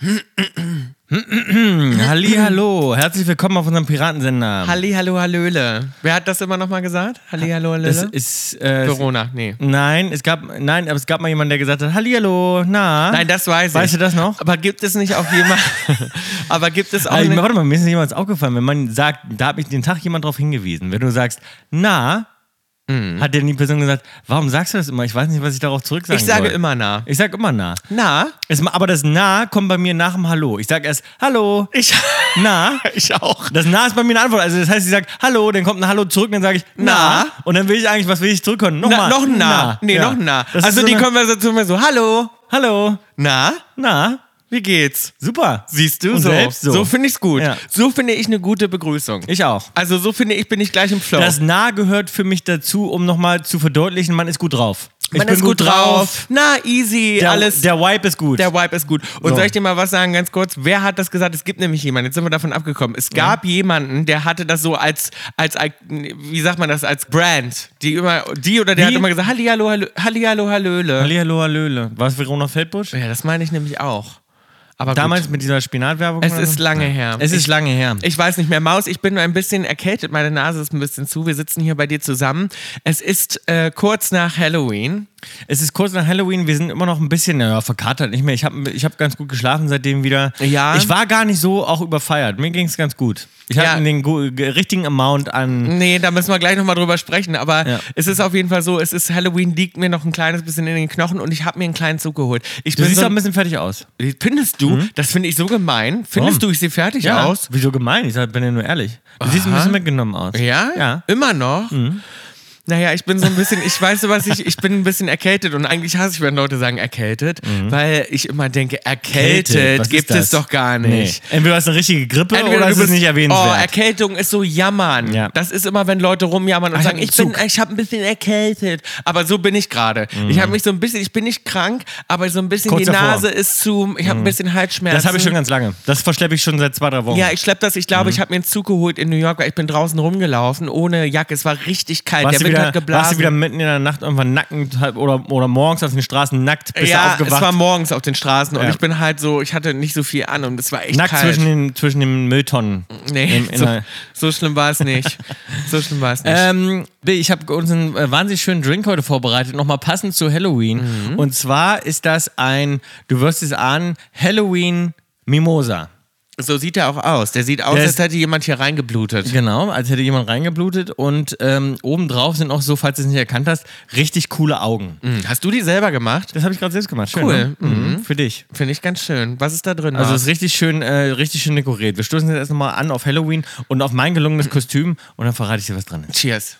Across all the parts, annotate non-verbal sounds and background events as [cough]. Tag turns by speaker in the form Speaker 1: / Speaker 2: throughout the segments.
Speaker 1: [clears throat]
Speaker 2: Halli, hallo, herzlich willkommen auf unserem Piratensender.
Speaker 1: Halli, Mhm. hallo, hallöle. Wer hat das immer nochmal gesagt? Halli, hallo,
Speaker 2: Das
Speaker 1: hallöle?
Speaker 2: ist äh,
Speaker 1: Corona, nee.
Speaker 2: Nein, es gab nein, aber es gab mal jemanden, der gesagt hat, Halli, hallo, na.
Speaker 1: Nein, das weiß ich.
Speaker 2: Weißt du das noch?
Speaker 1: Aber gibt es nicht
Speaker 2: [laughs]
Speaker 1: auch jemand? aber gibt es auch
Speaker 2: Ah, ich-
Speaker 1: nicht,
Speaker 2: warte mal, mir ist jemand aufgefallen, wenn man sagt, da hat mich den Tag jemand drauf hingewiesen. Wenn du sagst, na,
Speaker 1: Mhm.
Speaker 2: hat dir die Person gesagt, warum sagst du das immer? Ich weiß nicht, was ich darauf zurück sagen
Speaker 1: Ich sage
Speaker 2: soll.
Speaker 1: immer na.
Speaker 2: Ich sage immer na.
Speaker 1: Na?
Speaker 2: Es, aber das na kommt bei mir nach dem Hallo. Ich sage erst Hallo, [laughs]
Speaker 1: Ich,
Speaker 2: na.
Speaker 1: ich auch.
Speaker 2: Das Na ist bei mir eine Antwort. Also das heißt, sie sagt Hallo, dann kommt ein Hallo zurück, dann sage ich Na.
Speaker 1: Na.
Speaker 2: Und dann will ich eigentlich, was will ich zurückkommen?
Speaker 1: Na,
Speaker 2: Nochmal.
Speaker 1: noch na. Nee,
Speaker 2: Ja.
Speaker 1: noch na.
Speaker 2: Das
Speaker 1: also
Speaker 2: ist so
Speaker 1: die
Speaker 2: eine-
Speaker 1: Konversation wäre so, hallo,
Speaker 2: Hallo,
Speaker 1: na,
Speaker 2: na,
Speaker 1: wie geht's?
Speaker 2: super.
Speaker 1: Siehst du,
Speaker 2: Und
Speaker 1: so.
Speaker 2: selbst so.
Speaker 1: So finde ich's gut.
Speaker 2: Ja.
Speaker 1: So finde ich eine gute Begrüßung.
Speaker 2: Ich auch.
Speaker 1: Also so finde ich, bin ich gleich im Flow.
Speaker 2: Das Na gehört für mich dazu, um nochmal zu verdeutlichen, man ist gut drauf. Ich bin
Speaker 1: Na, easy,
Speaker 2: Der,
Speaker 1: alles.
Speaker 2: der Wipe ist gut.
Speaker 1: Der Vibe ist gut. Und
Speaker 2: So.
Speaker 1: soll ich dir mal was sagen, ganz kurz? Wer hat das gesagt? Es gibt nämlich jemanden, jetzt sind wir davon abgekommen. Es gab jemanden, der hatte das so als, als, wie sagt man das, als Brand. Die immer, die oder der
Speaker 2: Wie?
Speaker 1: hat immer gesagt, Hallihallo, Hallö, Hallihallo, Hallöle.
Speaker 2: Hallihallo, Hallöle. War es Verona Feldbusch?
Speaker 1: ja, das meine ich nämlich auch. Aber
Speaker 2: Damals
Speaker 1: gut.
Speaker 2: mit dieser Spinatwerbung?
Speaker 1: Es
Speaker 2: oder
Speaker 1: ist
Speaker 2: so?
Speaker 1: lange her.
Speaker 2: Es ist lange her.
Speaker 1: Ich weiß nicht mehr, Maus, ich bin ein bisschen erkältet, meine Nase ist ein bisschen zu. Wir sitzen hier bei dir zusammen. Es ist äh, kurz nach Halloween.
Speaker 2: Es ist kurz nach Halloween, wir sind immer noch ein bisschen ja, verkatert, nicht mehr. Ich habe ich hab ganz gut geschlafen seitdem wieder.
Speaker 1: Ja.
Speaker 2: Ich war gar nicht so auch überfeiert. Mir ging es ganz gut. Ich
Speaker 1: Ja.
Speaker 2: hatte den gu- ge- richtigen Amount an.
Speaker 1: Nee, da müssen wir gleich nochmal drüber sprechen. Aber
Speaker 2: Ja.
Speaker 1: es ist auf jeden Fall so, es ist Halloween liegt mir noch ein kleines bisschen in den Knochen und ich habe mir einen kleinen Zug geholt. Ich
Speaker 2: Du
Speaker 1: bin
Speaker 2: siehst
Speaker 1: so,
Speaker 2: auch ein bisschen fertig aus.
Speaker 1: findest du, das finde ich so gemein. Findest
Speaker 2: Warum?
Speaker 1: du, ich sehe fertig aus?
Speaker 2: Wieso gemein? Ich sag, bin ja nur ehrlich. Du siehst ein bisschen mitgenommen aus.
Speaker 1: Ja?
Speaker 2: Ja. Mhm.
Speaker 1: Immer noch? Naja, ich bin so ein bisschen, ich weiß so was, ich, ich bin ein bisschen erkältet und eigentlich hasse ich, wenn Leute sagen erkältet, weil ich immer denke, erkältet
Speaker 2: Mhm. was
Speaker 1: gibt
Speaker 2: ist
Speaker 1: es
Speaker 2: das?
Speaker 1: doch gar
Speaker 2: Nee.
Speaker 1: nicht.
Speaker 2: Entweder du hast eine richtige Grippe
Speaker 1: Entweder
Speaker 2: oder
Speaker 1: du
Speaker 2: es ist
Speaker 1: bist-
Speaker 2: nicht
Speaker 1: Oh,
Speaker 2: erwähnenswert.
Speaker 1: Erkältung ist so jammern.
Speaker 2: Ja.
Speaker 1: Das ist immer, wenn Leute rumjammern und
Speaker 2: ich
Speaker 1: sagen,
Speaker 2: hab
Speaker 1: ich
Speaker 2: einen
Speaker 1: bin, ich habe ein bisschen erkältet. Aber so bin ich gerade. Ich habe mich so ein bisschen, ich bin nicht krank, aber so ein bisschen
Speaker 2: Mhm. Kurz
Speaker 1: die
Speaker 2: davor. Mhm.
Speaker 1: Nase ist zu, ich habe ein bisschen Halsschmerzen.
Speaker 2: das habe ich schon ganz Mhm. lange. Das verschleppe ich schon seit zwei, drei Wochen.
Speaker 1: ja, ich schlepp das. Ich glaube, ich habe mir einen Zug geholt in New York, weil ich bin draußen rumgelaufen ohne Jacke. Es war richtig kalt.
Speaker 2: warst,
Speaker 1: Der
Speaker 2: du
Speaker 1: Wind
Speaker 2: wieder,
Speaker 1: hat geblasen.
Speaker 2: warst du wieder mitten in der Nacht irgendwann nackend halb- oder, oder morgens auf den Straßen nackt, bist du
Speaker 1: ja,
Speaker 2: aufgewacht?
Speaker 1: es war morgens auf den Straßen und
Speaker 2: Ja.
Speaker 1: ich bin halt so, ich hatte nicht so viel an und es war echt
Speaker 2: Nackt
Speaker 1: kalt.
Speaker 2: zwischen den, zwischen den Mülltonnen.
Speaker 1: nee,
Speaker 2: im- in
Speaker 1: [laughs] so,
Speaker 2: der-
Speaker 1: so schlimm war es nicht. so schlimm war es nicht.
Speaker 2: Ähm, Bill, ich habe uns einen äh, wahnsinnig schönen Drink heute vorbereitet, nochmal passend zu Halloween. Und zwar ist das ein, du wirst es ahnen, Halloween Mimosa.
Speaker 1: So sieht er auch aus. Der sieht aus,
Speaker 2: Der ist-
Speaker 1: als hätte jemand hier reingeblutet.
Speaker 2: Genau, als hätte jemand reingeblutet. Und ähm, obendrauf sind auch so, falls du es nicht erkannt hast, richtig coole Augen.
Speaker 1: Mhm. Hast du die selber gemacht?
Speaker 2: Das habe ich gerade selbst gemacht. Schön,
Speaker 1: Cool.
Speaker 2: ne? Mhm. Für dich.
Speaker 1: Finde ich ganz schön. Was ist da drin?
Speaker 2: Also
Speaker 1: Marc?
Speaker 2: es ist richtig schön, äh, richtig schön dekoriert. Wir stoßen jetzt erst nochmal an auf Halloween und auf mein gelungenes Kostüm und dann verrate ich dir, was dran ist.
Speaker 1: Cheers.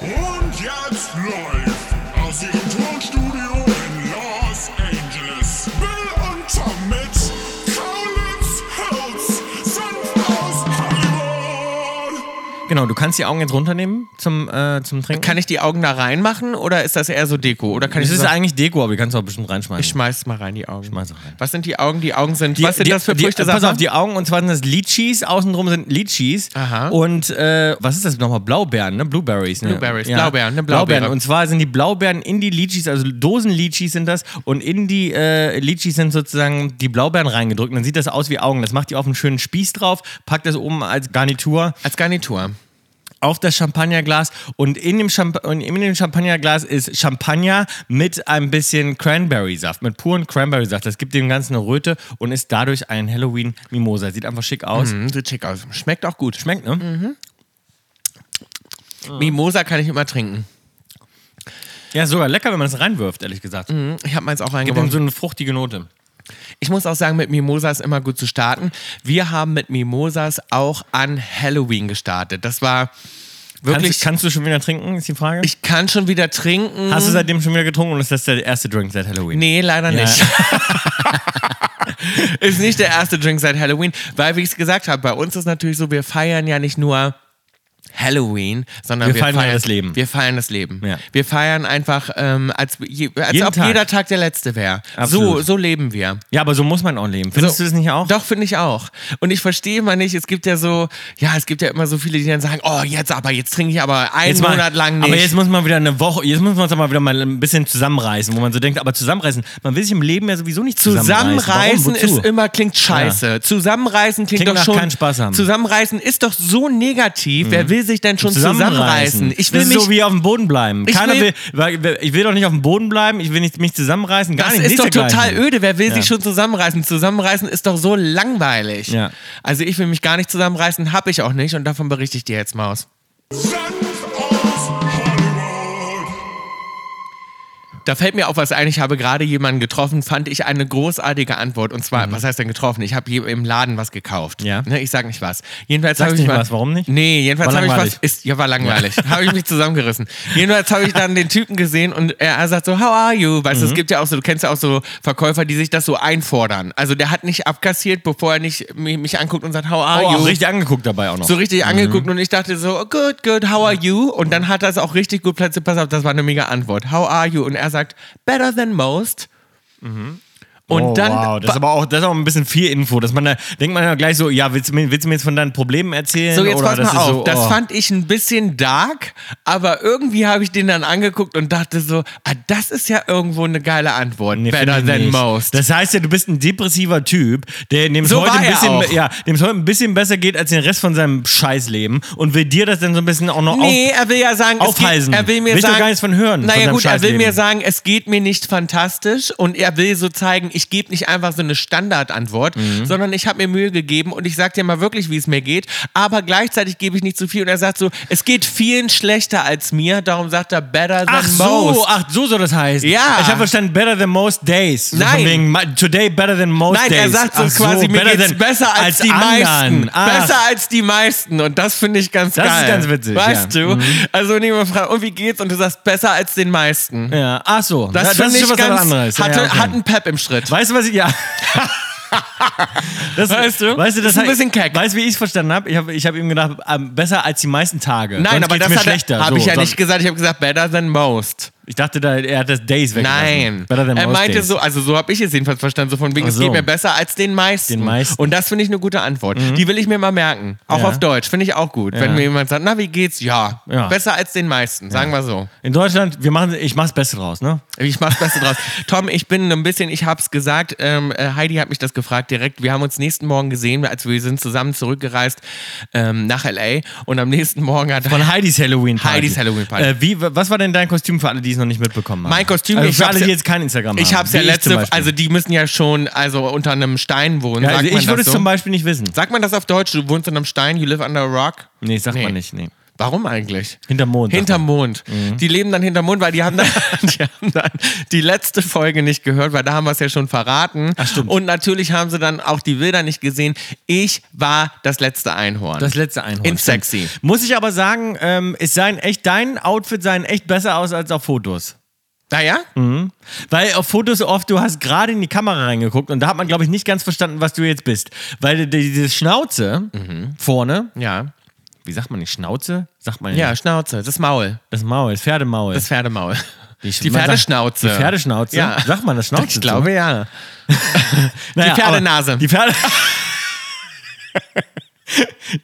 Speaker 3: Und jetzt live aus ihrem Tonstudio in Los Angeles. Bill und Tom mit Kaulitz Hills sind aus Hollywood.
Speaker 2: Genau, du kannst die Augen jetzt runternehmen zum, äh, zum Trinken.
Speaker 1: Kann ich die Augen da reinmachen oder ist das eher so Deko? Oder kann ich
Speaker 2: das ist
Speaker 1: so
Speaker 2: eigentlich Deko, aber die kannst du auch bestimmt reinschmeißen.
Speaker 1: ich schmeiß mal rein die Augen.
Speaker 2: Schmeiß auch rein.
Speaker 1: Was sind die Augen? Die Augen sind. was sind das für Früchte?
Speaker 2: Die,
Speaker 1: sag
Speaker 2: pass
Speaker 1: mal?
Speaker 2: auf, die Augen und zwar sind das Litchis, außenrum sind Litchis.
Speaker 1: Aha.
Speaker 2: Und äh, was ist das nochmal? Blaubeeren, ne? Blueberries, ne?
Speaker 1: Blueberries, Blaubeeren, ne? Blaubeere.
Speaker 2: Blaubeeren. Und zwar sind die Blaubeeren in die Litchis, also Dosen-Litchis sind das und in die äh, Litchis sind sozusagen die Blaubeeren reingedrückt. Und dann sieht das aus wie Augen. Das macht ihr auf einen schönen Spieß drauf, packt das oben als Garnitur
Speaker 1: Als Garnitur.
Speaker 2: auf das Champagnerglas und in dem, Champ und in dem Champagnerglas ist Champagner mit ein bisschen Cranberry-Saft, mit puren Cranberry-Saft. Das gibt dem Ganzen eine Röte und ist dadurch ein Halloween-Mimosa. Sieht einfach schick aus.
Speaker 1: Mhm, sieht schick aus. Schmeckt auch gut.
Speaker 2: Schmeckt, ne?
Speaker 1: Mimosa kann ich immer trinken.
Speaker 2: Ja, sogar lecker, wenn man es reinwirft, ehrlich gesagt.
Speaker 1: Mhm, Ich habe meins auch
Speaker 2: Gibt dem
Speaker 1: reingeworfen.
Speaker 2: so eine fruchtige Note.
Speaker 1: Ich muss auch sagen, mit Mimosa ist immer gut zu starten. Wir haben mit Mimosas auch an Halloween gestartet. Das war wirklich.
Speaker 2: Kannst, kannst du schon wieder trinken, ist die Frage?
Speaker 1: ich kann schon wieder trinken.
Speaker 2: Hast du seitdem schon wieder getrunken und ist das der erste Drink seit Halloween?
Speaker 1: Nee, leider
Speaker 2: Ja.
Speaker 1: nicht. [laughs] ist nicht der erste Drink seit Halloween, weil, wie ich es gesagt habe, bei uns ist natürlich so, wir feiern ja nicht nur Halloween, sondern
Speaker 2: Wir
Speaker 1: wir,
Speaker 2: feiern ja das Leben.
Speaker 1: Wir feiern das Leben.
Speaker 2: Ja.
Speaker 1: Wir feiern einfach, ähm, als, je, als
Speaker 2: Jeden
Speaker 1: ob
Speaker 2: Tag.
Speaker 1: jeder Tag der letzte wäre. So,
Speaker 2: Absolut.
Speaker 1: so leben wir.
Speaker 2: Ja, aber so muss man auch leben. Findest
Speaker 1: So.
Speaker 2: du es nicht auch?
Speaker 1: Doch, finde ich auch. Und ich verstehe immer nicht, es gibt ja so, ja, es gibt ja immer so viele, die dann sagen, oh, jetzt aber, jetzt trinke ich aber einen
Speaker 2: mal-
Speaker 1: Monat lang nicht.
Speaker 2: Aber jetzt muss man wieder eine Woche, jetzt muss man uns aber wieder mal ein bisschen zusammenreißen, wo man so denkt, aber zusammenreißen, man will sich im Leben ja sowieso nicht zusammenreißen.
Speaker 1: Zusammenreißen
Speaker 2: Warum? Wozu?
Speaker 1: ist immer klingt scheiße. Zusammenreißen klingt,
Speaker 2: Klingt
Speaker 1: doch
Speaker 2: nach
Speaker 1: schon.
Speaker 2: keinen Spaß haben. Mhm.
Speaker 1: Zusammenreißen ist doch so negativ. Wer will sich denn schon zusammenreißen? Ich will
Speaker 2: das
Speaker 1: mich.
Speaker 2: ist so wie auf dem Boden bleiben.
Speaker 1: Ich
Speaker 2: Keiner
Speaker 1: will-
Speaker 2: will, weil- weil- ich will doch nicht auf dem Boden bleiben, ich will nicht mich zusammenreißen, gar
Speaker 1: das
Speaker 2: nicht.
Speaker 1: ist doch
Speaker 2: nichts
Speaker 1: total
Speaker 2: dergleichen.
Speaker 1: öde. Wer will
Speaker 2: Ja.
Speaker 1: sich schon zusammenreißen? Zusammenreißen ist doch so langweilig.
Speaker 2: Ja.
Speaker 1: Also ich will mich gar nicht zusammenreißen, hab ich auch nicht und davon berichte ich dir jetzt, Maus.
Speaker 3: Senf aus Hollywood.
Speaker 1: Da fällt mir auf was ein. Ich habe gerade jemanden getroffen, fand ich eine großartige Antwort. Und zwar, was heißt denn getroffen? Ich habe je- im Laden was gekauft.
Speaker 2: Mhm. Ja.
Speaker 1: Ne, ich sag nicht was. Jedenfalls
Speaker 2: Sagst
Speaker 1: habe ich
Speaker 2: nicht
Speaker 1: mal-
Speaker 2: was, warum nicht?
Speaker 1: Nee, jedenfalls
Speaker 2: War
Speaker 1: habe ich was.
Speaker 2: langweilig.
Speaker 1: Ist, ja, war langweilig. habe ich mich zusammengerissen. Jedenfalls habe ich dann den Typen gesehen und er, er sagt so, how are you? Weißt du,
Speaker 2: Mhm.
Speaker 1: es gibt ja auch so, du kennst ja auch so Verkäufer, die sich das so einfordern. Also der hat nicht abkassiert, bevor er nicht mich, mich anguckt und sagt, how are
Speaker 2: Oh,
Speaker 1: you?
Speaker 2: auch richtig angeguckt dabei auch noch.
Speaker 1: so richtig angeguckt und ich dachte so, oh, good, good, how are you? Und dann hat er es auch richtig gut platziert. Pass auf, das war eine mega Antwort. How are you? Und er sagt, better than most. Und
Speaker 2: oh,
Speaker 1: dann.
Speaker 2: wow, das ist aber auch, das ist auch ein bisschen viel Info, dass man da, denkt man ja gleich so, ja, willst du mir, willst du mir jetzt von deinen Problemen erzählen?
Speaker 1: so, jetzt
Speaker 2: Oder
Speaker 1: pass
Speaker 2: das
Speaker 1: mal
Speaker 2: ist
Speaker 1: auf.
Speaker 2: so,
Speaker 1: Das
Speaker 2: oh.
Speaker 1: fand ich ein bisschen dark, aber irgendwie habe ich den dann angeguckt und dachte so, ah, das ist ja irgendwo eine geile Antwort.
Speaker 2: Nee,
Speaker 1: better
Speaker 2: find ich
Speaker 1: than
Speaker 2: nicht.
Speaker 1: most.
Speaker 2: Das heißt ja, du bist ein depressiver Typ, der dem es
Speaker 1: So
Speaker 2: heute
Speaker 1: war
Speaker 2: ein
Speaker 1: er
Speaker 2: bisschen,
Speaker 1: auch.
Speaker 2: ja, dem es heute ein bisschen besser geht als den Rest von seinem Scheißleben und will dir das dann so ein bisschen auch noch
Speaker 1: Nee, er will ja sagen, es
Speaker 2: aufhalsen.
Speaker 1: Geht, er will mir
Speaker 2: Willst du
Speaker 1: sagen,
Speaker 2: gar nichts von hören, von
Speaker 1: Naja
Speaker 2: seinem
Speaker 1: gut, er will
Speaker 2: Scheißleben.
Speaker 1: mir sagen, es geht mir nicht fantastisch und er will so zeigen, ich gebe nicht einfach so eine Standardantwort,
Speaker 2: Mhm.
Speaker 1: sondern ich habe mir Mühe gegeben und ich sag dir mal wirklich, wie es mir geht, aber gleichzeitig gebe ich nicht zu viel und er sagt so, es geht vielen schlechter als mir, darum sagt er better than
Speaker 2: Ach
Speaker 1: most.
Speaker 2: so, ach so soll das heißen.
Speaker 1: Ja.
Speaker 2: Ich habe verstanden, better than most days. So
Speaker 1: Nein.
Speaker 2: Von wegen, ma- today better than most
Speaker 1: Nein,
Speaker 2: days.
Speaker 1: er sagt so
Speaker 2: Ach
Speaker 1: quasi, mir
Speaker 2: better
Speaker 1: geht's
Speaker 2: than-
Speaker 1: besser als, die
Speaker 2: anderen.
Speaker 1: meisten.
Speaker 2: Ach,
Speaker 1: Besser als die meisten. Und das finde ich ganz
Speaker 2: Das ist
Speaker 1: geil.
Speaker 2: ganz witzig,
Speaker 1: Weißt
Speaker 2: ja. Mhm.
Speaker 1: du? Also wenn jemand fragt, und wie geht's? Und du sagst, besser als den meisten.
Speaker 2: Ja, ach so.
Speaker 1: Das,
Speaker 2: Ja,
Speaker 1: finde
Speaker 2: ist
Speaker 1: ich
Speaker 2: schon was
Speaker 1: ganz,
Speaker 2: anderes.
Speaker 1: Hatte,
Speaker 2: ja, okay.
Speaker 1: hat einen Pep im Schritt.
Speaker 2: Weißt du, was ich.
Speaker 1: [laughs]
Speaker 2: Ja. Das,
Speaker 1: Weißt du?
Speaker 2: Weißt du, das
Speaker 1: Ist ein
Speaker 2: hat-
Speaker 1: bisschen keck.
Speaker 2: Weißt du, wie ich es verstanden habe? Ich habe ich hab ihm gedacht, ähm, besser als die meisten Tage.
Speaker 1: Nein,
Speaker 2: Sonst
Speaker 1: aber
Speaker 2: geht's
Speaker 1: das
Speaker 2: mir
Speaker 1: hat-
Speaker 2: schlechter.
Speaker 1: habe
Speaker 2: so,
Speaker 1: ich ja
Speaker 2: sonst-
Speaker 1: nicht gesagt. Ich habe gesagt, better than most.
Speaker 2: Ich dachte, da, er hat das Days
Speaker 1: Nein.
Speaker 2: weggelassen. Better than
Speaker 1: Er
Speaker 2: most
Speaker 1: meinte
Speaker 2: days.
Speaker 1: so, also so habe ich es jedenfalls verstanden, so von wegen,
Speaker 2: Ach
Speaker 1: es
Speaker 2: so.
Speaker 1: geht mir besser als den meisten.
Speaker 2: Den meisten. Mhm.
Speaker 1: Und das finde ich eine gute Antwort. Die will ich mir mal merken. Auch
Speaker 2: Ja.
Speaker 1: auf Deutsch, finde ich auch gut. Wenn mir jemand sagt, na, wie geht's? Ja,
Speaker 2: Ja.
Speaker 1: besser als den meisten, sagen wir so.
Speaker 2: In Deutschland, wir machen, ich mach's Beste draus, ne?
Speaker 1: Ich mach's
Speaker 2: [laughs]
Speaker 1: Beste draus. Tom, ich bin ein bisschen, ich hab's gesagt, ähm, äh, Heidi hat mich das gefragt direkt. Wir haben uns nächsten Morgen gesehen, als wir sind zusammen zurückgereist ähm, nach L.A. Und am nächsten Morgen [laughs] hat
Speaker 2: Von Heidis Halloween Party.
Speaker 1: Heidis Halloween Party.
Speaker 2: Äh, wie, was war denn dein Kostüm für alle, die es noch nicht mitbekommen haben?
Speaker 1: Mein Kostüm,
Speaker 2: also
Speaker 1: ich
Speaker 2: für
Speaker 1: hab's
Speaker 2: alle, die
Speaker 1: ja-
Speaker 2: jetzt kein Instagram haben.
Speaker 1: ich hab's ja
Speaker 2: wie zum
Speaker 1: letzte,
Speaker 2: Beispiel.
Speaker 1: also die müssen ja schon, also unter einem Stein wohnen.
Speaker 2: ja,
Speaker 1: sagt
Speaker 2: also
Speaker 1: man
Speaker 2: ich würde
Speaker 1: das
Speaker 2: es
Speaker 1: so?
Speaker 2: zum Beispiel nicht wissen.
Speaker 1: Sagt man das auf Deutsch? Du wohnst in einem Stein, you live under a rock?
Speaker 2: Nee, sagt
Speaker 1: Nee.
Speaker 2: man nicht. Nee.
Speaker 1: Warum eigentlich?
Speaker 2: Hinterm Mond. sagt
Speaker 1: Hinterm Mond.
Speaker 2: Mhm.
Speaker 1: Die leben dann hinterm Mond, weil die haben, dann, [laughs] die haben dann die letzte Folge nicht gehört, weil da haben wir es ja schon verraten. Ach,
Speaker 2: stimmt.
Speaker 1: Und natürlich haben sie dann auch die Bilder nicht gesehen. Ich war das letzte Einhorn.
Speaker 2: Das letzte Einhorn.
Speaker 1: In
Speaker 2: stimmt.
Speaker 1: sexy.
Speaker 2: Muss ich aber sagen, ähm, es sahen echt, dein Outfit sah echt besser aus als auf Fotos.
Speaker 1: naja,
Speaker 2: Mhm. Weil auf Fotos oft, du hast gerade in die Kamera reingeguckt und da hat man, glaube ich, nicht ganz verstanden, was du jetzt bist. Weil die- diese Schnauze vorne,
Speaker 1: ja.
Speaker 2: wie sagt man nicht, Schnauze? Sagt man
Speaker 1: Ja, Schnauze, das Maul,
Speaker 2: Das Maul, das Pferdemaul.
Speaker 1: das Pferdemaul. Die,
Speaker 2: man sagt-
Speaker 1: Pferdeschnauze.
Speaker 2: Die Pferdeschnauze?
Speaker 1: Ja.
Speaker 2: Sagt man das Schnauze?
Speaker 1: [laughs] Ich glaube ja.
Speaker 2: zu? Naja,
Speaker 1: die Pferdenase.
Speaker 2: aber Die Pferde. [laughs]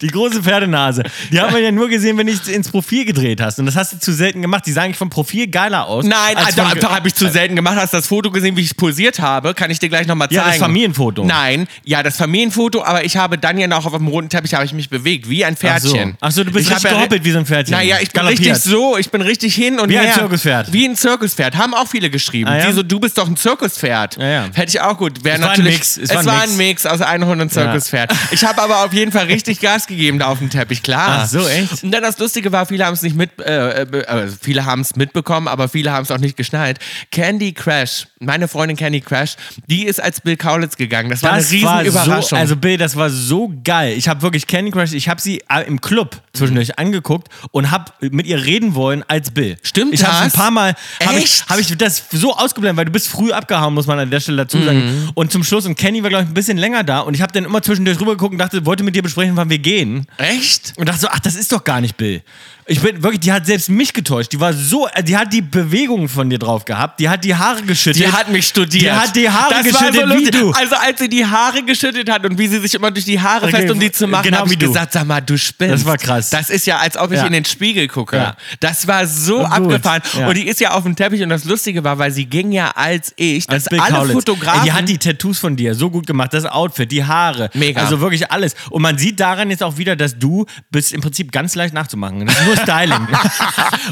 Speaker 2: Die große Pferdenase. Die haben wir ja nur gesehen, wenn du es ins Profil gedreht hast. Und das hast du zu selten gemacht. Die sahen eigentlich vom Profil geiler aus.
Speaker 1: Nein,
Speaker 2: als
Speaker 1: also,
Speaker 2: von-
Speaker 1: da habe ich zu selten gemacht. Hast du das Foto gesehen, wie ich posiert habe? Kann ich dir gleich nochmal zeigen.
Speaker 2: Ja, das Familienfoto.
Speaker 1: Nein, ja, das Familienfoto, aber ich habe dann ja noch auf dem roten Teppich habe ich mich bewegt, wie ein
Speaker 2: Ach so.
Speaker 1: Pferdchen.
Speaker 2: Ach so, du bist
Speaker 1: Ich
Speaker 2: richtig
Speaker 1: hab ja-
Speaker 2: gehoppelt wie so ein Pferdchen.
Speaker 1: Naja, ich bin
Speaker 2: Galoppiert.
Speaker 1: richtig so, ich bin richtig hin und
Speaker 2: Wie ein
Speaker 1: her.
Speaker 2: Zirkuspferd.
Speaker 1: Wie ein Zirkuspferd. Haben auch viele geschrieben.
Speaker 2: Ah, ja?
Speaker 1: Die so, du bist doch ein Zirkuspferd.
Speaker 2: Ja, ja.
Speaker 1: Hätte ich auch gut. Wäre
Speaker 2: Es war ein
Speaker 1: natürlich,
Speaker 2: Mix.
Speaker 1: Es, war ein Mix aus Einhorn
Speaker 2: [laughs]
Speaker 1: und Zirkuspferd. Ich habe aber auf jeden Fall richtig Gas gegeben da auf dem Teppich, klar.
Speaker 2: Ach so, echt?
Speaker 1: Und dann das Lustige war, viele haben es nicht mit, äh, äh, äh, viele haben es mitbekommen, aber viele haben es auch nicht geschnallt. Candy Crash, meine Freundin Candy Crash, die ist als Bill Kaulitz gegangen. Das, war eine Riesenüberraschung.
Speaker 2: So, also Bill, das war so geil. Ich habe wirklich Candy Crush, ich habe sie äh, im Club zwischendurch angeguckt und habe mit ihr reden wollen als Bill.
Speaker 1: Stimmt
Speaker 2: Ich habe ein
Speaker 1: das?
Speaker 2: paar Mal, habe ich,
Speaker 1: Echt?
Speaker 2: hab ich das so ausgeblendet, weil du bist früh abgehauen, muss man an
Speaker 1: Mhm.
Speaker 2: der Stelle dazu sagen. Und zum Schluss, und Candy war, glaube ich, ein bisschen länger da und ich habe dann immer zwischendurch rübergeguckt und dachte, wollte mit dir besprechen, besprechen, wann wir gehen.
Speaker 1: Echt?
Speaker 2: Und dachte so, ach, das ist doch gar nicht Bill. Ich bin wirklich, die hat selbst mich getäuscht. Die war so, äh, die hat die Bewegungen von dir drauf gehabt. Die hat die Haare geschüttelt.
Speaker 1: Die hat mich studiert.
Speaker 2: Die hat die Haare
Speaker 1: das
Speaker 2: geschüttelt
Speaker 1: war so
Speaker 2: wie
Speaker 1: lustig.
Speaker 2: du.
Speaker 1: Also als sie die Haare geschüttelt hat und wie sie sich immer durch die Haare
Speaker 2: Okay,
Speaker 1: fest, um die zu machen,
Speaker 2: genau
Speaker 1: habe
Speaker 2: wie
Speaker 1: ich
Speaker 2: du.
Speaker 1: gesagt, sag mal, du spinnst.
Speaker 2: Das war krass.
Speaker 1: Das ist ja, als ob ich
Speaker 2: Ja.
Speaker 1: in den Spiegel gucke.
Speaker 2: Ja.
Speaker 1: Das war so
Speaker 2: Gut,
Speaker 1: abgefahren.
Speaker 2: ja.
Speaker 1: Und die ist ja auf dem Teppich und das Lustige war, weil sie ging ja als ich, dass
Speaker 2: Als Bill
Speaker 1: alle
Speaker 2: Kaulitz.
Speaker 1: Fotografen...
Speaker 2: Ey, die hat die Tattoos von dir so gut gemacht, das Outfit, die Haare.
Speaker 1: Mega.
Speaker 2: Also wirklich alles. Und man sieht daran jetzt auch wieder, dass du bist im Prinzip ganz leicht nachzumachen. Das ist nur
Speaker 1: [laughs]
Speaker 2: Styling.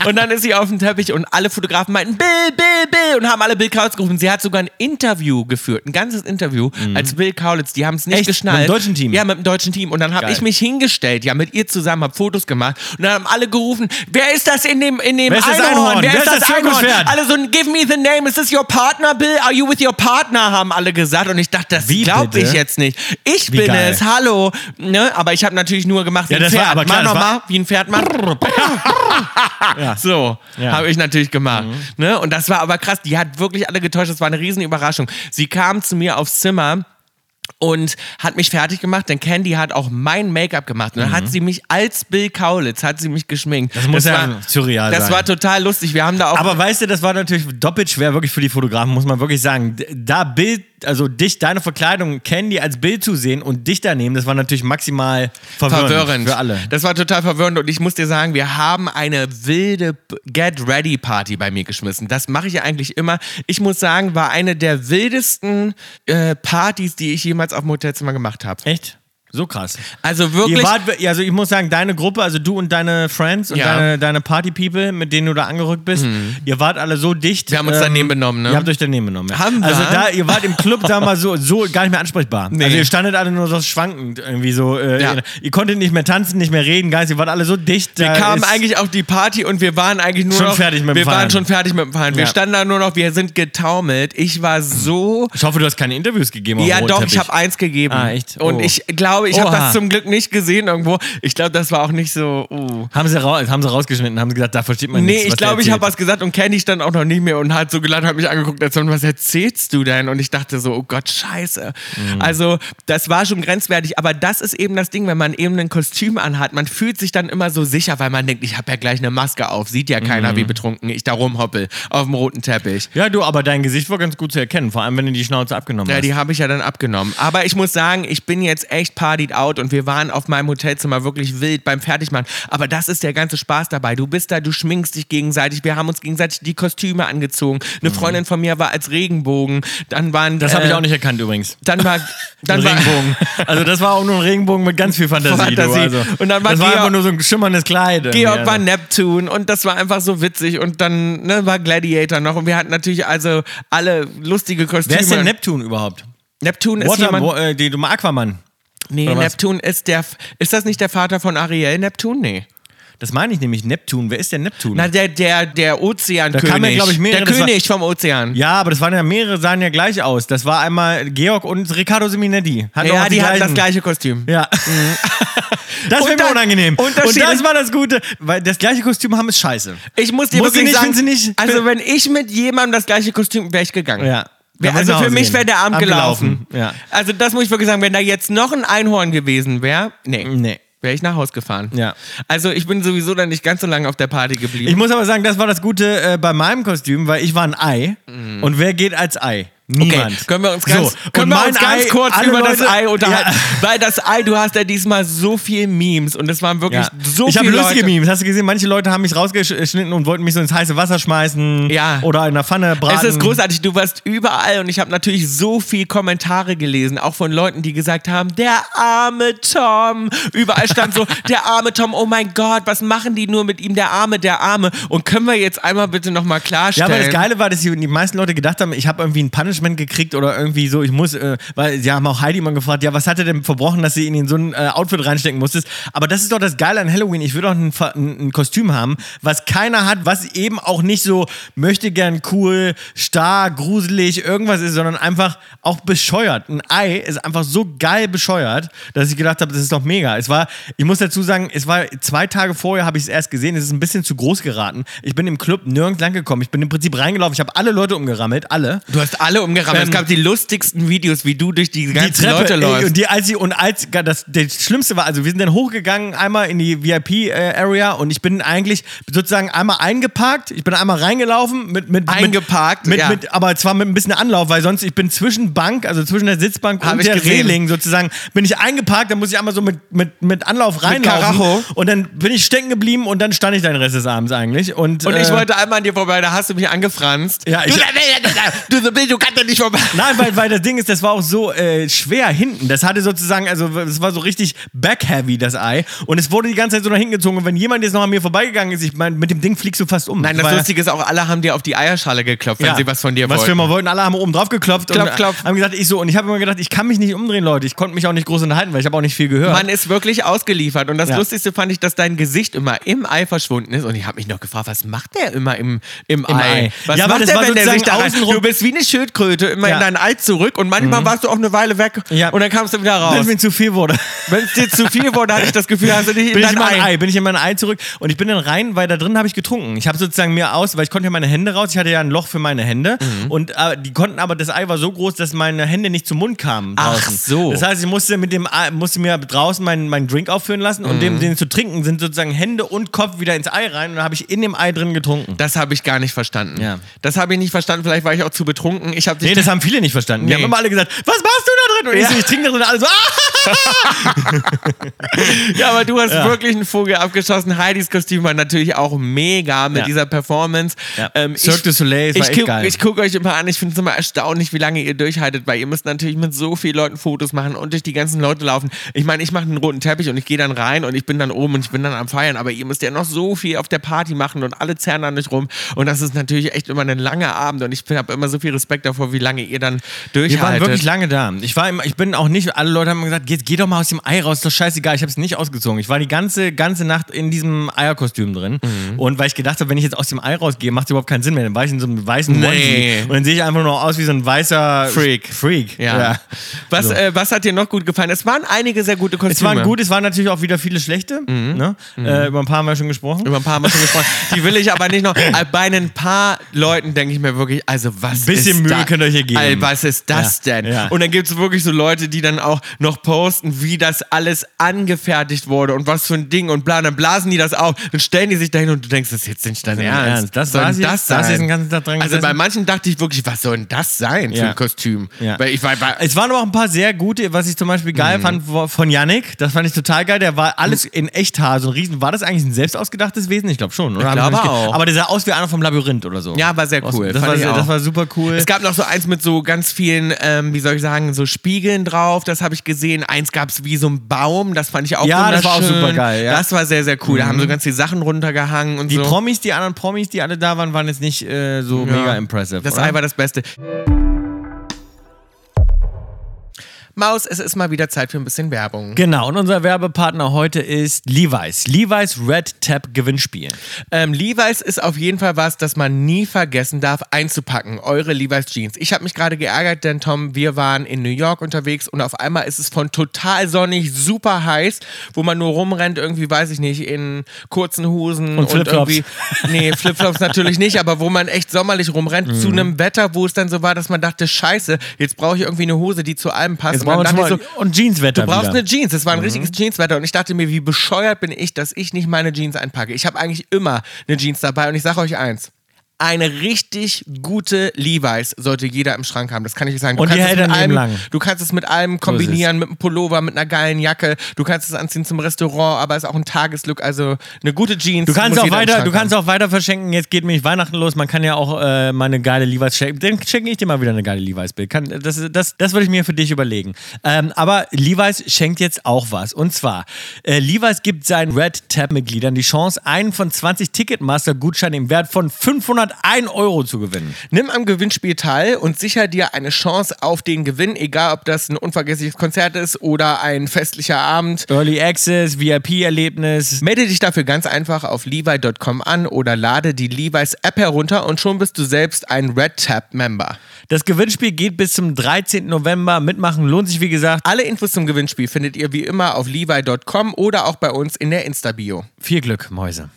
Speaker 1: und dann ist sie auf dem Teppich und alle Fotografen meinten Bill, Bill, Bill und haben alle Bill Kaulitz gerufen. Sie hat sogar ein Interview geführt, ein ganzes Interview als Bill Kaulitz. Die haben es nicht
Speaker 2: Mhm. Echt?
Speaker 1: geschnallt.
Speaker 2: Mit dem deutschen Team?
Speaker 1: Ja, mit dem deutschen Team. Und dann habe
Speaker 2: Geil.
Speaker 1: ich mich hingestellt, ja, mit ihr zusammen, habe Fotos gemacht und dann haben alle gerufen, wer ist das in dem, in dem
Speaker 2: Wer ist das Einhorn?
Speaker 1: Wer, ist das, Einhorn?
Speaker 2: Zirkuspferd?
Speaker 1: Alle so, give me the name, is this your partner, Bill? Are you with your partner? Haben alle gesagt und ich dachte, das
Speaker 2: Wie
Speaker 1: glaube ich
Speaker 2: bitte?
Speaker 1: jetzt nicht. Ich
Speaker 2: Wie
Speaker 1: bin
Speaker 2: geil.
Speaker 1: es, hallo. Ne? Aber ich habe natürlich nur gemacht, wie
Speaker 2: Ja,
Speaker 1: ein
Speaker 2: das war
Speaker 1: Pferd.
Speaker 2: aber klar,
Speaker 1: Mach
Speaker 2: das
Speaker 1: noch
Speaker 2: war-
Speaker 1: mal, wie ein Pferd, Mann. So,
Speaker 2: Ja. Mhm.
Speaker 1: habe ich natürlich gemacht. Ne? Und das war aber krass. Die hat wirklich alle getäuscht. Das war eine riesen Überraschung. Sie kam zu mir aufs Zimmer und hat mich fertig gemacht, denn Candy hat auch mein Make-up gemacht. Und dann hat sie mich als Bill Kaulitz, hat sie mich geschminkt. Das
Speaker 2: Mhm. muss ja surreal
Speaker 1: Das
Speaker 2: sein.
Speaker 1: war total lustig. Wir haben da auch...
Speaker 2: Aber weißt du, das war natürlich doppelt schwer, wirklich für die Fotografen, muss man wirklich sagen. D- Da Bild, also dich, deine Verkleidung, Candy als Bild zu sehen und dich daneben, das war natürlich maximal verwirrend,
Speaker 1: verwirrend.
Speaker 2: für alle.
Speaker 1: Das war total verwirrend und ich muss dir sagen, wir haben eine wilde B- Get Ready Party bei mir geschmissen. Das mache ich ja eigentlich immer. Ich muss sagen, war eine der wildesten äh, Partys, die ich jemals auf dem Hotelzimmer gemacht habe.
Speaker 2: Echt? So krass.
Speaker 1: Also
Speaker 2: Ihr
Speaker 1: wirklich.
Speaker 2: wart, also ich muss sagen, deine Gruppe, also du und deine Friends und
Speaker 1: Ja. Mhm.
Speaker 2: deine, deine Party-People, mit denen du da angerückt bist, ihr wart alle so dicht. ähm,
Speaker 1: Wir haben uns daneben benommen, ne?
Speaker 2: Ihr habt euch daneben benommen, ja.
Speaker 1: Haben wir?
Speaker 2: Also da, ihr wart im
Speaker 1: [laughs]
Speaker 2: Club, sagen wir mal so, so gar nicht mehr ansprechbar.
Speaker 1: Nee.
Speaker 2: Also ihr standet alle nur so schwankend irgendwie so. Äh,
Speaker 1: Ja.
Speaker 2: Ihr konntet nicht mehr tanzen, nicht mehr reden, Geist, ihr wart alle so dicht.
Speaker 1: Wir
Speaker 2: da
Speaker 1: kamen
Speaker 2: ist-
Speaker 1: eigentlich auf die Party und wir waren eigentlich nur
Speaker 2: Schon
Speaker 1: noch,
Speaker 2: fertig mit dem
Speaker 1: wir waren
Speaker 2: Feiern.
Speaker 1: schon fertig mit dem Fahren. Wir
Speaker 2: Ja.
Speaker 1: standen da nur noch, wir sind getaumelt. Ich war so
Speaker 2: Ich hoffe, du hast keine Interviews gegeben. auf dem
Speaker 1: Ja,
Speaker 2: roten
Speaker 1: doch, ich
Speaker 2: Oh, Teppich.
Speaker 1: habe eins gegeben.
Speaker 2: Ah, echt? Oh.
Speaker 1: Und ich glaube, ich habe
Speaker 2: Oha.
Speaker 1: das zum Glück nicht gesehen irgendwo. Ich glaube, das war auch nicht so. Uh.
Speaker 2: Haben sie, raus, haben sie rausgeschnitten, haben sie gesagt, da versteht man
Speaker 1: Nee,
Speaker 2: nichts.
Speaker 1: ich
Speaker 2: was der
Speaker 1: glaube, ich habe
Speaker 2: erzählt.
Speaker 1: was gesagt und Candy stand auch noch nicht mehr und hat so geladen, hat mich angeguckt, als wenn, was erzählst du denn? Und ich dachte so, oh Gott, scheiße.
Speaker 2: Mhm.
Speaker 1: Also, das war schon grenzwertig, aber das ist eben das Ding, wenn man eben ein Kostüm anhat, man fühlt sich dann immer so sicher, weil man denkt, ich habe ja gleich eine Maske auf, sieht ja keiner,
Speaker 2: Mhm.
Speaker 1: wie betrunken ich da rumhoppel auf dem roten Teppich.
Speaker 2: Ja, du, aber dein Gesicht war ganz gut zu erkennen, vor allem, wenn du die Schnauze abgenommen
Speaker 1: Ja,
Speaker 2: hast.
Speaker 1: die habe ich ja dann abgenommen. Aber ich muss sagen, ich bin jetzt echt partied out und wir waren auf meinem Hotelzimmer wirklich wild beim Fertigmachen. Aber das ist der ganze Spaß dabei. Du bist da, du schminkst dich gegenseitig. Wir haben uns gegenseitig die Kostüme angezogen. Eine Freundin von mir war als Regenbogen. Dann waren.
Speaker 2: Mhm. Das habe ich
Speaker 1: äh,
Speaker 2: auch nicht erkannt übrigens. [laughs]
Speaker 1: Dann war. Dann
Speaker 2: Ein
Speaker 1: war
Speaker 2: Regenbogen. Also das war auch nur ein Regenbogen mit ganz viel Fantasie. Du,
Speaker 1: Fantasie.
Speaker 2: also.
Speaker 1: Und dann war
Speaker 2: das war
Speaker 1: Georg-
Speaker 2: einfach nur so ein schimmerndes Kleid. irgendwie,
Speaker 1: [laughs] Georg
Speaker 2: also.
Speaker 1: war Neptun und das war einfach so witzig. Und dann ne, war Gladiator noch. Und wir hatten natürlich also alle lustige Kostüme.
Speaker 2: Wer ist denn Neptun überhaupt?
Speaker 1: Neptun ist
Speaker 2: Water,
Speaker 1: jemand.
Speaker 2: wo, äh, die dumme Aquaman.
Speaker 1: Nee,
Speaker 2: Oder was?
Speaker 1: Neptun ist der. Ist das nicht der Vater von Ariel? Neptun? Nee.
Speaker 2: Das meine ich nämlich, Neptun. Wer ist denn Neptun?
Speaker 1: Na, der, der, der Ozeankönig.
Speaker 2: Da kamen ja, glaub ich, mehrere,
Speaker 1: der
Speaker 2: das war-
Speaker 1: König vom Ozean.
Speaker 2: ja, aber das waren ja mehrere, sahen ja gleich aus. Das war einmal Georg und Riccardo Seminetti. Hatten
Speaker 1: Ja,
Speaker 2: auch
Speaker 1: die hatten
Speaker 2: gleichen.
Speaker 1: das gleiche Kostüm.
Speaker 2: Ja. [laughs] Das wäre
Speaker 1: Und
Speaker 2: mir
Speaker 1: dann-
Speaker 2: unangenehm. Und
Speaker 1: Unterschied-
Speaker 2: das war das Gute, weil das gleiche Kostüm haben ist scheiße.
Speaker 1: Ich muss dir
Speaker 2: Muss sie
Speaker 1: wirklich
Speaker 2: nicht,
Speaker 1: sagen,
Speaker 2: find sie nicht.
Speaker 1: also wenn ich mit jemandem das gleiche Kostüm, wäre ich gegangen.
Speaker 2: Ja.
Speaker 1: Wär-
Speaker 2: Dann
Speaker 1: also
Speaker 2: nach
Speaker 1: für
Speaker 2: Hause
Speaker 1: mich
Speaker 2: gehen.
Speaker 1: wäre der Abend
Speaker 2: Abend
Speaker 1: gelaufen.
Speaker 2: gelaufen, ja.
Speaker 1: Also das muss ich wirklich sagen, wenn da jetzt noch ein Einhorn gewesen wäre, nee,
Speaker 2: Nee.
Speaker 1: wäre ich nach Haus gefahren.
Speaker 2: Ja.
Speaker 1: Also ich bin sowieso dann nicht ganz so lange auf der Party geblieben.
Speaker 2: Ich muss aber sagen, das war das Gute äh, bei meinem Kostüm, weil ich war ein Ei. Und wer geht als Ei? Niemand.
Speaker 1: Okay, können wir uns ganz,
Speaker 2: So, und
Speaker 1: können wir uns
Speaker 2: mein
Speaker 1: ganz
Speaker 2: Ei,
Speaker 1: kurz
Speaker 2: alle
Speaker 1: über das
Speaker 2: Leute-
Speaker 1: Ei unterhalten? Weil das Ei, du hast ja diesmal so viel Memes und es waren wirklich
Speaker 2: Ja.
Speaker 1: so
Speaker 2: ich habe
Speaker 1: viele
Speaker 2: lustige
Speaker 1: Leute.
Speaker 2: Memes. Hast du gesehen, manche Leute haben mich rausgeschnitten und wollten mich so ins heiße Wasser schmeißen
Speaker 1: Ja.
Speaker 2: oder in der Pfanne braten.
Speaker 1: Es ist großartig, du warst überall und ich habe natürlich so viel Kommentare gelesen, auch von Leuten, die gesagt haben, der arme Tom. Überall
Speaker 2: [laughs]
Speaker 1: stand so, der arme Tom, oh mein Gott, was machen die nur mit ihm, der arme, der arme. Und können wir jetzt einmal bitte nochmal
Speaker 2: Ja,
Speaker 1: klarstellen?
Speaker 2: aber das Geile war, dass die, die meisten Leute gedacht haben, ich habe irgendwie ein Punishment gekriegt oder irgendwie so, ich muss, äh, weil sie haben auch Heidi immer gefragt, ja, was hat er denn verbrochen, dass sie ihn in so ein äh, Outfit reinstecken musstest? Aber das ist doch das Geile an Halloween. Ich will doch ein, Fa- ein, ein Kostüm haben, was keiner hat, was eben auch nicht so möchte gern cool, starr, gruselig, irgendwas ist, sondern einfach auch bescheuert. Ein Ei ist einfach so geil bescheuert, dass ich gedacht habe, das ist doch mega. Es war, ich muss dazu sagen, es war zwei Tage vorher habe ich es erst gesehen. Es ist ein bisschen zu groß geraten. Ich bin im Club nirgends lang gekommen. Ich bin im Prinzip reingelaufen. Ich habe alle Leute umgerammelt, alle.
Speaker 1: Du hast alle umgerammelt.
Speaker 2: Ähm,
Speaker 1: es gab die lustigsten Videos, wie du durch die
Speaker 2: die
Speaker 1: ganzen
Speaker 2: Treppe,
Speaker 1: Leute
Speaker 2: ey,
Speaker 1: läufst.
Speaker 2: Und, die, als sie, und als das, das Schlimmste war, also wir sind dann hochgegangen, einmal in die VIP-Area äh, und ich bin eigentlich sozusagen einmal eingeparkt, ich bin einmal reingelaufen mit. mit
Speaker 1: Eingeparkt,
Speaker 2: mit,
Speaker 1: ja.
Speaker 2: mit, aber zwar mit ein bisschen Anlauf, weil sonst ich bin zwischen Bank, also zwischen der Sitzbank
Speaker 1: Hab
Speaker 2: und
Speaker 1: ich
Speaker 2: der
Speaker 1: gesehen.
Speaker 2: Reling sozusagen, bin ich eingeparkt, dann muss ich einmal so mit, mit, mit Anlauf reinlaufen.
Speaker 1: Karacho.
Speaker 2: und dann bin ich stecken geblieben und dann stand ich da den Rest des Abends eigentlich. Und,
Speaker 1: Und ich
Speaker 2: äh,
Speaker 1: wollte einmal an dir vorbei, da hast du mich angefranst.
Speaker 2: Ja, ich-
Speaker 1: du, du, du, du, du kannst ja nicht vorbei.
Speaker 2: Nein, weil, weil das Ding ist, das war auch so äh, schwer hinten. Das hatte sozusagen, also es war so richtig back-heavy, das Ei. Und es wurde die ganze Zeit so nach hinten gezogen. Und wenn jemand jetzt noch an mir vorbeigegangen ist, ich meine, mit dem Ding fliegst du fast um.
Speaker 1: Nein, das
Speaker 2: Weil-
Speaker 1: Lustige ist auch, alle haben dir auf die Eierschale geklopft, wenn
Speaker 2: ja,
Speaker 1: sie was von dir
Speaker 2: Was wir
Speaker 1: wollten.
Speaker 2: mal wollten, alle haben oben drauf geklopft
Speaker 1: Klopf,
Speaker 2: und
Speaker 1: klopf.
Speaker 2: haben gesagt, ich so. Und ich habe immer gedacht, ich kann mich nicht umdrehen, Leute. Ich konnte mich auch nicht groß unterhalten, weil ich habe auch nicht viel gehört.
Speaker 1: Man ist wirklich ausgeliefert. Und das
Speaker 2: Ja.
Speaker 1: Lustigste fand ich, dass dein Gesicht immer im Ei verschwunden ist. Und ich habe mich noch gefragt, was macht der immer im, im, Ei?
Speaker 2: Ei.
Speaker 1: Was
Speaker 2: Ja, aber
Speaker 1: macht
Speaker 2: das
Speaker 1: der,
Speaker 2: war
Speaker 1: wenn der sich
Speaker 2: sozusagen
Speaker 1: da rein?
Speaker 2: außenrum-
Speaker 1: Du bist wie eine Schildkröte immer
Speaker 2: Ja. Mhm.
Speaker 1: in dein Ei zurück. Und manchmal warst du auch eine Weile weg.
Speaker 2: Ja.
Speaker 1: Und dann kamst du wieder
Speaker 2: wenn
Speaker 1: raus.
Speaker 2: es mir zu viel wurde.
Speaker 1: Wenn es dir zu viel wurde, hatte ich das Gefühl, hast du dich in
Speaker 2: bin ich
Speaker 1: dein
Speaker 2: in mein
Speaker 1: Ei.
Speaker 2: Ei. bin ich in mein Ei zurück und ich bin dann rein, weil da drin habe ich getrunken. Ich habe sozusagen mir aus, weil ich konnte ja meine Hände raus, ich hatte ja ein Loch für meine Hände
Speaker 1: Mhm.
Speaker 2: und äh, die konnten aber das Ei war so groß, dass meine Hände nicht zum Mund kamen
Speaker 1: Ach
Speaker 2: draußen.
Speaker 1: so.
Speaker 2: Das heißt, ich musste mit dem Ei, musste mir draußen meinen meinen Drink aufführen lassen
Speaker 1: Mhm.
Speaker 2: und dem den zu trinken sind sozusagen Hände und Kopf wieder ins Ei rein und dann habe ich in dem Ei drin getrunken.
Speaker 1: Das habe ich gar nicht verstanden.
Speaker 2: Ja.
Speaker 1: Das habe ich nicht verstanden. Vielleicht war ich auch zu betrunken. Ich habe dich
Speaker 2: Nee, das haben viele nicht verstanden.
Speaker 1: Nee.
Speaker 2: Die haben immer alle gesagt, was machst du da drin? Und ich so, ich trinke da drin. Und alle so, ah!
Speaker 1: Ja, aber du hast
Speaker 2: Ja.
Speaker 1: wirklich einen Vogel abgeschossen. Heidis Kostüm war natürlich auch mega mit
Speaker 2: Ja.
Speaker 1: dieser Performance. Ähm,
Speaker 2: Ja. Cirque du Soleil, es
Speaker 1: ich,
Speaker 2: war echt
Speaker 1: guck-
Speaker 2: geil.
Speaker 1: Ich gucke euch immer an, ich finde es immer erstaunlich, wie lange ihr durchhaltet, weil ihr müsst natürlich mit so vielen Leuten Fotos machen und durch die ganzen Leute laufen. Ich meine, ich mache einen roten Teppich und ich gehe dann rein und ich bin dann oben und ich bin dann am Feiern, aber ihr müsst ja noch so viel auf der Party machen und alle zerren an euch rum. Und das ist natürlich echt immer ein langer Abend und ich habe immer so viel Respekt davor, wie lange ihr dann
Speaker 2: Wir waren
Speaker 1: durchhaltet.
Speaker 2: wirklich lange da. Ich war, im, ich bin auch nicht. Alle Leute haben mir gesagt, geh, geh doch mal aus dem Ei raus. Ist doch scheißegal. Ich habe es nicht ausgezogen. Ich war die ganze ganze Nacht in diesem Eierkostüm drin.
Speaker 1: Mhm.
Speaker 2: Und weil ich gedacht habe, wenn ich jetzt aus dem Ei rausgehe, macht es überhaupt keinen Sinn mehr. Dann war ich in so einem weißen
Speaker 1: Nee.
Speaker 2: Onesie und dann sehe ich einfach nur aus wie so ein weißer
Speaker 1: Freak.
Speaker 2: Freak.
Speaker 1: ja. Was, äh, was hat dir noch gut gefallen? Es waren einige sehr gute Kostüme.
Speaker 2: Es waren gut, es waren natürlich auch wieder viele schlechte. Ne? Äh, über ein paar haben wir schon gesprochen.
Speaker 1: Mhm. Über ein paar Mal schon gesprochen. Die will ich aber
Speaker 2: [laughs]
Speaker 1: nicht noch. Äh, Bei ein paar Leuten denke ich mir wirklich, also was
Speaker 2: Ein bisschen
Speaker 1: ist
Speaker 2: Mühe
Speaker 1: da,
Speaker 2: könnt ihr hier geben.
Speaker 1: Ey, was ist das
Speaker 2: Ja,
Speaker 1: denn?
Speaker 2: ja.
Speaker 1: Und dann gibt es wirklich so Leute, die dann auch noch posten, wie das alles angefertigt wurde und was für ein Ding und bla. Und dann blasen die das auf. Dann stellen die sich dahin und du denkst, das ist jetzt nicht dein
Speaker 2: Dein
Speaker 1: Ernst.
Speaker 2: Ernst? Das
Speaker 1: Soll
Speaker 2: war's
Speaker 1: denn
Speaker 2: jetzt? Da
Speaker 1: das sein?
Speaker 2: hast du jetzt den ganzen Tag dran
Speaker 1: Also bei
Speaker 2: gesessen?
Speaker 1: manchen dachte ich wirklich, was soll denn das sein für
Speaker 2: Ja.
Speaker 1: ein Kostüm?
Speaker 2: Ja.
Speaker 1: Weil ich war, war Mhm.
Speaker 2: Es waren aber auch ein paar sehr gute, was ich zum Beispiel geil fand wo- von Yannick. Das fand ich total geil. Der war alles in Echthaar, so ein Riesen. War das eigentlich ein selbst ausgedachtes Wesen? Ich glaube schon, oder?
Speaker 1: Ich
Speaker 2: Hab
Speaker 1: glaube
Speaker 2: nicht ge-
Speaker 1: auch.
Speaker 2: Aber der sah aus wie einer vom Labyrinth oder so.
Speaker 1: Ja, war sehr
Speaker 2: Aus-
Speaker 1: cool.
Speaker 2: Das,
Speaker 1: Fand
Speaker 2: war,
Speaker 1: ich auch.
Speaker 2: das war super cool.
Speaker 1: Es gab noch so eins mit so ganz vielen, ähm, wie soll ich sagen, so Spiegeln drauf, das habe ich gesehen. Eins gab es wie so ein Baum, das fand ich auch
Speaker 2: Ja, das
Speaker 1: wunderschön.
Speaker 2: war auch supergeil, ja. Mhm.
Speaker 1: Das war sehr, sehr cool. Da haben so ganz viele Sachen runtergehangen und
Speaker 2: die
Speaker 1: so.
Speaker 2: Promis, die anderen Promis, die alle da waren, waren jetzt nicht äh, so
Speaker 1: Ja.
Speaker 2: mega impressive.
Speaker 1: Das
Speaker 2: oder?
Speaker 1: Ei war das Beste. Maus, es ist mal wieder Zeit für ein bisschen Werbung.
Speaker 2: Genau, und unser Werbepartner heute ist Levi's. Levi's Red Tap Gewinnspiel.
Speaker 1: Ähm, Levi's ist auf jeden Fall was, das man nie vergessen darf einzupacken. Eure Levi's Jeans. Ich habe mich gerade geärgert, denn Tom, wir waren in New York unterwegs und auf einmal ist es von total sonnig, super heiß, wo man nur rumrennt, irgendwie, weiß ich nicht, in kurzen Hosen und,
Speaker 2: Flipflops.
Speaker 1: irgendwie. Nee, Flipflops natürlich nicht, aber wo man echt sommerlich rumrennt,
Speaker 2: Mhm.
Speaker 1: zu einem Wetter, wo es dann so war, dass man dachte, scheiße, jetzt brauche ich irgendwie eine Hose, die zu allem passt.
Speaker 2: Jetzt
Speaker 1: und
Speaker 2: brauchen wir
Speaker 1: dann
Speaker 2: schon mal
Speaker 1: dachte ich so,
Speaker 2: und Jeanswetter.
Speaker 1: Du brauchst
Speaker 2: wieder.
Speaker 1: eine Jeans. Das war ein
Speaker 2: Mhm.
Speaker 1: richtiges Jeanswetter. Und ich dachte mir, wie bescheuert bin ich, dass ich nicht meine Jeans einpacke. Ich habe eigentlich immer eine Jeans dabei. Und ich sage euch eins. Eine richtig gute Levi's sollte jeder im Schrank haben. Das kann ich euch sagen. Du
Speaker 2: Und die
Speaker 1: kannst es
Speaker 2: hält
Speaker 1: mit
Speaker 2: dein Leben
Speaker 1: allem-
Speaker 2: lang.
Speaker 1: Du kannst es mit allem kombinieren, mit einem Pullover, mit einer geilen Jacke. Du kannst es anziehen zum Restaurant, aber es ist auch ein Tageslook. Also eine gute Jeans.
Speaker 2: Du kannst,
Speaker 1: muss
Speaker 2: auch
Speaker 1: jeder im
Speaker 2: weiter,
Speaker 1: Schrank
Speaker 2: du kannst auch weiter verschenken. Jetzt geht nämlich Weihnachten los. Man kann ja auch äh, mal eine geile Levi's schenken. Dann schenke ich dir mal wieder eine geile Levi's-Bild. Kann- Das, das, das würde ich mir für dich überlegen. Ähm, aber Levi's schenkt jetzt auch was. Und zwar, äh, Levi's gibt seinen Red Tab-Mitgliedern die Chance, einen von 20 Ticketmaster-Gutscheinen im Wert von 501 Euro zu gewinnen.
Speaker 1: Nimm am Gewinnspiel teil und sicher dir eine Chance auf den Gewinn, egal ob das ein unvergessliches Konzert ist oder ein festlicher Abend.
Speaker 2: Early Access, VIP-Erlebnis.
Speaker 1: Melde dich dafür ganz einfach auf levi.com an oder lade die Levi's App herunter und schon bist du selbst ein Red Tab Member.
Speaker 2: Das Gewinnspiel geht bis zum 13. November. Mitmachen lohnt sich, wie gesagt.
Speaker 1: Alle Infos zum Gewinnspiel findet ihr wie immer auf levi.com oder auch bei uns in der Insta-Bio.
Speaker 2: Viel Glück, Mäuse.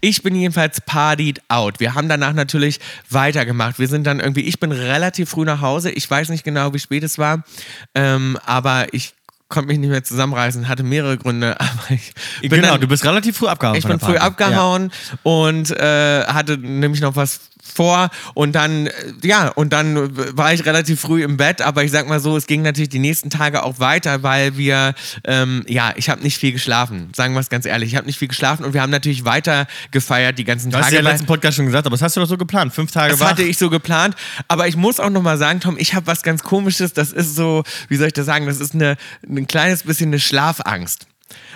Speaker 1: Ich bin jedenfalls partied out. Wir haben danach natürlich weitergemacht. Wir sind dann irgendwie, ich bin relativ früh nach Hause. Ich weiß nicht genau, wie spät es war, ähm, aber ich konnte mich nicht mehr zusammenreißen, hatte mehrere Gründe, [laughs] aber ich bin
Speaker 2: genau,
Speaker 1: dann,
Speaker 2: du bist relativ früh abgehauen.
Speaker 1: ich
Speaker 2: von
Speaker 1: bin
Speaker 2: der
Speaker 1: früh
Speaker 2: Party. Ja.
Speaker 1: abgehauen und äh, hatte nämlich noch was vor und dann, äh, ja, und dann äh, war ich relativ früh im Bett, aber ich sag mal so, es ging natürlich die nächsten Tage auch weiter, weil wir, ähm, ja, ich habe nicht viel geschlafen, sagen wir es ganz ehrlich, ich habe nicht viel geschlafen und wir haben natürlich weiter gefeiert die ganzen
Speaker 2: Du hast
Speaker 1: Tage.
Speaker 2: ja im
Speaker 1: weil-
Speaker 2: letzten Podcast schon gesagt, aber das hast du doch so geplant. Fünf Tage
Speaker 1: das
Speaker 2: wach.
Speaker 1: hatte ich so geplant. Aber ich muss auch nochmal sagen, Tom, ich habe was ganz Komisches. Das ist so, wie soll ich das sagen? Das ist eine, ein kleines bisschen eine Schlafangst.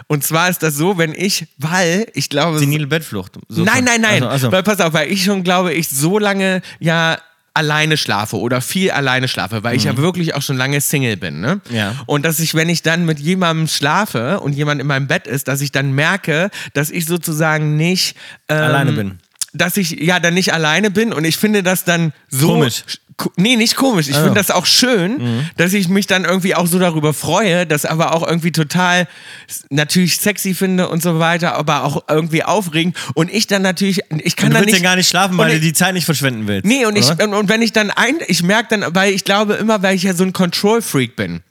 Speaker 1: Und zwar ist das so, wenn ich, weil ich glaube,
Speaker 2: Senile Bettflucht. So
Speaker 1: nein,
Speaker 2: von-
Speaker 1: nein, nein.
Speaker 2: Also, also.
Speaker 1: Weil, pass auf, weil ich schon glaube, ich so lange ja alleine schlafe oder viel alleine schlafe, weil ich ja wirklich auch schon lange Single bin, ne?
Speaker 2: Mhm. Ja.
Speaker 1: Und dass ich, wenn ich dann mit jemandem schlafe und jemand in meinem Bett ist, dass ich dann merke, dass ich sozusagen nicht ähm,
Speaker 2: Alleine bin.
Speaker 1: Dass ich ja dann nicht alleine bin und ich finde das dann so
Speaker 2: Komisch. Ah. Mhm.
Speaker 1: Ko- Nee, nicht komisch. Ich finde das auch schön, dass ich mich dann irgendwie auch so darüber freue, das aber auch irgendwie total s- natürlich sexy finde und so weiter, aber auch irgendwie aufregend. Und ich dann natürlich, ich kann
Speaker 2: Und du
Speaker 1: dann
Speaker 2: willst ja
Speaker 1: nicht.
Speaker 2: gar nicht schlafen,
Speaker 1: und
Speaker 2: weil du
Speaker 1: ich-
Speaker 2: die Zeit nicht verschwenden willst.
Speaker 1: Nee, und, ich,
Speaker 2: oder?
Speaker 1: und, und wenn ich dann ein, ich merke dann, weil ich glaube immer, weil ich ja so ein Control-Freak bin.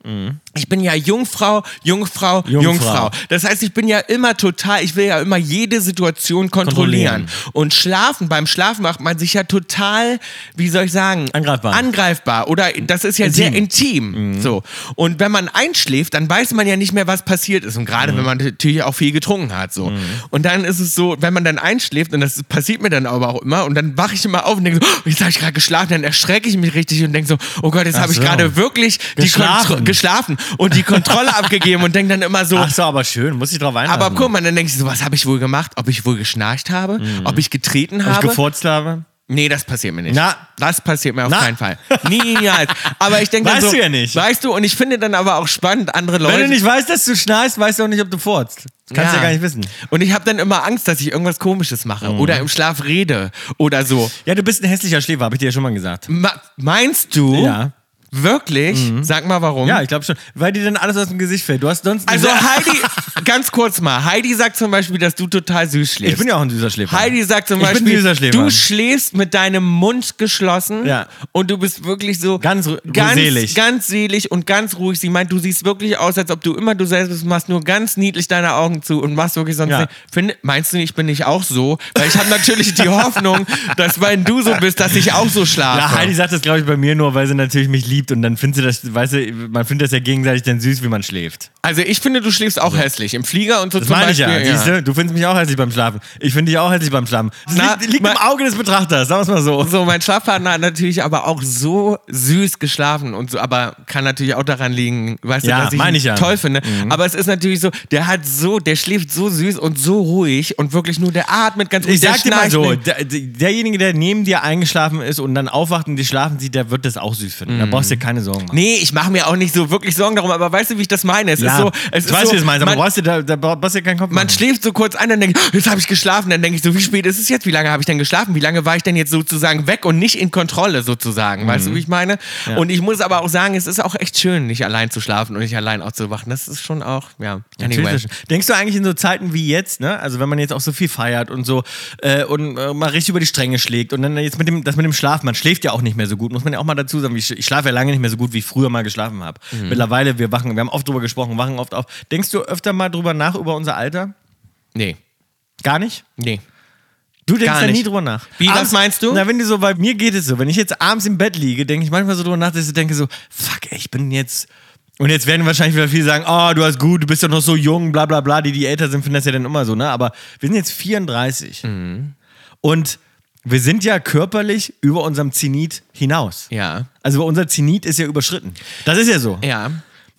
Speaker 1: Ich bin ja Jungfrau, Jungfrau, Jungfrau,
Speaker 2: Jungfrau.
Speaker 1: Das heißt, ich bin ja immer total, ich will ja immer jede Situation kontrollieren. Und schlafen, beim Schlafen macht man sich ja total, wie soll ich sagen,
Speaker 2: Angreifbar.
Speaker 1: Angreifbar. Oder das ist ja sehr intim.
Speaker 2: Mhm.
Speaker 1: So. Und wenn man einschläft, dann weiß man ja nicht mehr, was passiert ist. Und gerade
Speaker 2: Mhm.
Speaker 1: wenn man natürlich auch viel getrunken hat. So. Und dann ist es so, wenn man dann einschläft, und das passiert mir dann aber auch immer, und dann wache ich immer auf und denke so, oh, jetzt habe ich gerade geschlafen, dann erschrecke ich mich richtig und denke so, oh Gott, jetzt habe ich
Speaker 2: so.
Speaker 1: gerade wirklich Die Kontro-
Speaker 2: Geschlafen.
Speaker 1: geschlafen und
Speaker 2: [laughs]
Speaker 1: die Kontrolle abgegeben und denke dann immer so,
Speaker 2: Ach so, aber schön, muss ich drauf einlassen.
Speaker 1: aber guck mal, dann denke ich so, was habe ich wohl gemacht? Ob ich wohl geschnarcht habe? Ob ich getreten
Speaker 2: Mhm. Ob ich
Speaker 1: habe?
Speaker 2: gefurzt habe?
Speaker 1: Nee, das passiert mir nicht.
Speaker 2: Na?
Speaker 1: das passiert mir auf
Speaker 2: Na?
Speaker 1: keinen Fall. Niemals. Aber ich denke dann
Speaker 2: Weißt
Speaker 1: so,
Speaker 2: du ja nicht.
Speaker 1: Weißt du, und ich finde dann aber auch spannend, andere Leute.
Speaker 2: Wenn du nicht weißt, dass du schnarchst, weißt du auch nicht, ob du furzt. Das kannst du ja gar nicht wissen. Mhm.
Speaker 1: Und ich habe dann immer Angst, dass ich irgendwas Komisches mache oder im Schlaf rede oder so.
Speaker 2: Ja, du bist ein hässlicher Schläfer, habe ich dir ja schon mal gesagt.
Speaker 1: Ma meinst du?
Speaker 2: Ja. Mhm.
Speaker 1: Wirklich? Sag mal warum.
Speaker 2: Ja, ich glaube schon. Weil dir dann alles aus dem Gesicht fällt. Du hast sonst. [laughs]
Speaker 1: Also
Speaker 2: Ja.
Speaker 1: Heidi, ganz kurz mal, Heidi sagt zum Beispiel, dass du total süß schläfst.
Speaker 2: Ich bin ja auch ein süßer Schläfer.
Speaker 1: Heidi sagt zum
Speaker 2: Ich bin
Speaker 1: Beispiel,
Speaker 2: süßer Schläfer.
Speaker 1: du schläfst mit deinem Mund geschlossen
Speaker 2: Ja.
Speaker 1: und du bist wirklich so
Speaker 2: Ganz ru-
Speaker 1: ganz,
Speaker 2: selig.
Speaker 1: ganz selig und ganz ruhig. Sie meint, du siehst wirklich aus, als ob du immer du selbst bist, machst nur ganz niedlich deine Augen zu und machst wirklich sonst
Speaker 2: Ja.
Speaker 1: nicht. Find, meinst du, ich bin nicht auch so? Weil ich habe natürlich
Speaker 2: [laughs]
Speaker 1: die Hoffnung, dass wenn du so bist, dass ich auch so schlafe.
Speaker 2: Ja, Heidi sagt das, glaube ich, bei mir nur, weil sie natürlich mich liebt und dann findet sie das, weißt du, man findet das ja gegenseitig dann süß, wie man schläft.
Speaker 1: also ich finde, du schläfst auch hässlich im Flieger und so
Speaker 2: Das
Speaker 1: zum
Speaker 2: meine ich
Speaker 1: Beispiel.
Speaker 2: ja. Siehst du, du findest mich auch hässlich beim Schlafen. Ich finde dich auch hässlich beim Schlafen. Das
Speaker 1: Na,
Speaker 2: liegt, liegt
Speaker 1: mein-
Speaker 2: im Auge des Betrachters, sagen wir mal so.
Speaker 1: So, mein Schlafpartner hat natürlich aber auch so süß geschlafen und so, aber kann natürlich auch daran liegen, weißt
Speaker 2: Ja,
Speaker 1: du, dass ich,
Speaker 2: meine
Speaker 1: ihn
Speaker 2: ich ja. Mhm.
Speaker 1: toll finde. Aber es ist natürlich so, der hat so, der schläft so süß und so ruhig und wirklich nur der atmet ganz ruhig.
Speaker 2: Ich
Speaker 1: der
Speaker 2: sag dir mal
Speaker 1: schnarcht
Speaker 2: so,
Speaker 1: nicht.
Speaker 2: der, derjenige, der neben dir eingeschlafen ist und dann aufwacht und dich schlafen sieht, der wird das auch süß finden. Da brauchst du dir keine Sorgen machen.
Speaker 1: Nee, ich mache mir auch nicht so wirklich Sorgen darum, aber weißt du, wie ich das meine? Es
Speaker 2: Ja,
Speaker 1: ist so, es
Speaker 2: ich
Speaker 1: ist
Speaker 2: weiß,
Speaker 1: so,
Speaker 2: wie es meinst, aber
Speaker 1: man,
Speaker 2: brauchst du, da, da brauchst du dir keinen Kopf
Speaker 1: man
Speaker 2: machen.
Speaker 1: schläft so kurz ein, dann denke ich, jetzt habe ich geschlafen, dann denke ich so, wie spät ist es jetzt? Wie lange habe ich denn geschlafen? Wie lange war ich denn jetzt sozusagen weg und nicht in Kontrolle sozusagen? Weißt
Speaker 2: Mhm.
Speaker 1: du, wie ich meine? Und ich muss aber auch sagen, es ist auch echt schön, nicht allein zu schlafen und nicht allein aufzuwachen. Das ist schon auch, ja, anyway.
Speaker 2: Natürlich. Denkst du eigentlich in so Zeiten wie jetzt, ne? Also wenn man jetzt auch so viel feiert und so äh, und äh, mal richtig über die Stränge schlägt und dann jetzt mit dem, das mit dem Schlaf, man schläft ja auch nicht mehr so gut, muss man ja auch mal dazu sagen. Ich, sch- ich schlafe ja lange nicht mehr so gut, wie ich früher mal geschlafen habe. Mittlerweile, wir wachen, wir haben oft drüber gesprochen, wachen oft auf. Denkst du öfter mal drüber nach über unser Alter?
Speaker 1: Nee,
Speaker 2: Gar nicht?
Speaker 1: nee.
Speaker 2: Du denkst
Speaker 1: Gar
Speaker 2: da nie
Speaker 1: nicht.
Speaker 2: drüber nach.
Speaker 1: Wie, was meinst du?
Speaker 2: Na, wenn du so, bei mir geht es so. Wenn ich jetzt abends im Bett liege, denke ich manchmal so drüber nach, dass ich denke so, fuck, ey, ich bin jetzt. Und jetzt werden wahrscheinlich wieder viele sagen, oh, du hast gut, du bist doch noch so jung, bla bla bla. Die, die älter sind, finden das ja dann immer so, ne? Aber wir sind jetzt 34.
Speaker 1: Mhm.
Speaker 2: Und wir sind ja körperlich über unserem Zenit hinaus.
Speaker 1: Ja.
Speaker 2: Also unser Zenit ist ja überschritten. Das ist ja so.
Speaker 1: Ja.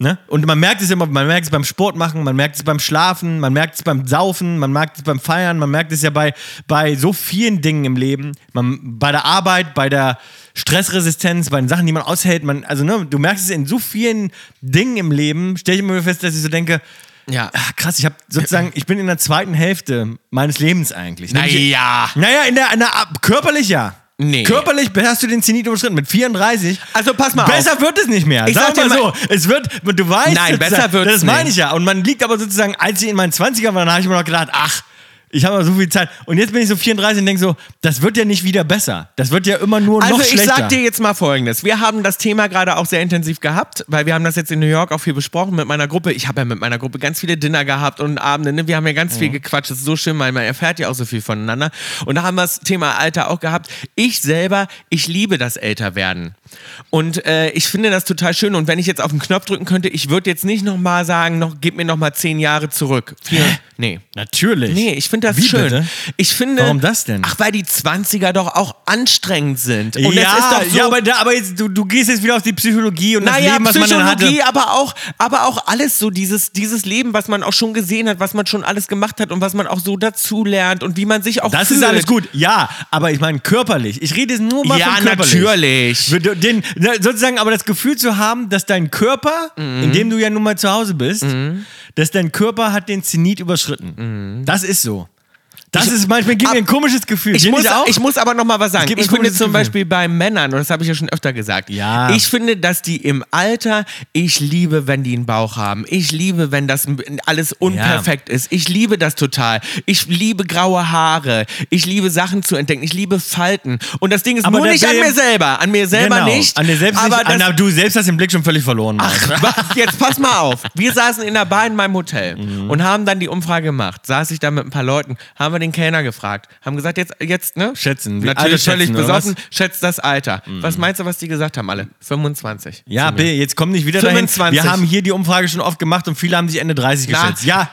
Speaker 2: Ne? Und man merkt es immer, man merkt es beim Sport machen, man merkt es beim Schlafen, man merkt es beim Saufen, man merkt es beim Feiern, man merkt es ja bei, bei so vielen Dingen im Leben. Man, bei der Arbeit, bei der Stressresistenz, bei den Sachen, die man aushält. Man, also, ne, du merkst es in so vielen Dingen im Leben. Stell ich mir fest, dass ich so denke,
Speaker 1: Ja.
Speaker 2: ah, krass, ich habe sozusagen, ich bin in der zweiten Hälfte meines Lebens eigentlich. Nämlich-
Speaker 1: Naja.
Speaker 2: Naja, in der, in der ab- körperlich ja.
Speaker 1: Nee.
Speaker 2: Körperlich hast du den Zenit überschritten mit 34.
Speaker 1: Also pass mal
Speaker 2: Besser
Speaker 1: auf.
Speaker 2: wird es nicht mehr.
Speaker 1: Ich
Speaker 2: Sag
Speaker 1: sag dir
Speaker 2: mal so,
Speaker 1: mal-
Speaker 2: es wird, du weißt,
Speaker 1: Nein,
Speaker 2: sozusagen-
Speaker 1: besser wird's
Speaker 2: Das meine
Speaker 1: nicht.
Speaker 2: ich ja. Und man liegt aber sozusagen, als ich in meinen 20ern war, dann habe ich immer noch gedacht, ach, Ich habe aber so viel Zeit. Und jetzt bin ich so 34 und denke so, das wird ja nicht wieder besser. Das wird ja immer nur
Speaker 1: Also
Speaker 2: noch
Speaker 1: ich
Speaker 2: schlechter.
Speaker 1: sag dir jetzt mal Folgendes. Wir haben das Thema gerade auch sehr intensiv gehabt, weil wir haben das jetzt in New York auch viel besprochen mit meiner Gruppe. Ich habe ja mit meiner Gruppe ganz viele Dinner gehabt und Abende. Ne? Wir haben ja ganz
Speaker 2: Mhm.
Speaker 1: viel gequatscht. Das ist so schön, weil man erfährt ja auch so viel voneinander. Und da haben wir das Thema Alter auch gehabt. Ich selber, ich liebe das Älterwerden. Und äh, ich finde das total schön. Und wenn ich jetzt auf den Knopf drücken könnte, ich würde jetzt nicht nochmal sagen, noch, gib mir nochmal zehn Jahre zurück. Vier, nee.
Speaker 2: Natürlich.
Speaker 1: Nee, ich finde das
Speaker 2: Wie
Speaker 1: schön.
Speaker 2: bitte?
Speaker 1: Ich finde.
Speaker 2: Warum das denn?
Speaker 1: Ach, weil die 20er doch auch anstrengend sind. Und
Speaker 2: ja,
Speaker 1: das ist doch so.
Speaker 2: ja, aber, da, aber jetzt, du, du gehst jetzt wieder auf die Psychologie und das
Speaker 1: naja,
Speaker 2: Leben, was man dann hatte.
Speaker 1: Psychologie, aber auch, aber auch alles so dieses, dieses Leben, was man auch schon gesehen hat, was man schon alles gemacht hat und was man auch so dazu lernt und wie man sich auch
Speaker 2: Das
Speaker 1: fühlt.
Speaker 2: ist alles gut, ja, aber ich meine körperlich. Ich rede jetzt nur mal
Speaker 1: Ja,
Speaker 2: von körperlich.
Speaker 1: natürlich.
Speaker 2: Wir- Den, na, sozusagen aber das Gefühl zu haben, dass dein Körper, in dem du ja nun mal zu Hause bist, dass dein Körper hat den Zenit überschritten. Das ist so. Das ist manchmal gibt
Speaker 1: Mhm. ab-
Speaker 2: mir ein komisches Gefühl.
Speaker 1: Ich
Speaker 2: Dir
Speaker 1: muss,
Speaker 2: nicht auch?
Speaker 1: ich muss aber noch mal was sagen.
Speaker 2: Gib mir
Speaker 1: Ich
Speaker 2: ein
Speaker 1: finde
Speaker 2: gutes
Speaker 1: zum
Speaker 2: Gefühl.
Speaker 1: Beispiel bei Männern, und das habe ich ja schon öfter gesagt,
Speaker 2: Ja.
Speaker 1: ich finde, dass die im Alter, ich liebe, wenn die einen Bauch haben. Ich liebe, wenn das alles unperfekt ist. Ich liebe das total. Ich liebe graue Haare. Ich liebe Sachen zu entdecken. Ich liebe Falten. Und das Ding ist
Speaker 2: Aber
Speaker 1: nur
Speaker 2: der
Speaker 1: nicht an
Speaker 2: Film-
Speaker 1: mir selber. An mir selber
Speaker 2: genau.
Speaker 1: nicht.
Speaker 2: An dir selbst
Speaker 1: aber
Speaker 2: nicht.
Speaker 1: das,
Speaker 2: An, na, du selbst hast den Blick schon völlig verloren. Mann. [laughs]
Speaker 1: Ach, jetzt pass mal auf. Wir saßen in der Bar in meinem Hotel und haben dann die Umfrage gemacht. Saß ich da mit ein paar Leuten, haben wir den Kellner gefragt, haben gesagt, jetzt, jetzt ne?
Speaker 2: Schätzen, wie alle
Speaker 1: Natürlich
Speaker 2: schätzen,
Speaker 1: völlig
Speaker 2: oder Mhm.
Speaker 1: besoffen, schätzt das Alter. Was meinst du, was die gesagt haben alle? 25.
Speaker 2: ja, Bill, jetzt komm nicht wieder
Speaker 1: 25.
Speaker 2: dahin. Wir haben hier die Umfrage schon oft gemacht und viele haben sich Ende 30
Speaker 1: Na.
Speaker 2: geschätzt. Ja,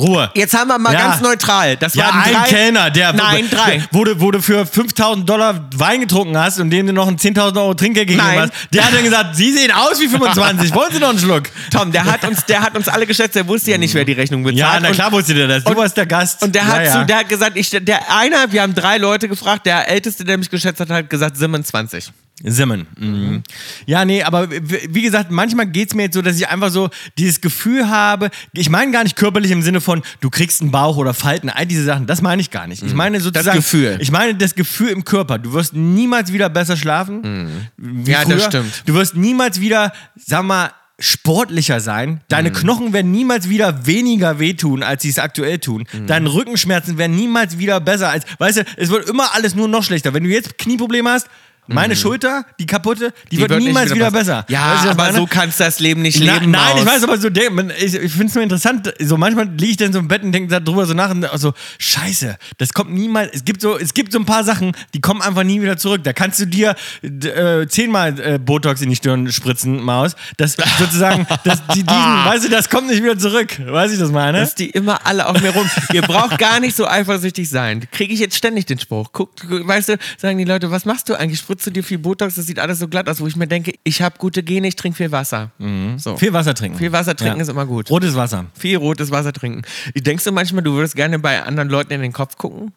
Speaker 2: Ruhe.
Speaker 1: Jetzt haben wir mal
Speaker 2: Ja.
Speaker 1: ganz neutral. Das
Speaker 2: Ja,
Speaker 1: waren
Speaker 2: ein
Speaker 1: drei,
Speaker 2: Kellner, der
Speaker 1: Nein, drei.
Speaker 2: Wurde, wurde für 5000 Dollar Wein getrunken hast und dem du noch einen 10.000 Euro Trinkgeld gegeben
Speaker 1: Nein.
Speaker 2: hast. Der hat dann gesagt, Sie sehen aus wie 25, wollen Sie noch einen Schluck?
Speaker 1: Tom, der hat uns, der hat uns alle geschätzt. Der wusste ja nicht, wer die Rechnung bezahlt.
Speaker 2: Mhm. Ja, na
Speaker 1: Und
Speaker 2: klar wusste der das. Du
Speaker 1: und-
Speaker 2: warst der Gast.
Speaker 1: Und der hat,
Speaker 2: ja, ja.
Speaker 1: Zu, der hat gesagt, ich, der einer, wir haben drei Leute gefragt, der Älteste, der mich geschätzt hat, hat gesagt 27.
Speaker 2: Simmen. Mhm. Ja, nee, aber w- wie gesagt, manchmal geht es mir jetzt so, dass ich einfach so dieses Gefühl habe, ich meine gar nicht körperlich im Sinne von, du kriegst einen Bauch oder Falten, all diese Sachen, das meine ich gar nicht. Ich meine sozusagen,
Speaker 1: Mhm. Gefühl.
Speaker 2: ich meine das Gefühl im Körper. Du wirst niemals wieder besser
Speaker 1: Mhm.
Speaker 2: schlafen. wie
Speaker 1: Ja, das stimmt.
Speaker 2: Du wirst niemals wieder, sag mal, sportlicher sein. Deine
Speaker 1: Mhm.
Speaker 2: Knochen werden niemals wieder weniger wehtun, als sie es aktuell tun.
Speaker 1: Mhm.
Speaker 2: Deine Rückenschmerzen werden niemals wieder besser als, weißt du, es wird immer alles nur noch schlechter. Wenn du jetzt Knieprobleme hast, meine Schulter, die kaputte, die, wird,
Speaker 1: Mhm. nicht
Speaker 2: niemals wieder besser. Weißt du,
Speaker 1: Ja,
Speaker 2: was ich
Speaker 1: aber
Speaker 2: meine?
Speaker 1: so kannst das Leben nicht
Speaker 2: Na,
Speaker 1: leben.
Speaker 2: nein, ich
Speaker 1: Maus.
Speaker 2: weiß aber so, der- man- ich, ich finde es nur interessant. So manchmal liege ich dann so im Bett und denke darüber so nach und so, scheiße, das kommt niemals. Es gibt so, es gibt so ein paar Sachen, die kommen einfach nie wieder zurück. Da kannst du dir d- äh, zehnmal äh, Botox in die Stirn spritzen, Maus. Das
Speaker 1: [laughs]
Speaker 2: sozusagen, das, die, diesen, weißt du, das kommt nicht wieder zurück. Weiß ich das meine?
Speaker 1: Dass die immer alle auf mir rum. Ihr braucht gar nicht so eifersüchtig sein. Kriege ich jetzt ständig den Spruch. Guck, gu- weißt du, sagen die Leute, was machst du eigentlich? Spritzt du dir viel Botox? Das sieht alles so glatt aus, wo ich mir denke, ich habe gute Gene, ich trinke viel Wasser. So.
Speaker 2: viel Wasser trinken.
Speaker 1: Viel Wasser trinken ist immer gut.
Speaker 2: Rotes Wasser.
Speaker 1: Viel rotes Wasser trinken. Denkst du manchmal, du würdest gerne bei anderen Leuten in den Kopf gucken?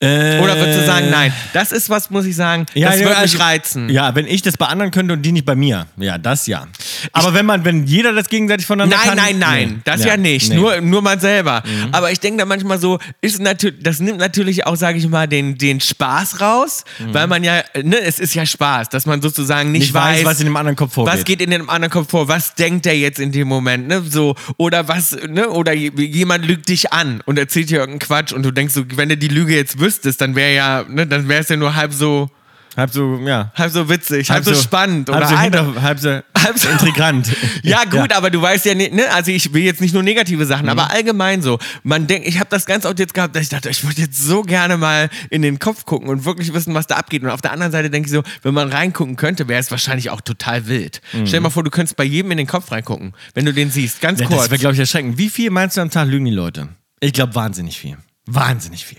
Speaker 1: Oder würdest du sagen, nein? Das ist was, muss ich sagen,
Speaker 2: Äh. Ja,
Speaker 1: das
Speaker 2: ja,
Speaker 1: würde mich
Speaker 2: also-
Speaker 1: reizen.
Speaker 2: Ja, wenn ich das bei anderen könnte und die nicht bei mir. Ja, das ja. Aber wenn man, wenn jeder das gegenseitig voneinander
Speaker 1: Nein,
Speaker 2: kann.
Speaker 1: nein, nein,
Speaker 2: Nee.
Speaker 1: das ja, nicht.
Speaker 2: nee. Mhm.
Speaker 1: Nur, nur man selber. Aber ich denke da manchmal so, ist natürlich, das nimmt natürlich auch, sage ich mal, den, den Spaß raus,
Speaker 2: Mhm.
Speaker 1: weil man ja, ne, es ist ja Spaß, dass man sozusagen nicht,
Speaker 2: ich weiß, was in dem anderen Kopf vorgeht.
Speaker 1: was geht in dem anderen Kopf vor? Was denkt der jetzt in dem Moment? Ne? So, oder was, ne? Oder j- jemand lügt dich an und erzählt dir irgendeinen Quatsch und du denkst so, wenn du die Lüge jetzt wüsstest, dann wäre ja, ne, dann wäre es ja nur halb so,
Speaker 2: Halb so, ja.
Speaker 1: halb so witzig, halb, so, spannend.
Speaker 2: halb
Speaker 1: oder
Speaker 2: so,
Speaker 1: ein-
Speaker 2: hinter, halb so,
Speaker 1: [laughs] Halb so-
Speaker 2: intrigant.
Speaker 1: [laughs] Ja, Mhm. gut, aber du weißt ja nicht, ne? also ich will jetzt nicht nur negative Sachen, aber allgemein so. Man denkt, ich habe das ganz oft jetzt gehabt, dass ich dachte, ich würde jetzt so gerne mal in den Kopf gucken und wirklich wissen, was da abgeht. Und auf der anderen Seite denke ich so, wenn man reingucken könnte, wäre es wahrscheinlich auch total wild. Stell dir mal vor, du könntest bei jedem in den Kopf reingucken, wenn du den siehst, ganz
Speaker 2: Ja,
Speaker 1: kurz.
Speaker 2: das wäre, glaube ich, erschreckend. Wie viel meinst du am Tag lügen die Leute? Ich glaube, wahnsinnig viel. Wahnsinnig viel.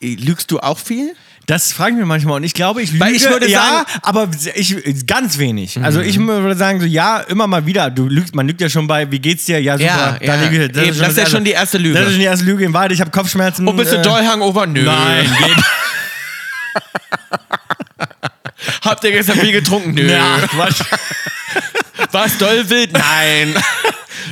Speaker 1: Wie- äh, Lügst du auch viel?
Speaker 2: Das frage ich mich manchmal und ich glaube, ich lüge,
Speaker 1: Weil ich würde
Speaker 2: ja,
Speaker 1: sagen- Mhm.
Speaker 2: aber ich, ganz wenig. Also ich würde sagen so, ja, immer mal wieder. Du lügst, man lügt ja schon bei, wie geht's dir? Ja, super.
Speaker 1: Ja,
Speaker 2: da
Speaker 1: ja.
Speaker 2: liege ich-
Speaker 1: Eben, das ist ja schon die erste Lüge.
Speaker 2: Das ist schon die erste Lüge in Wahrheit. Ich habe Kopfschmerzen. äh,
Speaker 1: Und Oh, bist du doll hangover? Nö. [laughs]
Speaker 2: Nein, geht
Speaker 1: Habt ihr gestern viel getrunken? Nö.
Speaker 2: [laughs] Ja, Quatsch.
Speaker 1: [laughs] War es doll wild? Nein.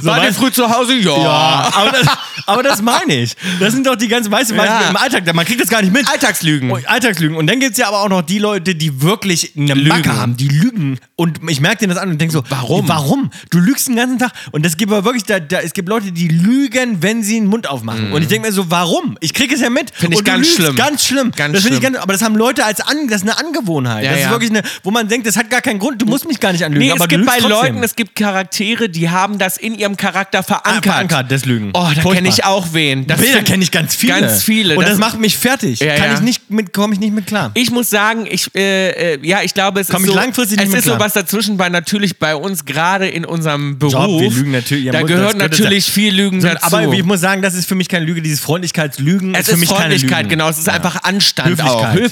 Speaker 1: War Wart ihr
Speaker 2: weißt-
Speaker 1: früh zu Hause? Ja.
Speaker 2: Ja, aber das, Aber das meine ich. Das sind doch die ganz meisten Beispiele
Speaker 1: Ja.
Speaker 2: im Alltag. Man kriegt das gar nicht mit.
Speaker 1: Alltagslügen.
Speaker 2: Und Alltagslügen. Und dann gibt es ja aber auch noch die Leute, die wirklich eine Macke haben, die lügen. Und ich merke denen das an und denke so,
Speaker 1: Warum?
Speaker 2: Warum? Du lügst den ganzen Tag. Und das gibt aber wirklich, da, da, es gibt Leute, die lügen, wenn sie den Mund aufmachen. Und ich denke mir so, warum? Ich kriege es ja mit.
Speaker 1: Finde Mhm. ich
Speaker 2: und du
Speaker 1: ganz
Speaker 2: lügst.
Speaker 1: schlimm.
Speaker 2: Ganz schlimm.
Speaker 1: Ganz
Speaker 2: das finde Ich
Speaker 1: schlimm.
Speaker 2: ganz, aber das haben Leute als an, das ist eine Angewohnheit.
Speaker 1: Ja,
Speaker 2: das ist
Speaker 1: ja.
Speaker 2: wirklich eine, wo man denkt, das hat gar keinen Grund, du musst mich gar nicht anlügen.
Speaker 1: Nee,
Speaker 2: aber
Speaker 1: es
Speaker 2: du
Speaker 1: gibt bei
Speaker 2: lügst trotzdem.
Speaker 1: Leuten, es gibt Charaktere, die haben das in ihrem Charakter
Speaker 2: Ah,
Speaker 1: verankert.
Speaker 2: verankert, das Lügen.
Speaker 1: Oh, da
Speaker 2: Furchtbar.
Speaker 1: kenne ich auch wen. Das
Speaker 2: Bilder
Speaker 1: find-
Speaker 2: kenne ich ganz viele.
Speaker 1: Ganz viele.
Speaker 2: Und das,
Speaker 1: Das-
Speaker 2: macht mich fertig.
Speaker 1: Ja,
Speaker 2: Kann
Speaker 1: ja.
Speaker 2: ich nicht mit, komme ich nicht mit klar.
Speaker 1: Ich muss sagen, ich, äh, äh, ja, ich glaube, es
Speaker 2: Komm
Speaker 1: ist,
Speaker 2: ich
Speaker 1: so,
Speaker 2: langfristig nicht
Speaker 1: es
Speaker 2: mit
Speaker 1: ist
Speaker 2: klar.
Speaker 1: so was dazwischen, weil natürlich bei uns gerade in unserem Beruf,
Speaker 2: Job, wir lügen natürlich, ja,
Speaker 1: da
Speaker 2: muss-
Speaker 1: gehört
Speaker 2: das gehört
Speaker 1: natürlich viel Lügen
Speaker 2: So,
Speaker 1: dazu.
Speaker 2: Aber ich muss sagen, das ist für mich keine Lüge. Dieses Freundlichkeitslügen
Speaker 1: es
Speaker 2: ist Also für
Speaker 1: ist
Speaker 2: mich keine
Speaker 1: Freundlichkeit,
Speaker 2: Lügen.
Speaker 1: genau. Es ist einfach Anstand auch.
Speaker 2: Höflichkeit.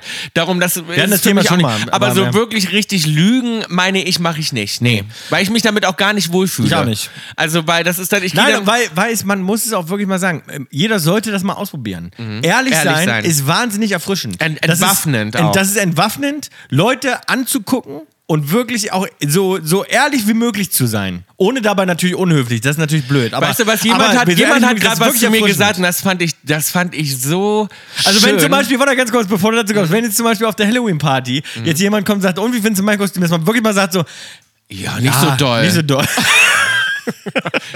Speaker 1: Höflichkeit. Darum, das wir
Speaker 2: das Thema schon mal,
Speaker 1: Aber
Speaker 2: aber
Speaker 1: so
Speaker 2: wir-
Speaker 1: wirklich richtig lügen, meine ich, mache ich nicht. Nee. Weil ich mich damit auch gar nicht wohlfühle.
Speaker 2: Ich auch nicht.
Speaker 1: Also, weil das ist dann, ich gehe
Speaker 2: Nein,
Speaker 1: dann-
Speaker 2: weil, weil es, man muss es auch wirklich mal sagen, ähm, jeder sollte das mal ausprobieren. Ehrlich,
Speaker 1: Mhm. Ehrlich
Speaker 2: sein,
Speaker 1: sein.
Speaker 2: ist wahnsinnig erfrischend.
Speaker 1: Ent-
Speaker 2: Das ist-
Speaker 1: entwaffnend
Speaker 2: ent-
Speaker 1: auch.
Speaker 2: Das ist entwaffnend, Leute anzugucken und wirklich auch so, so ehrlich wie möglich zu sein. Ohne dabei natürlich unhöflich, das ist natürlich blöd. Aber,
Speaker 1: Weißt du was, jemand
Speaker 2: aber
Speaker 1: hat,
Speaker 2: wir-
Speaker 1: jemand
Speaker 2: ehrlich,
Speaker 1: hat
Speaker 2: das
Speaker 1: gerade
Speaker 2: ist
Speaker 1: was
Speaker 2: wirklich
Speaker 1: zu mir
Speaker 2: erfrischend.
Speaker 1: gesagt und das fand ich, das fand ich so
Speaker 2: Also
Speaker 1: schön.
Speaker 2: wenn zum Beispiel, warte ganz kurz, bevor du dazu kommst, wenn jetzt zum Beispiel auf der Halloween-Party
Speaker 1: Mhm.
Speaker 2: jetzt jemand kommt und sagt, und wie findest du mein Kostüm, dass man wirklich mal sagt so,
Speaker 1: ja, nicht
Speaker 2: ah,
Speaker 1: so doll.
Speaker 2: Nicht so
Speaker 1: [laughs]
Speaker 2: doll.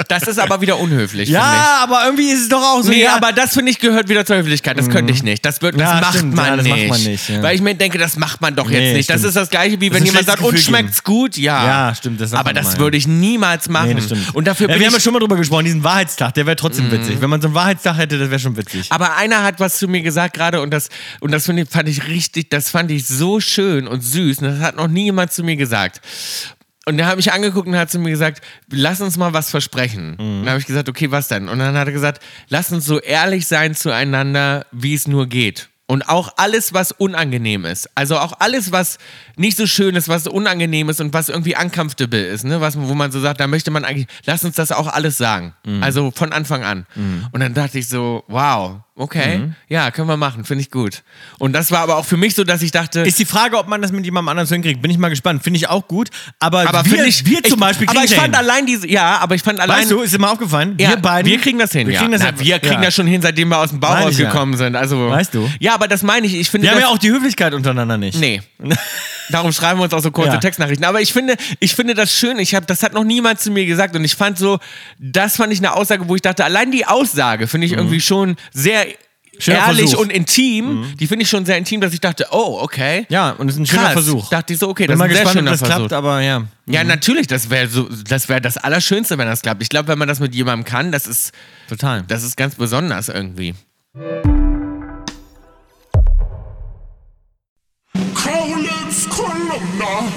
Speaker 1: Das ist aber wieder unhöflich, finde ich.
Speaker 2: ja, aber irgendwie ist es doch auch so.
Speaker 1: Nee,
Speaker 2: ja, Mhm.
Speaker 1: aber das finde ich gehört wieder zur Höflichkeit. Das könnte ich nicht. Das, wird, das,
Speaker 2: Ja,
Speaker 1: macht,
Speaker 2: stimmt.
Speaker 1: man
Speaker 2: Ja, das
Speaker 1: nicht.
Speaker 2: macht man nicht, ja.
Speaker 1: Weil ich mir denke, das macht man doch jetzt
Speaker 2: Nee,
Speaker 1: nicht. Das
Speaker 2: stimmt.
Speaker 1: ist das gleiche, wie
Speaker 2: ist
Speaker 1: wenn
Speaker 2: ein
Speaker 1: jemand sagt,
Speaker 2: schlechtes
Speaker 1: und
Speaker 2: Gefühl
Speaker 1: schmeckt's gut, ja.
Speaker 2: Ja, stimmt, das sagt
Speaker 1: aber
Speaker 2: man
Speaker 1: das
Speaker 2: mal.
Speaker 1: würde ich niemals machen.
Speaker 2: Nee, das stimmt.
Speaker 1: Mhm. Und dafür
Speaker 2: ja, wir
Speaker 1: bin ich. Mhm.
Speaker 2: haben ja schon mal drüber gesprochen, diesen Wahrheitstag, der wäre trotzdem witzig. Wenn man so einen Wahrheitstag hätte, das wäre schon witzig.
Speaker 1: aber einer hat was zu mir gesagt gerade und das, und das finde ich, fand ich richtig, das fand ich so schön und süß. Und das hat noch nie jemand zu mir gesagt. Und der hat mich angeguckt und hat zu mir gesagt, lass uns mal was versprechen. Und dann habe ich gesagt, okay, was denn? Und dann hat er gesagt, lass uns so ehrlich sein zueinander, wie es nur geht. Und auch alles, was unangenehm ist. Also auch alles, was nicht so schön ist, was unangenehm ist und was irgendwie uncomfortable ist, ne? was, wo man so sagt, da möchte man eigentlich, lass uns das auch alles sagen. Also von Anfang an. Und dann dachte ich so, wow, okay, ja, können wir machen, finde ich gut. Und das war aber auch für mich so, dass ich dachte,
Speaker 2: Ist die Frage, ob man das mit jemandem anders hinkriegt. Bin ich mal gespannt. Finde ich auch gut. Aber,
Speaker 1: aber
Speaker 2: Also wir,
Speaker 1: finde ich,
Speaker 2: wir
Speaker 1: ich,
Speaker 2: zum Beispiel
Speaker 1: aber ich
Speaker 2: kriegen's
Speaker 1: fand
Speaker 2: hin.
Speaker 1: allein diese, ja, aber ich fand allein,
Speaker 2: Weißt du, ist dir mal aufgefallen?
Speaker 1: Ja,
Speaker 2: wir beiden.
Speaker 1: Wir kriegen das hin,
Speaker 2: wir
Speaker 1: ja.
Speaker 2: Kriegen das,
Speaker 1: Na, wir kriegen
Speaker 2: ja.
Speaker 1: das schon hin, seitdem wir aus dem Bau
Speaker 2: Meine ich ja.
Speaker 1: rausgekommen sind. Also,
Speaker 2: Weißt du?
Speaker 1: Ja, aber das meine ich. Ich finde,
Speaker 2: Wir haben
Speaker 1: das,
Speaker 2: ja auch die Höflichkeit untereinander nicht. [laughs]
Speaker 1: Nee. Darum schreiben wir uns auch so kurze
Speaker 2: Ja.
Speaker 1: Textnachrichten. Aber ich finde, ich finde das schön. Ich hab, das hat noch niemand zu mir gesagt. Und ich fand so, das fand ich eine Aussage, wo ich dachte, allein die Aussage finde ich irgendwie schon sehr
Speaker 2: Mhm. Schöner
Speaker 1: ehrlich
Speaker 2: Versuch. Mhm.
Speaker 1: und intim. Die finde ich schon sehr intim, dass ich dachte, oh, okay.
Speaker 2: Ja, und es ist ein schöner
Speaker 1: Krass.
Speaker 2: Versuch.
Speaker 1: Dachte ich so, okay,
Speaker 2: Bin
Speaker 1: das
Speaker 2: mal
Speaker 1: ist ein sehr
Speaker 2: gespannt, ob
Speaker 1: schöner
Speaker 2: das
Speaker 1: Versuch.
Speaker 2: klappt, aber ja.
Speaker 1: Ja, natürlich, das wäre so, das wäre das Allerschönste, wenn das klappt. Ich glaube, wenn man das mit jemandem kann, das ist,
Speaker 2: Total.
Speaker 1: das ist ganz besonders irgendwie.
Speaker 3: Kaulitz, Kolumna.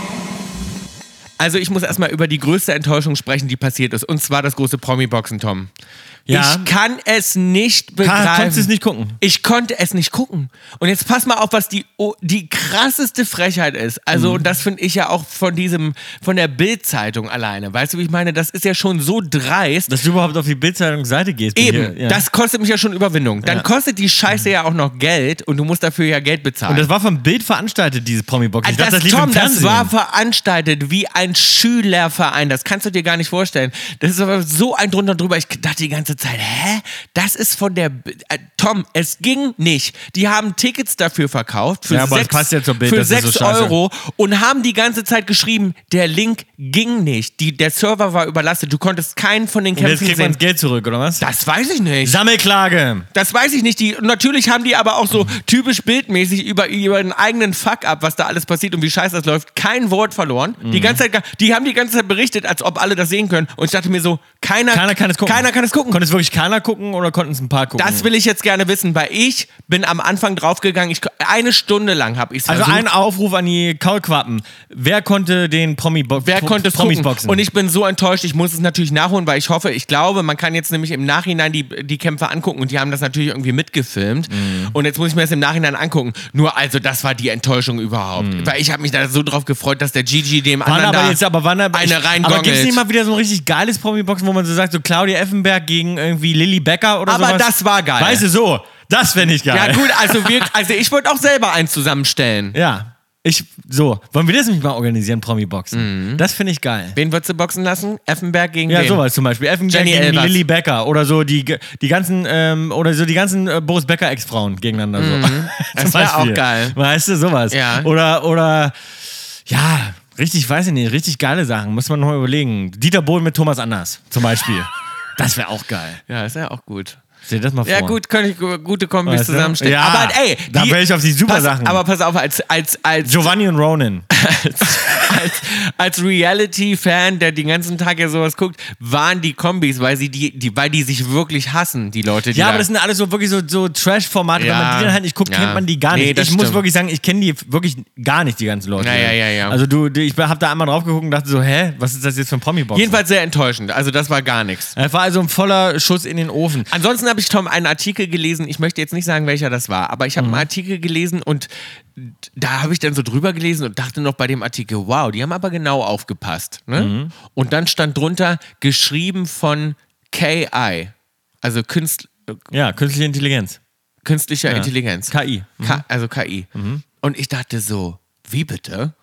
Speaker 1: Also ich muss erstmal über die größte Enttäuschung sprechen, die passiert ist. Und zwar das große Promi-Boxen, Tom.
Speaker 2: Ja.
Speaker 1: Ich kann es nicht begreifen.
Speaker 2: Kann, konntest du es nicht gucken?
Speaker 1: Ich konnte es nicht gucken. Und jetzt pass mal auf, was die, oh, die krasseste Frechheit ist.
Speaker 2: Mhm.
Speaker 1: Also, und das finde ich ja auch von diesem, von der Bild-Zeitung alleine. Weißt du, wie ich meine? Das ist ja schon so dreist.
Speaker 2: Dass du überhaupt auf die Bildzeitungsseite gehst. bin
Speaker 1: Eben,
Speaker 2: hier, ja.
Speaker 1: das kostet mich ja schon Überwindung. Dann
Speaker 2: Ja.
Speaker 1: kostet die Scheiße ja auch noch Geld und du musst dafür ja Geld bezahlen. Also
Speaker 2: und das war vom Bild veranstaltet, diese Promi-Box. Ich
Speaker 1: Ah, das,
Speaker 2: dachte, das lief
Speaker 1: Tom,
Speaker 2: im
Speaker 1: das
Speaker 2: Fernsehen.
Speaker 1: war veranstaltet wie ein Schülerverein. Das kannst du dir gar nicht vorstellen. Das ist aber so ein drunter und drüber. Ich dachte die ganze Zeit, hä? Das ist von der. B- Äh, Tom, es ging nicht. Die haben Tickets dafür verkauft für
Speaker 2: Ja, aber das
Speaker 1: sechs,
Speaker 2: passt ja zur Bild,
Speaker 1: für
Speaker 2: das ist so
Speaker 1: sechs
Speaker 2: scheiße.
Speaker 1: Euro und haben die ganze Zeit geschrieben, der Link ging nicht. Die, der Server war überlastet. Du konntest keinen von den
Speaker 2: Und jetzt
Speaker 1: Kämpfen
Speaker 2: kriegt man
Speaker 1: sehen.
Speaker 2: das Geld zurück, oder was?
Speaker 1: Das weiß ich nicht.
Speaker 2: Sammelklage.
Speaker 1: Das weiß ich nicht. Die, natürlich haben die aber auch so typisch bildmäßig über ihren eigenen Fuck-up, was da alles passiert und wie scheiße das läuft, kein Wort verloren.
Speaker 2: Mhm.
Speaker 1: Die ganze Zeit, die haben die ganze Zeit berichtet, als ob alle das sehen können. Und ich dachte mir so, keiner,
Speaker 2: Keiner kann es gucken.
Speaker 1: Keiner kann es gucken.
Speaker 2: Konnte es wirklich keiner gucken oder konnten es ein paar gucken?
Speaker 1: Das will ich jetzt gerne wissen, weil ich bin am Anfang draufgegangen. Ich, eine Stunde lang habe ich es
Speaker 2: also
Speaker 1: versucht.
Speaker 2: ein Aufruf an die Kaulquappen. Wer konnte den promi boxen
Speaker 1: Wer konnte es
Speaker 2: Promis
Speaker 1: gucken?
Speaker 2: boxen?
Speaker 1: Und ich bin so enttäuscht. Ich muss es natürlich nachholen, weil ich hoffe, ich glaube, man kann jetzt nämlich im Nachhinein die, die Kämpfe angucken und die haben das natürlich irgendwie mitgefilmt.
Speaker 2: Mhm.
Speaker 1: Und jetzt muss ich mir das im Nachhinein angucken. Nur also, das war die Enttäuschung überhaupt. Weil ich habe mich da so drauf gefreut, dass der Gigi dem
Speaker 2: Wann
Speaker 1: anderen
Speaker 2: Mhm. aber
Speaker 1: da
Speaker 2: jetzt, aber wann aber
Speaker 1: eine
Speaker 2: Aber gibt es nicht
Speaker 1: reingongelt.
Speaker 2: mal wieder so ein richtig geiles Promi-Boxen, wo man so sagt, so Claudia Effenberg gegen irgendwie Lilly Becker oder
Speaker 1: Aber
Speaker 2: sowas?
Speaker 1: das war geil.
Speaker 2: Weißt du, so. Das fände ich geil.
Speaker 1: Ja gut, also, wir, also ich wollte auch selber eins zusammenstellen.
Speaker 2: Ja. Ich, so, wollen wir das nämlich mal organisieren, Promi-Boxen? Das finde ich geil.
Speaker 1: Wen würdest du boxen lassen? Effenberg gegen
Speaker 2: Ja,
Speaker 1: Mhm. wen?
Speaker 2: sowas zum Beispiel. Effenberg
Speaker 1: Jenny
Speaker 2: gegen
Speaker 1: Elvers.
Speaker 2: Lilly Becker oder so die, die ganzen, ähm, oder so die ganzen äh, Boris Becker Ex-Frauen gegeneinander so. [laughs] Zum
Speaker 1: Mhm. Das wär
Speaker 2: Beispiel.
Speaker 1: auch geil.
Speaker 2: Weißt du, sowas.
Speaker 1: Ja.
Speaker 2: Oder, oder, ja, richtig, weiß ich nicht, richtig geile Sachen. Muss man noch mal überlegen. Dieter Bohlen mit Thomas Anders zum
Speaker 1: [laughs]
Speaker 2: Beispiel. das wäre auch geil.
Speaker 1: Ja, ist ja auch gut.
Speaker 2: Stell dir das mal vor.
Speaker 1: Ja, gut, könnte ich gu- gute Kombis
Speaker 2: Weißt du?
Speaker 1: zusammenstellen.
Speaker 2: Ja,
Speaker 1: aber ey,
Speaker 2: da wär ich auf die super
Speaker 1: pass,
Speaker 2: Sachen.
Speaker 1: Aber pass auf, als, als, als,
Speaker 2: Giovanni und Ronan.
Speaker 1: [laughs] als, als Reality-Fan, der den ganzen Tag ja sowas guckt, waren die Kombis, weil sie die, die, weil die sich wirklich hassen, die Leute, die
Speaker 2: Ja,
Speaker 1: da-
Speaker 2: aber das sind alles so wirklich so, so Trash-Formate. Wenn
Speaker 1: Ja.
Speaker 2: man die dann halt nicht guckt,
Speaker 1: Ja.
Speaker 2: kennt man die gar
Speaker 1: Nee,
Speaker 2: nicht.
Speaker 1: das
Speaker 2: ich muss
Speaker 1: stimmt.
Speaker 2: wirklich sagen, ich kenne die wirklich gar nicht, die ganzen Leute.
Speaker 1: Ja, ja, ja, ja.
Speaker 2: Also du, du ich habe da einmal drauf geguckt und dachte so, hä, was ist das jetzt für ein Promi-Box?
Speaker 1: Jedenfalls sehr enttäuschend. Also das war gar nichts.
Speaker 2: Er war also ein voller Schuss in den Ofen.
Speaker 1: Ansonsten habe ich, Tom, einen Artikel gelesen, ich möchte jetzt nicht sagen, welcher das war, aber ich habe
Speaker 2: Mhm.
Speaker 1: einen Artikel gelesen und da habe ich dann so drüber gelesen und dachte noch bei dem Artikel, wow, die haben aber genau aufgepasst. Ne?
Speaker 2: Mhm.
Speaker 1: Und dann stand drunter, geschrieben von KI, also Künst,
Speaker 2: Ja, künstliche Intelligenz.
Speaker 1: künstlicher Intelligenz.
Speaker 2: KI.
Speaker 1: K also KI. Und ich dachte so, wie bitte?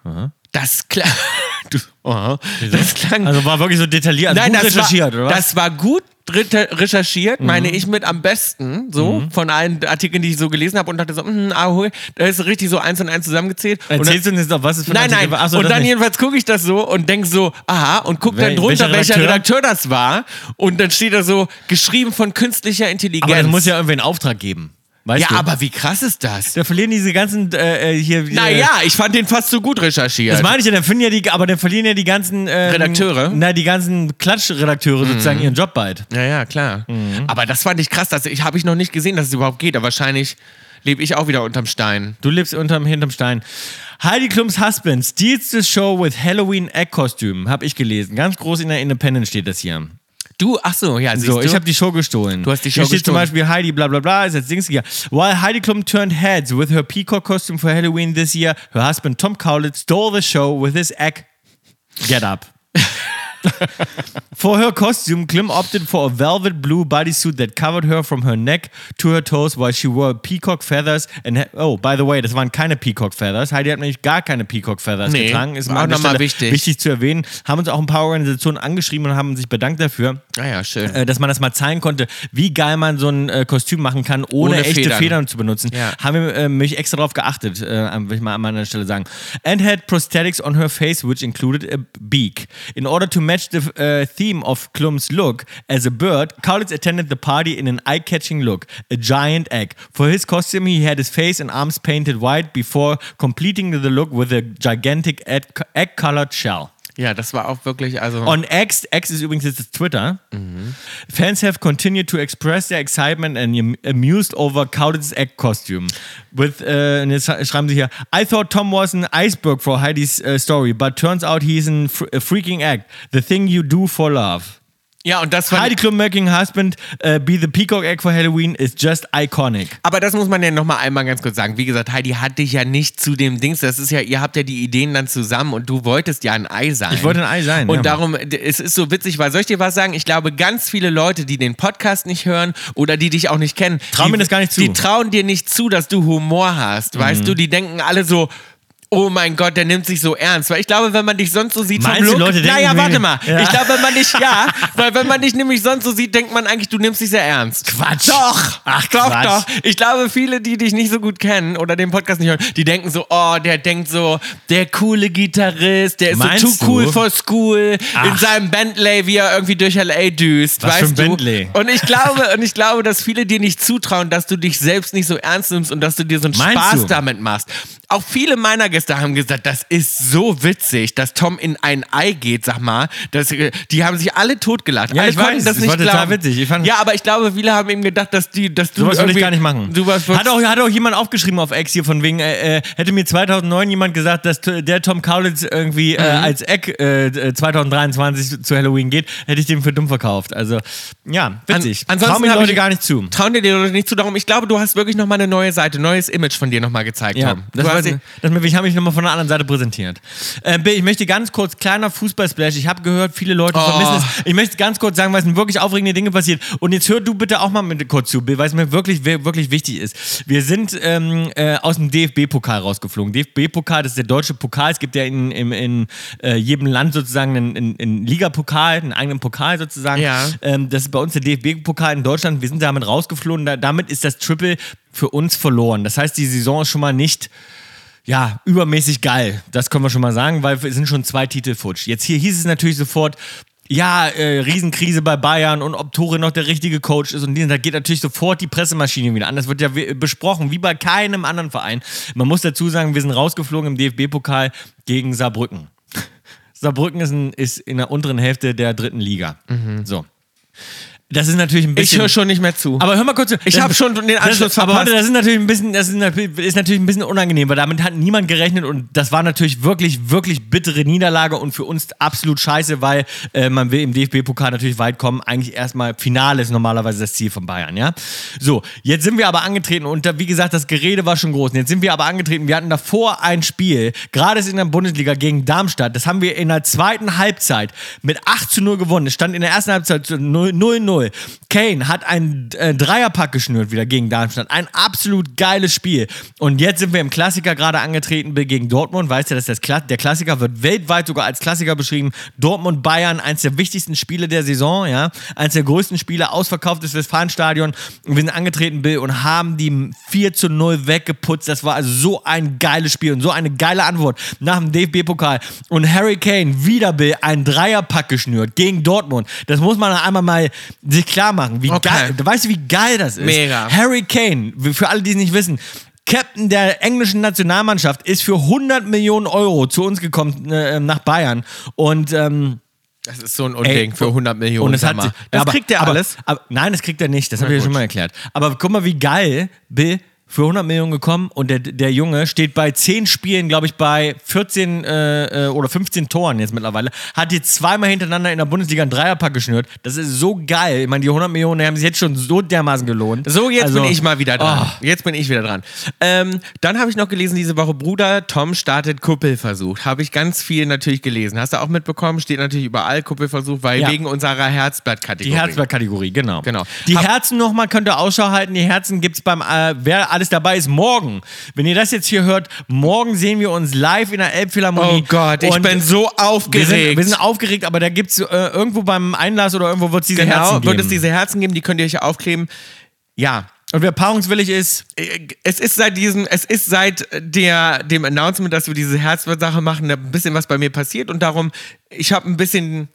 Speaker 1: Das klang. [laughs] Du, aha. das klang.
Speaker 2: Also war wirklich so detailliert, also
Speaker 1: Nein,
Speaker 2: gut
Speaker 1: das
Speaker 2: recherchiert,
Speaker 1: war,
Speaker 2: oder was? Mhm.
Speaker 1: Das war gut dritte- recherchiert, meine ich mit am besten, so von allen Artikeln, die ich so gelesen habe und dachte so, mh, ah, hol, da ist richtig so eins und eins zusammengezählt. Und dann,
Speaker 2: Erzählst du uns jetzt noch, was es für
Speaker 1: nein, nein.
Speaker 2: war? Achso,
Speaker 1: und
Speaker 2: das
Speaker 1: dann
Speaker 2: nicht.
Speaker 1: jedenfalls gucke ich das so und denke so, aha, und guck
Speaker 2: Wel-
Speaker 1: dann drunter,
Speaker 2: welcher
Speaker 1: welcher Redakteur?
Speaker 2: Redakteur
Speaker 1: das war. Und dann steht da so, geschrieben von künstlicher Intelligenz.
Speaker 2: Aber das muss ja irgendwie einen Auftrag geben. Weißt
Speaker 1: ja,
Speaker 2: du?
Speaker 1: aber wie krass ist das?
Speaker 2: Da verlieren diese ganzen äh, äh, hier.
Speaker 1: Naja, ich fand den fast zu gut recherchiert.
Speaker 2: Das meine ich ja, dann finden ja die, aber dann verlieren ja die ganzen ähm,
Speaker 1: Redakteure?
Speaker 2: Na, die ganzen Klatschredakteure sozusagen ihren Job bald.
Speaker 1: Ja, ja, klar. Mhm. Aber das fand ich krass, dass ich habe ich noch nicht gesehen, dass es überhaupt geht. Aber wahrscheinlich lebe ich auch wieder unterm Stein.
Speaker 2: Du lebst unterm hinterm Stein. Heidi Klums Husband steals the show with Halloween Egg Kostüm, habe ich gelesen. Ganz groß in der Independent steht das hier.
Speaker 1: Du, ach so, ja, siehst
Speaker 2: So,
Speaker 1: du.
Speaker 2: ich habe die Show gestohlen.
Speaker 1: Du hast die
Speaker 2: Hier
Speaker 1: Show
Speaker 2: steht zum
Speaker 1: gestohlen.
Speaker 2: Beispiel Heidi, bla bla bla, ist jetzt Dings hier. While Heidi Klum turned heads with her peacock costume for Halloween this year, her husband Tom Cowlitz stole the show with his egg. Get up. [laughs] for her costume, Klim opted for a velvet blue bodysuit that covered her from her neck to her toes while she wore peacock feathers and ha- oh, by the way, das waren keine peacock feathers. Heidi hat nämlich gar keine peacock feathers
Speaker 1: Nee,
Speaker 2: getragen. Ist
Speaker 1: war
Speaker 2: mir
Speaker 1: auch
Speaker 2: an der
Speaker 1: nochmal
Speaker 2: Stelle
Speaker 1: wichtig.
Speaker 2: Wichtig zu erwähnen. Haben uns auch ein paar Organisationen angeschrieben und haben sich bedankt dafür
Speaker 1: Naja, Ah schön.
Speaker 2: äh, dass man das mal zeigen konnte, wie geil man so ein äh, Kostüm machen kann, ohne,
Speaker 1: Ohne
Speaker 2: echte Federn.
Speaker 1: Federn.
Speaker 2: zu benutzen.
Speaker 1: Ja.
Speaker 2: Haben wir äh, mich extra drauf geachtet, äh, will ich mal an meiner Stelle sagen. And had prosthetics on her face, which included a beak. In order to match the äh, theme of Klum's look as a bird, Kaulitz attended the party in an eye-catching look, a giant egg. For his costume, he had his face and arms painted white before completing the look with a gigantic egg- egg-colored shell.
Speaker 1: ja, das war auch wirklich, also.
Speaker 2: On X, X ist übrigens jetzt das Twitter. Fans have continued to express their excitement and am- amused over Cowlitz Egg costume. With, äh, und jetzt schreiben sie hier, I thought Tom was an iceberg for Heidi's äh, story, but turns out he's an fr a freaking egg. The thing you do for love.
Speaker 1: ja, und das war.
Speaker 2: Heidi Klum making husband äh, be the peacock egg for Halloween is just iconic.
Speaker 1: Aber das muss man ja nochmal einmal ganz kurz sagen. Wie gesagt, Heidi hat dich ja nicht zu dem Dings. Das ist ja, ihr habt ja die Ideen dann zusammen und du wolltest ja ein Ei sein.
Speaker 2: Ich wollte ein Ei sein,
Speaker 1: Und
Speaker 2: ja.
Speaker 1: darum, d- es ist so witzig, weil soll ich dir was sagen? Ich glaube, ganz viele Leute, die den Podcast nicht hören oder die dich auch nicht kennen,
Speaker 2: Trauen
Speaker 1: die,
Speaker 2: mir das gar nicht zu. Mhm.
Speaker 1: Die trauen dir nicht zu, dass du Humor hast. Weißt du, die denken alle so. Oh mein Gott, der nimmt sich so ernst. Weil ich glaube, wenn man dich sonst so sieht
Speaker 2: Meinst
Speaker 1: vom
Speaker 2: du,
Speaker 1: Look,
Speaker 2: Leute denken
Speaker 1: naja,
Speaker 2: wegen-
Speaker 1: warte mal.
Speaker 2: Ja.
Speaker 1: Ich glaube, wenn man dich, ja, weil wenn man dich nämlich sonst so sieht, denkt man eigentlich, du nimmst dich sehr ernst.
Speaker 2: Quatsch.
Speaker 1: Doch!
Speaker 2: Ach,
Speaker 1: doch,
Speaker 2: Quatsch.
Speaker 1: doch. Ich glaube, viele, die dich nicht so gut kennen oder den Podcast nicht hören, die denken so, oh, der denkt so, der coole Gitarrist, der ist so
Speaker 2: Meinst
Speaker 1: too cool
Speaker 2: du?
Speaker 1: for school in
Speaker 2: Ach.
Speaker 1: seinem Bentley, wie er irgendwie durch LA düst,
Speaker 2: Was für
Speaker 1: weißt
Speaker 2: ein
Speaker 1: du?
Speaker 2: Bentley?
Speaker 1: Und ich glaube, und ich glaube, dass viele dir nicht zutrauen, dass du dich selbst nicht so ernst nimmst und dass du dir so einen
Speaker 2: Meinst
Speaker 1: Spaß
Speaker 2: du?
Speaker 1: damit machst. Auch viele meiner Gäste haben gesagt, das ist so witzig, dass Tom in ein Ei geht, sag mal. Das, äh, die haben sich alle totgelacht.
Speaker 2: Ja,
Speaker 1: alle
Speaker 2: ich
Speaker 1: konnten
Speaker 2: weiß,
Speaker 1: das
Speaker 2: es
Speaker 1: nicht
Speaker 2: war total
Speaker 1: glauben.
Speaker 2: witzig. Ich fand-
Speaker 1: ja, aber ich glaube, viele haben eben gedacht, dass die, dass du
Speaker 2: Sowas würde ich
Speaker 1: irgendwie-
Speaker 2: gar nicht machen.
Speaker 1: Du warst
Speaker 2: hat, auch, hat auch jemand aufgeschrieben auf Ex hier von wegen, äh, äh, hätte mir 2009 jemand gesagt, dass t- der Tom Kaulitz irgendwie äh,
Speaker 1: Mhm.
Speaker 2: als Eck äh, äh, 2023 zu Halloween geht, hätte ich den für dumm verkauft. Also, ja, witzig.
Speaker 1: An- ansonsten
Speaker 2: Trauen mir die
Speaker 1: hab
Speaker 2: Leute
Speaker 1: ich-
Speaker 2: gar nicht zu.
Speaker 1: trauen dir die Leute nicht zu. Darum, ich glaube, du hast wirklich nochmal eine neue Seite, neues Image von dir nochmal gezeigt,
Speaker 2: Ja,
Speaker 1: Tom.
Speaker 2: das
Speaker 1: du
Speaker 2: war aber
Speaker 1: sie-
Speaker 2: das, ich habe mich nochmal von der anderen Seite präsentiert. Äh, Bill, ich möchte ganz kurz, kleiner Fußball-Splash. Ich habe gehört, viele Leute
Speaker 1: Oh.
Speaker 2: vermissen es. Ich möchte ganz kurz sagen, weil es sind wirklich aufregende Dinge passiert. Und jetzt hör du bitte auch mal mit kurz zu, Bill, weil es mir wirklich, wir- wirklich wichtig ist. Wir sind ähm, äh, aus dem DFB-Pokal rausgeflogen. DFB-Pokal, das ist der deutsche Pokal. Es gibt ja in, in, in äh, jedem Land sozusagen einen, einen, einen Ligapokal, einen eigenen Pokal sozusagen.
Speaker 1: Ja.
Speaker 2: Ähm, das ist bei uns der DFB-Pokal in Deutschland. Wir sind damit rausgeflogen. Da, damit ist das Triple für uns verloren. Das heißt, die Saison ist schon mal nicht ja, übermäßig geil. Das können wir schon mal sagen, weil es sind schon zwei Titel futsch. Jetzt hier hieß es natürlich sofort, ja, äh, Riesenkrise bei Bayern und ob Tore noch der richtige Coach ist und diesen, da geht natürlich sofort die Pressemaschine wieder an. Das wird ja we- besprochen, wie bei keinem anderen Verein. Man muss dazu sagen, wir sind rausgeflogen im DFB-Pokal gegen Saarbrücken. [laughs] Saarbrücken ist, ein, ist in der unteren Hälfte der dritten Liga. So. Das ist natürlich ein
Speaker 1: Mhm. Ich
Speaker 2: bisschen.
Speaker 1: höre schon nicht mehr zu.
Speaker 2: Aber hör mal kurz. zu.
Speaker 1: Ich
Speaker 2: Das-
Speaker 1: hab schon den
Speaker 2: das-
Speaker 1: Anschluss
Speaker 2: Aber
Speaker 1: verpasst.
Speaker 2: warte, das ist natürlich ein bisschen, das ist natürlich, ist natürlich ein bisschen unangenehm, weil damit hat niemand gerechnet und das war natürlich wirklich, wirklich bittere Niederlage und für uns absolut scheiße, weil äh, man will im DFB-Pokal natürlich weit kommen. Eigentlich erstmal Finale ist normalerweise das Ziel von Bayern, ja. So, jetzt sind wir aber angetreten und da, wie gesagt, das Gerede war schon groß. Und jetzt sind wir aber angetreten. Wir hatten davor ein Spiel, gerade ist in der Bundesliga gegen Darmstadt. Das haben wir in der zweiten Halbzeit mit 8 zu 0 gewonnen. Es stand in der ersten Halbzeit zu 0 0. Kane hat einen äh, Dreierpack geschnürt wieder gegen Darmstadt. Ein absolut geiles Spiel. Und jetzt sind wir im Klassiker gerade angetreten Bill, gegen Dortmund. Weißt du, dass das Kla der Klassiker wird weltweit sogar als Klassiker beschrieben. Dortmund Bayern, eins der wichtigsten Spiele der Saison, ja, eins der größten Spiele, ausverkauftes Westfalenstadion. Und wir sind angetreten Bill und haben die 4 zu 0 weggeputzt. Das war also so ein geiles Spiel und so eine geile Antwort nach dem DFB-Pokal. Und Harry Kane wieder Bill einen Dreierpack geschnürt gegen Dortmund. Das muss man einmal mal sich klar machen, wie
Speaker 1: Okay.
Speaker 2: geil, weißt du, wie geil das ist?
Speaker 1: Mega.
Speaker 2: Harry Kane, für alle, die es nicht wissen, Captain der englischen Nationalmannschaft, ist für 100 Millionen Euro zu uns gekommen äh, nach Bayern. Und, ähm,
Speaker 1: das ist so ein Unding für 100 Millionen.
Speaker 2: oh, und es
Speaker 1: sag
Speaker 2: hat,
Speaker 1: mal.
Speaker 2: sich-
Speaker 1: das
Speaker 2: aber-
Speaker 1: kriegt er
Speaker 2: aber,
Speaker 1: alles.
Speaker 2: Aber, nein, das kriegt er nicht. Das habe ich ja
Speaker 1: gut.
Speaker 2: schon mal erklärt. Aber guck mal, wie geil Bill für 100 Millionen gekommen und der, der Junge steht bei 10 Spielen, glaube ich, bei 14 äh, äh, oder 15 Toren jetzt mittlerweile. Hat jetzt zweimal hintereinander in der Bundesliga einen Dreierpack geschnürt. Das ist so geil. Ich meine, die 100 Millionen die haben sich jetzt schon so dermaßen gelohnt.
Speaker 1: So, jetzt
Speaker 2: Also-
Speaker 1: bin ich mal wieder dran.
Speaker 2: Oh.
Speaker 1: Jetzt bin ich wieder dran. Ähm, dann habe ich noch gelesen diese Woche, Bruder Tom startet Kuppelversuch. Habe ich ganz viel natürlich gelesen. Hast du auch mitbekommen? Steht natürlich überall Kuppelversuch, weil
Speaker 2: Ja.
Speaker 1: wegen unserer Herzblattkategorie.
Speaker 2: Die Herzblattkategorie, genau.
Speaker 1: Genau.
Speaker 2: Die
Speaker 1: Hab-
Speaker 2: Herzen nochmal könnt ihr Ausschau halten. Die Herzen gibt's beim, äh, wer alles dabei ist, morgen. Wenn ihr das jetzt hier hört, morgen sehen wir uns live in der Elbphilharmonie.
Speaker 1: Oh Gott, ich
Speaker 2: Und
Speaker 1: bin so
Speaker 2: wir
Speaker 1: aufgeregt.
Speaker 2: sind, wir sind aufgeregt, aber da gibt's äh, irgendwo beim Einlass oder irgendwo wird's diese
Speaker 1: genau,
Speaker 2: Herzen geben.
Speaker 1: wird es diese Herzen geben, die könnt ihr euch aufkleben. Ja,
Speaker 2: und wer paarungswillig ist,
Speaker 1: es ist seit diesem, es ist seit der, dem Announcement, dass wir diese Herzblatt-Sache machen, ein bisschen was bei mir passiert und darum, ich habe ein bisschen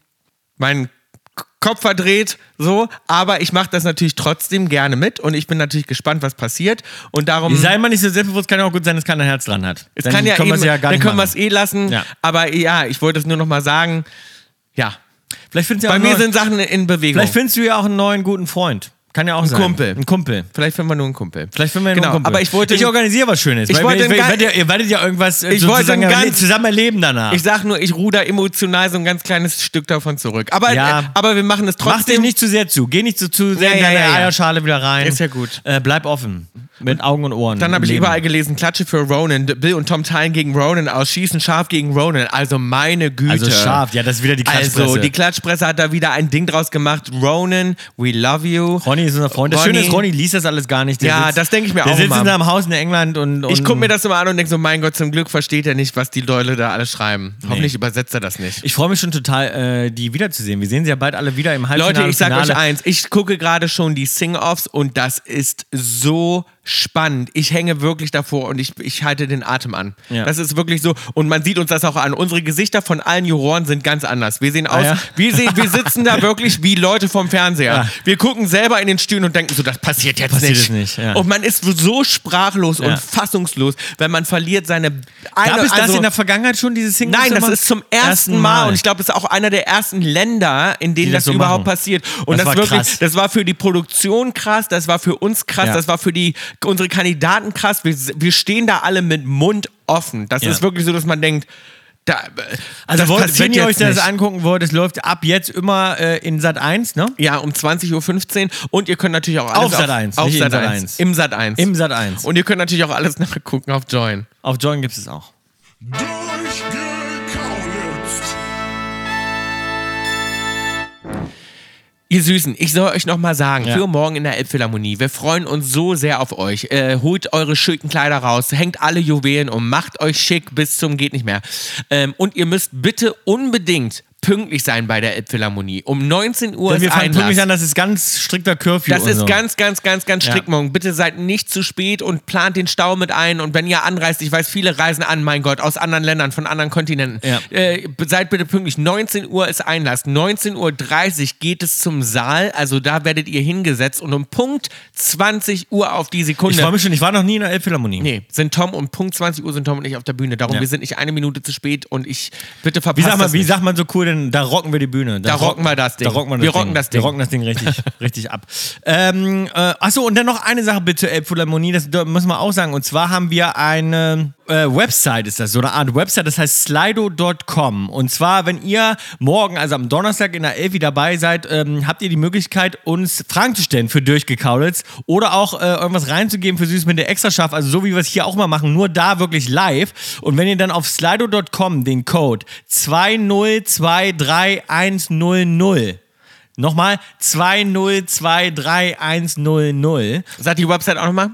Speaker 1: meinen K- Kopf verdreht, so, aber ich mache das natürlich trotzdem gerne mit und ich bin natürlich gespannt, was passiert und darum.
Speaker 2: sei mal nicht so selbstbewusst, kann ja auch gut sein, dass keiner Herz dran hat.
Speaker 1: Mhm. es kann ja
Speaker 2: können
Speaker 1: eben,
Speaker 2: wir's ja gar
Speaker 1: dann
Speaker 2: nicht
Speaker 1: können wir es
Speaker 2: machen.
Speaker 1: eh lassen,
Speaker 2: Ja.
Speaker 1: aber ja, ich wollte es nur noch mal sagen. Ja,
Speaker 2: Vielleicht findest du ja
Speaker 1: bei
Speaker 2: auch
Speaker 1: mir
Speaker 2: einen neuen-
Speaker 1: sind Sachen in Bewegung.
Speaker 2: vielleicht findest du ja auch einen neuen guten Freund. Kann ja auch sein.
Speaker 1: Kumpel.
Speaker 2: Ein Kumpel.
Speaker 1: Vielleicht finden wir nur einen Kumpel.
Speaker 2: Vielleicht finden wir
Speaker 1: genau,
Speaker 2: einen Kumpel.
Speaker 1: Aber ich wollte
Speaker 2: ich organisiere was Schönes.
Speaker 1: Ich
Speaker 2: Weil-
Speaker 1: wollte
Speaker 2: weil-
Speaker 1: ein
Speaker 2: werdet ja- ihr werdet ja irgendwas äh,
Speaker 1: Ich wollte
Speaker 2: sozusagen
Speaker 1: ein
Speaker 2: erle-
Speaker 1: ganz-
Speaker 2: zusammen erleben danach.
Speaker 1: Ich sag nur, ich ruder emotional so ein ganz kleines Stück davon zurück. Aber,
Speaker 2: Ja.
Speaker 1: äh, aber wir machen es
Speaker 2: Mach dich
Speaker 1: trotzdem.
Speaker 2: nicht zu sehr zu. Geh nicht zu, zu sehr
Speaker 1: Ja,
Speaker 2: in
Speaker 1: ja,
Speaker 2: deine
Speaker 1: ja, ja.
Speaker 2: Eierschale wieder rein.
Speaker 1: Ist ja gut.
Speaker 2: Äh, bleib offen. Mit Augen und Ohren.
Speaker 1: Dann habe
Speaker 2: im
Speaker 1: ich
Speaker 2: Leben.
Speaker 1: überall gelesen, Klatsche für Ronan. Bill und Tom teilen gegen Ronan aus, schießen scharf gegen Ronan. Also meine Güte.
Speaker 2: Also scharf. Ja, das ist wieder die Klatschpresse.
Speaker 1: Also, die Klatschpresse hat da wieder ein Ding draus gemacht. Ronan, we love you.
Speaker 2: Ronny ist unser Freund. Das
Speaker 1: Ronny-
Speaker 2: Schöne ist, Ronny liest das alles gar nicht. Der
Speaker 1: Ja,
Speaker 2: sitzt,
Speaker 1: das denk ich mir
Speaker 2: der
Speaker 1: auch
Speaker 2: Der sitzt
Speaker 1: immer.
Speaker 2: in seinem Haus in England und. und
Speaker 1: Ich gucke mir das immer an und denke so, mein Gott, zum Glück versteht er nicht, was die Leute da alles schreiben. Hoffentlich übersetzt er das nicht.
Speaker 2: Ich freue mich schon total, äh, die wiederzusehen. Wir sehen sie ja bald alle wieder im Halbfinale.
Speaker 1: Leute, ich sag
Speaker 2: Finale.
Speaker 1: euch eins, ich gucke gerade schon die Sing-Offs und das ist so spannend. Ich hänge wirklich davor und ich, ich halte den Atem an.
Speaker 2: Ja.
Speaker 1: Das ist wirklich so und man sieht uns das auch an. Unsere Gesichter von allen Juroren sind ganz anders. Wir sehen aus,
Speaker 2: Ah, ja?
Speaker 1: wir, sehen, wir sitzen
Speaker 2: [laughs]
Speaker 1: da wirklich wie Leute vom Fernseher.
Speaker 2: Ja.
Speaker 1: Wir gucken selber in den Stühlen und denken so, das passiert jetzt
Speaker 2: Passiert
Speaker 1: nicht.
Speaker 2: es nicht, ja.
Speaker 1: Und man ist so sprachlos
Speaker 2: Ja.
Speaker 1: und fassungslos, wenn man verliert seine eine,
Speaker 2: Gab es das
Speaker 1: also-
Speaker 2: in der Vergangenheit schon, dieses Single?
Speaker 1: Nein, das ist zum ersten Mal. und ich glaube, es ist auch einer der ersten Länder, in denen
Speaker 2: Die
Speaker 1: das,
Speaker 2: das so
Speaker 1: überhaupt
Speaker 2: machen.
Speaker 1: passiert. Und
Speaker 2: Das
Speaker 1: das,
Speaker 2: war
Speaker 1: wirklich,
Speaker 2: krass.
Speaker 1: das war für die Produktion krass, das war für uns krass,
Speaker 2: Ja.
Speaker 1: das war für die unsere Kandidaten krass. Wir, wir stehen da alle mit Mund offen. Das
Speaker 2: Ja.
Speaker 1: ist wirklich so, dass man denkt, Da,
Speaker 2: Also, wollt, wenn ihr euch das
Speaker 1: an
Speaker 2: angucken wollt, es läuft ab jetzt immer äh, in Sat 1, ne?
Speaker 1: Ja, um 20.15 Uhr. Und ihr könnt natürlich auch alles
Speaker 2: Auf Sat.1,
Speaker 1: Auf
Speaker 2: nicht in
Speaker 1: Sat
Speaker 2: Sat.1.
Speaker 1: 1. Im Sat 1.
Speaker 2: Im Sat 1. Und
Speaker 1: Und ihr könnt natürlich auch alles [laughs] nachgucken auf Join.
Speaker 2: auf Join gibt es auch.
Speaker 3: Durchgekaulitzt.
Speaker 1: Ihr Süßen, ich soll euch nochmal sagen,
Speaker 2: Ja.
Speaker 1: für morgen in der Elbphilharmonie, wir freuen uns so sehr auf euch. Äh, holt eure schicken Kleider raus, hängt alle Juwelen um, macht euch schick bis zum geht nicht mehr. Ähm, und ihr müsst bitte unbedingt pünktlich sein bei der Elbphilharmonie. Um 19 Uhr
Speaker 2: Denn wir
Speaker 1: ist
Speaker 2: fangen
Speaker 1: Einlass.
Speaker 2: pünktlich an, das ist ganz strikter Curfew.
Speaker 1: Das
Speaker 2: und
Speaker 1: ist
Speaker 2: so.
Speaker 1: ganz, ganz, ganz, ganz strikt
Speaker 2: Ja.
Speaker 1: morgen. Bitte seid nicht zu spät und plant den Stau mit ein. Und wenn ihr anreist, ich weiß, viele reisen an, mein Gott, aus anderen Ländern, von anderen Kontinenten.
Speaker 2: Ja.
Speaker 1: Äh, be- seid bitte pünktlich. 19 Uhr ist Einlass. 19.30 Uhr geht es zum Saal. Also da werdet ihr hingesetzt. Und um Punkt 20 Uhr auf die
Speaker 2: Ich
Speaker 1: Sekunde.
Speaker 2: freue mich schon, ich war noch nie in der Elbphilharmonie.
Speaker 1: Nee, sind Tom und Punkt 20 Uhr sind Tom und ich auf der Bühne. Darum,
Speaker 2: Ja.
Speaker 1: wir sind nicht eine Minute zu spät und ich bitte
Speaker 2: Wie,
Speaker 1: verpasst
Speaker 2: sagt man,
Speaker 1: das
Speaker 2: wie
Speaker 1: nicht.
Speaker 2: sagt man so cool denn, da rocken wir die Bühne.
Speaker 1: Da rocken wir das Ding.
Speaker 2: Da rocken wir das
Speaker 1: Wir
Speaker 2: Ding.
Speaker 1: rocken das Ding.
Speaker 2: Wir rocken das Ding richtig, richtig ab. Ähm, äh, achso, und dann noch eine Sache bitte zur Elbphilharmonie, das da muss man auch sagen. Und zwar haben wir eine äh, Website, ist das so eine Art Website, das heißt slido.com. Und zwar, wenn ihr morgen, also am Donnerstag in der Elfi dabei seid, ähm, habt ihr die Möglichkeit, uns Fragen zu stellen für Durchgekaulitz oder auch äh, irgendwas reinzugeben für Süß mit der Extraschaf. Also so wie wir es hier auch mal machen, nur da wirklich live. Und wenn ihr dann auf slido.com den Code 2023100 Nochmal 2023100
Speaker 1: Sagt die Website auch nochmal?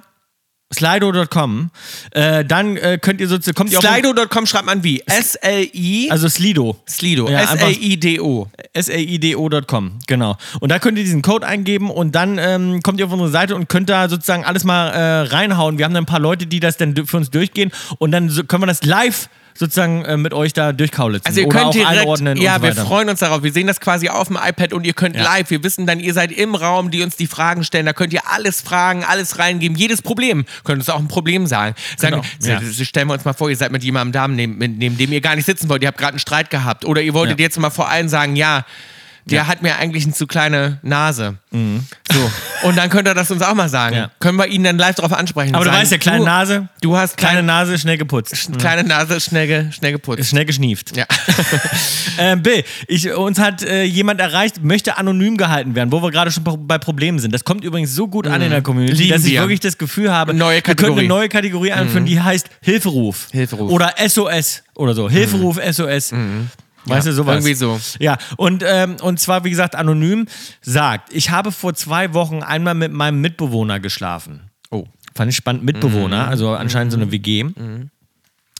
Speaker 2: slido.com. Äh, dann äh, könnt ihr sozusagen kommt ihr auf-
Speaker 1: Slido.com schreibt man wie? S-L-I.
Speaker 2: also Slido.
Speaker 1: Slido.
Speaker 2: Ja, einfach-
Speaker 1: S-L-I-D-O.
Speaker 2: saido.com, genau. Und da könnt ihr diesen Code eingeben und dann ähm, kommt ihr auf unsere Seite und könnt da sozusagen alles mal äh, reinhauen. Wir haben da ein paar Leute, die das dann für uns durchgehen und dann so, können wir das live sozusagen äh, mit euch da durchkaulitzen.
Speaker 1: Also ihr
Speaker 2: oder
Speaker 1: könnt
Speaker 2: auch
Speaker 1: direkt,
Speaker 2: einordnen
Speaker 1: ja,
Speaker 2: und so
Speaker 1: wir
Speaker 2: weiter.
Speaker 1: freuen uns darauf. Wir sehen das quasi auf dem iPad und ihr könnt
Speaker 2: Ja.
Speaker 1: live, wir wissen dann, ihr seid im Raum, die uns die Fragen stellen. Da könnt ihr alles fragen, alles reingeben, jedes Problem. Könnt uns auch ein Problem sagen. sagen
Speaker 2: Genau,
Speaker 1: s- s- Stellen wir uns mal vor, ihr seid mit jemandem da, neben, mit- neben dem ihr gar nicht sitzen wollt. Ihr habt gerade einen Streit gehabt. Oder ihr wolltet
Speaker 2: Ja.
Speaker 1: jetzt mal vor allen sagen, ja, der hat mir eigentlich eine zu kleine Nase. [laughs] So. Und dann könnt ihr das uns auch mal sagen.
Speaker 2: Ja.
Speaker 1: Können wir ihn dann live darauf ansprechen.
Speaker 2: Aber du
Speaker 1: sagen,
Speaker 2: weißt ja, kleine
Speaker 1: du-
Speaker 2: Nase,
Speaker 1: Du hast
Speaker 2: uh, kleine
Speaker 1: kleine,
Speaker 2: Nase, schnell geputzt.
Speaker 1: kleine Nase schnell, ge, schnell geputzt.
Speaker 2: Schnell geschnieft. [laughs]
Speaker 1: Ja. [laughs]
Speaker 2: Ähm, Bill, ich, uns hat äh, jemand erreicht, möchte anonym gehalten werden, wo wir gerade schon pro- bei Problemen sind. Das kommt übrigens so gut an in der Community,
Speaker 1: Mhm. Lieben
Speaker 2: dass ich
Speaker 1: wir.
Speaker 2: wirklich das Gefühl habe,
Speaker 1: Neue
Speaker 2: wir können eine
Speaker 1: Kategorie. Mhm.
Speaker 2: neue Kategorie einführen, die heißt Hilferuf.
Speaker 1: Hilferuf. Mhm.
Speaker 2: Oder SOS oder so. Hilferuf, SOS. Weißt
Speaker 1: Ja,
Speaker 2: du, sowas.
Speaker 1: irgendwie so.
Speaker 2: Ja, und, ähm, und zwar, wie gesagt, anonym sagt, ich habe vor zwei Wochen einmal mit meinem Mitbewohner geschlafen.
Speaker 1: Oh.
Speaker 2: Fand ich spannend, Mitbewohner, also anscheinend so eine WG.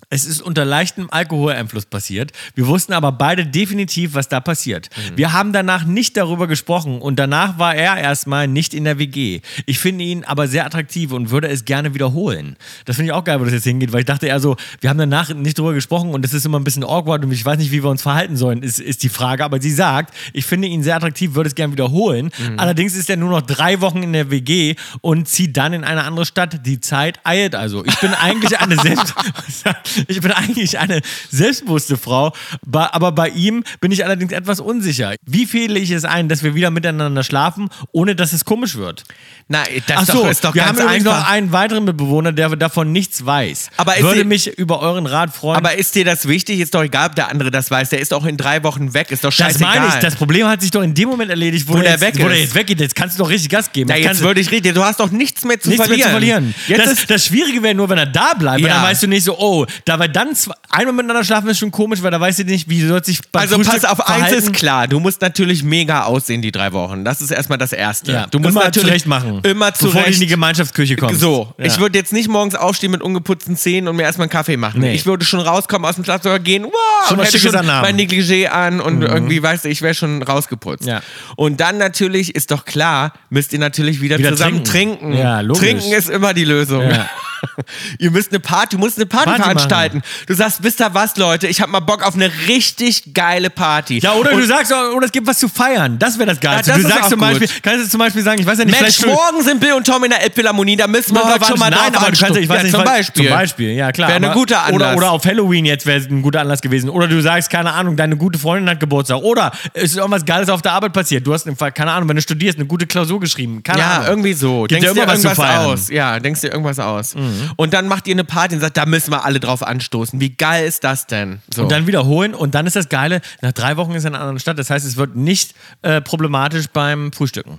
Speaker 2: Es ist unter leichtem Alkoholeinfluss passiert. Wir wussten aber beide definitiv, was da passiert. Wir haben danach nicht darüber gesprochen und danach war er erstmal nicht in der WG. Ich finde ihn aber sehr attraktiv und würde es gerne wiederholen. Das finde ich auch geil, wo das jetzt hingeht, weil ich dachte eher so, wir haben danach nicht darüber gesprochen und das ist immer ein bisschen awkward und ich weiß nicht, wie wir uns verhalten sollen, ist, ist die Frage. Aber sie sagt, ich finde ihn sehr attraktiv, würde es gerne wiederholen.
Speaker 1: Mhm.
Speaker 2: Allerdings ist er nur noch drei Wochen in der WG und zieht dann in eine andere Stadt. Die Zeit eilt also. Ich bin eigentlich
Speaker 1: [laughs]
Speaker 2: eine selbst [laughs] ich bin eigentlich eine selbstbewusste Frau, ba- aber bei ihm bin ich allerdings etwas unsicher. Wie fädle ich es ein, dass wir wieder miteinander schlafen, ohne dass es komisch wird?
Speaker 1: Na, äh, das
Speaker 2: Ach
Speaker 1: ist
Speaker 2: so,
Speaker 1: doch, ist doch
Speaker 2: wir
Speaker 1: ganz
Speaker 2: haben übrigens
Speaker 1: einfach.
Speaker 2: noch einen weiteren Mitbewohner, der davon nichts weiß.
Speaker 1: Aber ist
Speaker 2: würde
Speaker 1: die-
Speaker 2: mich über euren Rat freuen.
Speaker 1: aber ist dir das wichtig? Ist doch egal, ob der andere das weiß. Der ist auch in drei Wochen weg. Ist doch
Speaker 2: das
Speaker 1: scheißegal.
Speaker 2: meine ich. Das Problem hat sich doch in dem Moment erledigt, wo,
Speaker 1: Wo
Speaker 2: der,
Speaker 1: der
Speaker 2: jetzt,
Speaker 1: weg
Speaker 2: wo der
Speaker 1: ist.
Speaker 2: jetzt weggeht. Jetzt kannst du doch richtig Gas geben.
Speaker 1: Na,
Speaker 2: Jetzt
Speaker 1: jetzt
Speaker 2: kannst du-
Speaker 1: würde ich reden. Du hast doch nichts mehr zu
Speaker 2: nichts
Speaker 1: verlieren.
Speaker 2: mehr zu verlieren.
Speaker 1: Jetzt
Speaker 2: das,
Speaker 1: ist,
Speaker 2: das Schwierige wäre nur, wenn er da bleibt. weil
Speaker 1: Ja.
Speaker 2: Dann weißt du nicht so, oh, da wir dann zwei, einmal miteinander schlafen, ist schon komisch, weil da weißt du nicht, wie soll sich beim
Speaker 1: also
Speaker 2: Frühstück
Speaker 1: pass auf,
Speaker 2: verhalten.
Speaker 1: eins ist klar. Du musst natürlich mega aussehen die drei Wochen. Das ist erstmal das Erste.
Speaker 2: Ja,
Speaker 1: du musst
Speaker 2: immer
Speaker 1: natürlich
Speaker 2: zurecht machen.
Speaker 1: Immer
Speaker 2: Bevor du in
Speaker 1: zurecht.
Speaker 2: die Gemeinschaftsküche kommst.
Speaker 1: So,
Speaker 2: Ja.
Speaker 1: ich würde jetzt nicht morgens aufstehen mit ungeputzten Zähnen und mir erstmal einen Kaffee machen.
Speaker 2: Nee.
Speaker 1: Ich würde schon rauskommen aus dem Schlafzimmer gehen, wow,
Speaker 2: Schon
Speaker 1: und
Speaker 2: was
Speaker 1: hätte
Speaker 2: Schickes
Speaker 1: schon
Speaker 2: anhaben.
Speaker 1: mein Negligé an und irgendwie, weißt du, ich wäre schon rausgeputzt.
Speaker 2: Ja.
Speaker 1: Und dann natürlich ist doch klar, müsst ihr natürlich wieder,
Speaker 2: Wieder
Speaker 1: zusammen
Speaker 2: trinken.
Speaker 1: trinken.
Speaker 2: Ja, logisch.
Speaker 1: Trinken ist immer die Lösung.
Speaker 2: Ja.
Speaker 1: [laughs] Ihr müsst eine Party, du musst eine Party,
Speaker 2: Party
Speaker 1: veranstalten. Du sagst, wisst ihr was, Leute, ich hab mal Bock auf eine richtig geile Party.
Speaker 2: Ja, oder
Speaker 1: Und
Speaker 2: du sagst, oh, oder es gibt was zu feiern. Das wäre das Geilste.
Speaker 1: Ja, das
Speaker 2: du
Speaker 1: ist
Speaker 2: sagst
Speaker 1: auch
Speaker 2: zum Beispiel,
Speaker 1: gut.
Speaker 2: kannst du zum Beispiel sagen, ich weiß ja nicht,
Speaker 1: Mensch,
Speaker 2: vielleicht
Speaker 1: morgen sind Bill und Tom in der Elbphilharmonie, da müssen wir
Speaker 2: Nein,
Speaker 1: heute schon mal drauf
Speaker 2: aber du kannst, ja- ich weiß
Speaker 1: anstoßen.
Speaker 2: nicht,
Speaker 1: ja, zum
Speaker 2: was-
Speaker 1: Beispiel.
Speaker 2: Zum Beispiel, ja klar.
Speaker 1: Wäre ein
Speaker 2: aber-
Speaker 1: guter Anlass.
Speaker 2: Oder, oder auf Halloween jetzt wäre es ein guter Anlass gewesen. Oder du sagst, keine Ahnung, deine gute Freundin hat Geburtstag. Oder es ist irgendwas Geiles auf der Arbeit passiert. Du hast, eine, keine Ahnung, wenn du studierst, eine gute Klausur geschrieben. Keine
Speaker 1: Ja,
Speaker 2: Ahnung.
Speaker 1: irgendwie so.
Speaker 2: Gibt
Speaker 1: denkst
Speaker 2: ja immer
Speaker 1: dir
Speaker 2: was zu
Speaker 1: irgendwas Mhm.
Speaker 2: feiern.
Speaker 1: aus. Ja, denkst dir irgendwas aus. Und dann macht ihr eine Party und sagt, da müssen wir alle drauf anstoßen. Wie geil ist das denn? So.
Speaker 2: Und dann wiederholen und dann ist das Geile, nach drei Wochen ist er in einer anderen Stadt. Das heißt, es wird nicht äh, problematisch beim Frühstücken.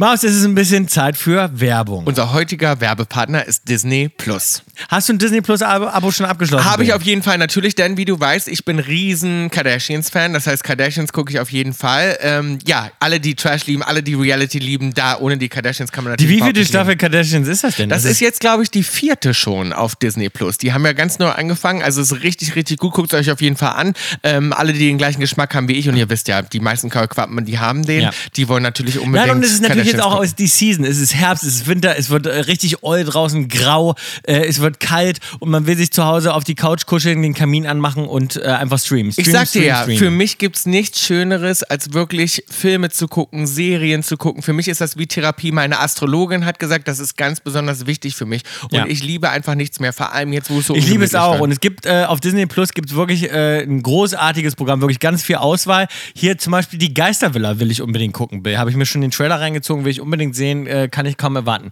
Speaker 2: Maus, es ist ein bisschen Zeit für Werbung. Und
Speaker 1: Unser heutiger Werbepartner ist Disney Plus.
Speaker 2: hast du ein Disney Plus Abo, Abo schon abgeschlossen?
Speaker 1: Habe ich
Speaker 2: Ben?
Speaker 1: auf jeden Fall natürlich, denn wie du weißt, ich bin riesen Kardashians-Fan. Das heißt, Kardashians gucke ich auf jeden Fall. Ähm, ja, alle, die Trash lieben, alle, die Reality lieben, da ohne die Kardashians kann
Speaker 2: Die
Speaker 1: man natürlich
Speaker 2: wie
Speaker 1: überhaupt
Speaker 2: viele
Speaker 1: nicht leben.
Speaker 2: Staffel Kardashians ist das denn?
Speaker 1: Das ist jetzt, glaube Also ich, die vierte schon auf Disney Plus. Die haben ja ganz neu angefangen. Also es ist richtig, richtig gut. Guckt es euch auf jeden Fall an. Ähm, alle, die den gleichen Geschmack haben wie ich, und ihr wisst ja, die meisten Kaulquappen, die haben den.
Speaker 2: Ja.
Speaker 1: Die wollen natürlich unbedingt.
Speaker 2: Nein, und es ist natürlich jetzt
Speaker 1: Kardashians
Speaker 2: auch
Speaker 1: gucken.
Speaker 2: es ist die Season. Es ist Herbst, es ist Winter, es wird äh, richtig oll draußen, grau, äh, es wird kalt und man will sich zu Hause auf die Couch kuscheln, den Kamin anmachen und äh, einfach streamen.
Speaker 1: Ich
Speaker 2: Stream,
Speaker 1: sag dir
Speaker 2: stream,
Speaker 1: ja,
Speaker 2: stream.
Speaker 1: für mich gibt's nichts Schöneres, als wirklich Filme zu gucken, Serien zu gucken. Für mich ist das wie Therapie. Meine Astrologin hat gesagt, das ist ganz besonders wichtig für mich. Und
Speaker 2: Ja.
Speaker 1: ich liebe einfach nichts mehr, vor allem jetzt, wo es so
Speaker 2: Ich liebe es
Speaker 1: ungemütlich
Speaker 2: auch.
Speaker 1: wird.
Speaker 2: Und es gibt äh, auf Disney Plus gibt es wirklich äh, ein großartiges Programm, wirklich ganz viel Auswahl. Hier zum Beispiel die Geistervilla will ich unbedingt gucken. Will. Habe ich mir schon den Trailer reingezogen, will ich unbedingt sehen, äh, kann ich kaum erwarten.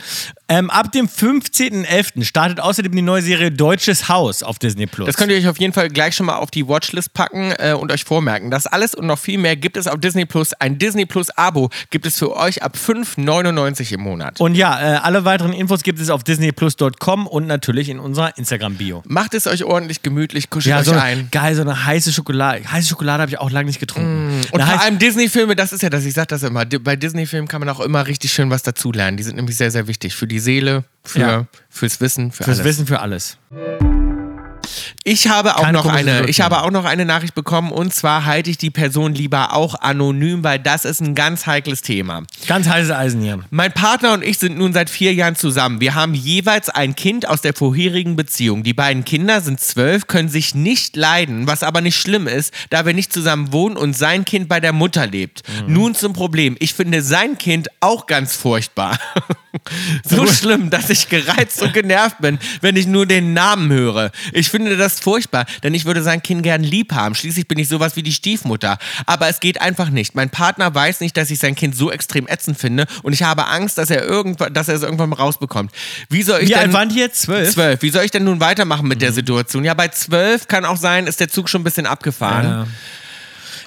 Speaker 2: Ähm, ab dem 15.11. startet außerdem die neue Serie Deutsches Haus auf Disney Plus.
Speaker 1: Das könnt ihr euch auf jeden Fall gleich schon mal auf die Watchlist packen äh, und euch vormerken. Das alles und noch viel mehr gibt es auf Disney Plus. Ein Disney Plus Abo gibt es für euch ab 5,99 im Monat.
Speaker 2: und ja, äh, alle weiteren Infos gibt es auf disneyplus.com und natürlich in unserer Instagram-Bio.
Speaker 1: Macht es euch ordentlich gemütlich, kuschelt
Speaker 2: Ja,
Speaker 1: euch
Speaker 2: so
Speaker 1: ein.
Speaker 2: geil, so eine heiße Schokolade. Heiße Schokolade habe ich auch lange nicht getrunken.
Speaker 1: Mm, Und
Speaker 2: Eine
Speaker 1: vor
Speaker 2: heiße-
Speaker 1: allem Disney-Filme, das ist ja das, ich sag das immer, di- bei Disney-Filmen kann man auch immer richtig schön was dazulernen. Die sind nämlich sehr, sehr wichtig für die Seele, für,
Speaker 2: Ja.
Speaker 1: fürs Wissen, für
Speaker 2: fürs
Speaker 1: alles.
Speaker 2: Wissen für alles.
Speaker 1: Ich habe auch
Speaker 2: Keine
Speaker 1: noch
Speaker 2: komische
Speaker 1: eine, ich
Speaker 2: Wirkung.
Speaker 1: habe auch noch eine Nachricht bekommen und zwar halte ich die Person lieber auch anonym, weil das ist ein ganz heikles Thema.
Speaker 2: Ganz heißes Eisen hier.
Speaker 1: Mein Partner und ich sind nun seit vier Jahren zusammen. Wir haben jeweils ein Kind aus der vorherigen Beziehung. Die beiden Kinder sind zwölf, können sich nicht leiden, was aber nicht schlimm ist, da wir nicht zusammen wohnen und sein Kind bei der Mutter lebt. Nun zum Problem. Ich finde sein Kind auch ganz furchtbar. so schlimm, dass ich gereizt und genervt bin, wenn ich nur den Namen höre. Ich finde das furchtbar, denn ich würde sein Kind gern lieb haben. Schließlich bin ich sowas wie die Stiefmutter. Aber es geht einfach nicht. Mein Partner weiß nicht, dass ich sein Kind so extrem ätzend finde und ich habe Angst, dass er irgendwann, dass er es irgendwann mal rausbekommt. Wie soll ich
Speaker 2: Wie alt
Speaker 1: denn
Speaker 2: waren die jetzt? Zwölf? Mhm.
Speaker 1: Zwölf. Wie soll ich denn nun weitermachen mit der Situation? Ja, bei zwölf kann auch sein, ist der Zug schon ein bisschen abgefahren.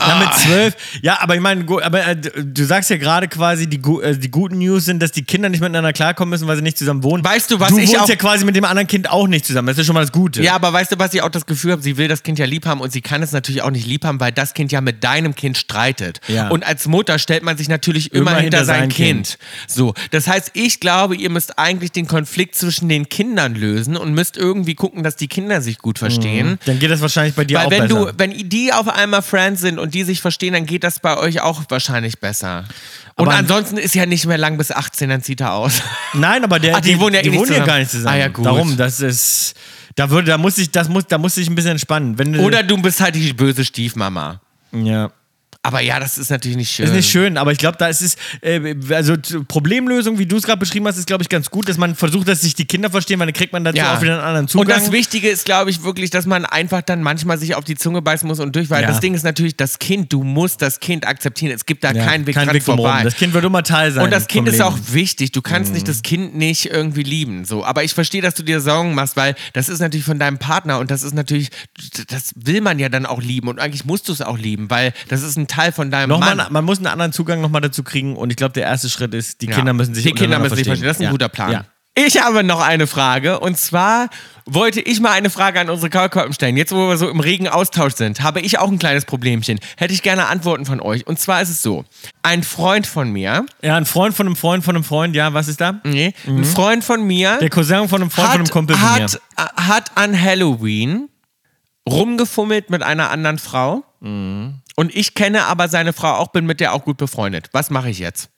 Speaker 2: Ja,
Speaker 1: Ah.
Speaker 2: mit zwölf. Ja, aber ich meine, gu- aber äh, d- du sagst ja gerade quasi, die, gu- äh, die guten News sind, dass die Kinder nicht miteinander klarkommen müssen, weil sie nicht zusammen wohnen.
Speaker 1: Weißt du, was
Speaker 2: du
Speaker 1: ich
Speaker 2: wohnst
Speaker 1: auch-
Speaker 2: ja quasi mit dem anderen Kind auch nicht zusammen. Das ist schon mal das Gute.
Speaker 1: Ja, aber weißt du, was ich auch das Gefühl habe? Sie will das Kind ja lieb haben und sie kann es natürlich auch nicht lieb haben, weil das Kind ja mit deinem Kind streitet.
Speaker 2: Ja.
Speaker 1: Und als Mutter stellt man sich natürlich immer, hinter, sein, kind. So, das heißt, ich glaube, ihr müsst eigentlich den Konflikt zwischen den Kindern lösen und müsst irgendwie gucken, dass die Kinder sich gut verstehen.
Speaker 2: Dann geht das wahrscheinlich bei dir
Speaker 1: Weil
Speaker 2: auch
Speaker 1: wenn
Speaker 2: besser.
Speaker 1: du, wenn die auf einmal Friends sind und die sich verstehen, dann geht das bei euch auch wahrscheinlich besser. Und
Speaker 2: Aber-
Speaker 1: ansonsten ist ja nicht mehr lang bis 18, dann zieht er aus.
Speaker 2: Nein, aber der,
Speaker 1: Ach, die wohnen ja eh nicht zusammen.
Speaker 2: gar nicht zusammen.
Speaker 1: Ah, ja, gut.
Speaker 2: Darum, das ist. Da würde, da muss ich, das muss, da muss ich ein bisschen entspannen. Wenn du,
Speaker 1: [laughs] Oder du bist halt die böse Stiefmama.
Speaker 2: ja.
Speaker 1: Aber ja, das ist natürlich nicht schön.
Speaker 2: Ist nicht schön, aber ich glaube, da ist es, äh, also t- Problemlösung, wie du es gerade beschrieben hast, ist, glaube ich, ganz gut, dass man versucht, dass sich die Kinder verstehen, weil dann kriegt man dazu auch wieder einen anderen Zugang.
Speaker 1: Und das Wichtige ist, glaube ich, wirklich, dass man einfach dann manchmal sich auf die Zunge beißen muss und durch, weil
Speaker 2: Ja.
Speaker 1: das Ding ist natürlich das Kind, du musst das Kind akzeptieren. Es gibt da
Speaker 2: Ja,
Speaker 1: keinen Weg
Speaker 2: kein
Speaker 1: dran
Speaker 2: Weg drumherum.
Speaker 1: vorbei.
Speaker 2: Das Kind wird immer Teil sein.
Speaker 1: und das Kind
Speaker 2: vom
Speaker 1: ist auch
Speaker 2: Leben. Mhm.
Speaker 1: wichtig. Du kannst nicht das Kind nicht irgendwie lieben. So. Aber ich verstehe, dass du dir Sorgen machst, weil das ist natürlich von deinem Partner und das ist natürlich, das will man ja dann auch lieben und eigentlich musst du es auch lieben, weil das ist ein Teil von deinem
Speaker 2: Nochmal,
Speaker 1: Mann.
Speaker 2: einen- man muss einen anderen Zugang nochmal dazu kriegen und ich glaube, der erste Schritt ist, die
Speaker 1: Ja.
Speaker 2: Kinder müssen sich
Speaker 1: Die Kinder müssen
Speaker 2: untereinander
Speaker 1: sich verstehen. Das ist ein
Speaker 2: Ja.
Speaker 1: guter Plan.
Speaker 2: Ja.
Speaker 1: Ich habe noch eine Frage und zwar wollte ich mal eine Frage an unsere Kaulquappen stellen. Jetzt, wo wir so im regen Austausch sind, habe ich auch ein kleines Problemchen. Hätte ich gerne Antworten von euch. Und zwar ist es so: Ein Freund von mir,
Speaker 2: ja, ein Freund von einem Freund von einem Freund, ja, was ist da?
Speaker 1: nee, ein Freund von mir,
Speaker 2: Mhm. Der Cousin von einem Freund von einem Kumpel von mir.
Speaker 1: Hm? hat, äh, hat an Halloween rumgefummelt mit einer anderen Frau.
Speaker 2: Mhm.
Speaker 1: Und ich kenne aber seine Frau auch, bin mit der auch gut befreundet. Was mache ich jetzt?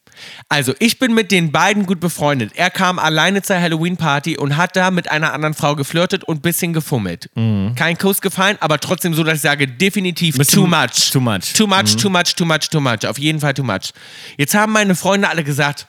Speaker 1: Also, ich bin mit den beiden gut befreundet. Er kam alleine zur Halloween-Party und hat da mit einer anderen Frau geflirtet und ein bisschen gefummelt. Kein Kuss gefallen, aber trotzdem so, dass ich sage, definitiv
Speaker 2: Mhm. Bisschen
Speaker 1: too much.
Speaker 2: too much. Mhm.
Speaker 1: Too much, too much, too much, too much. Auf jeden Fall too much. Jetzt haben meine Freunde alle gesagt,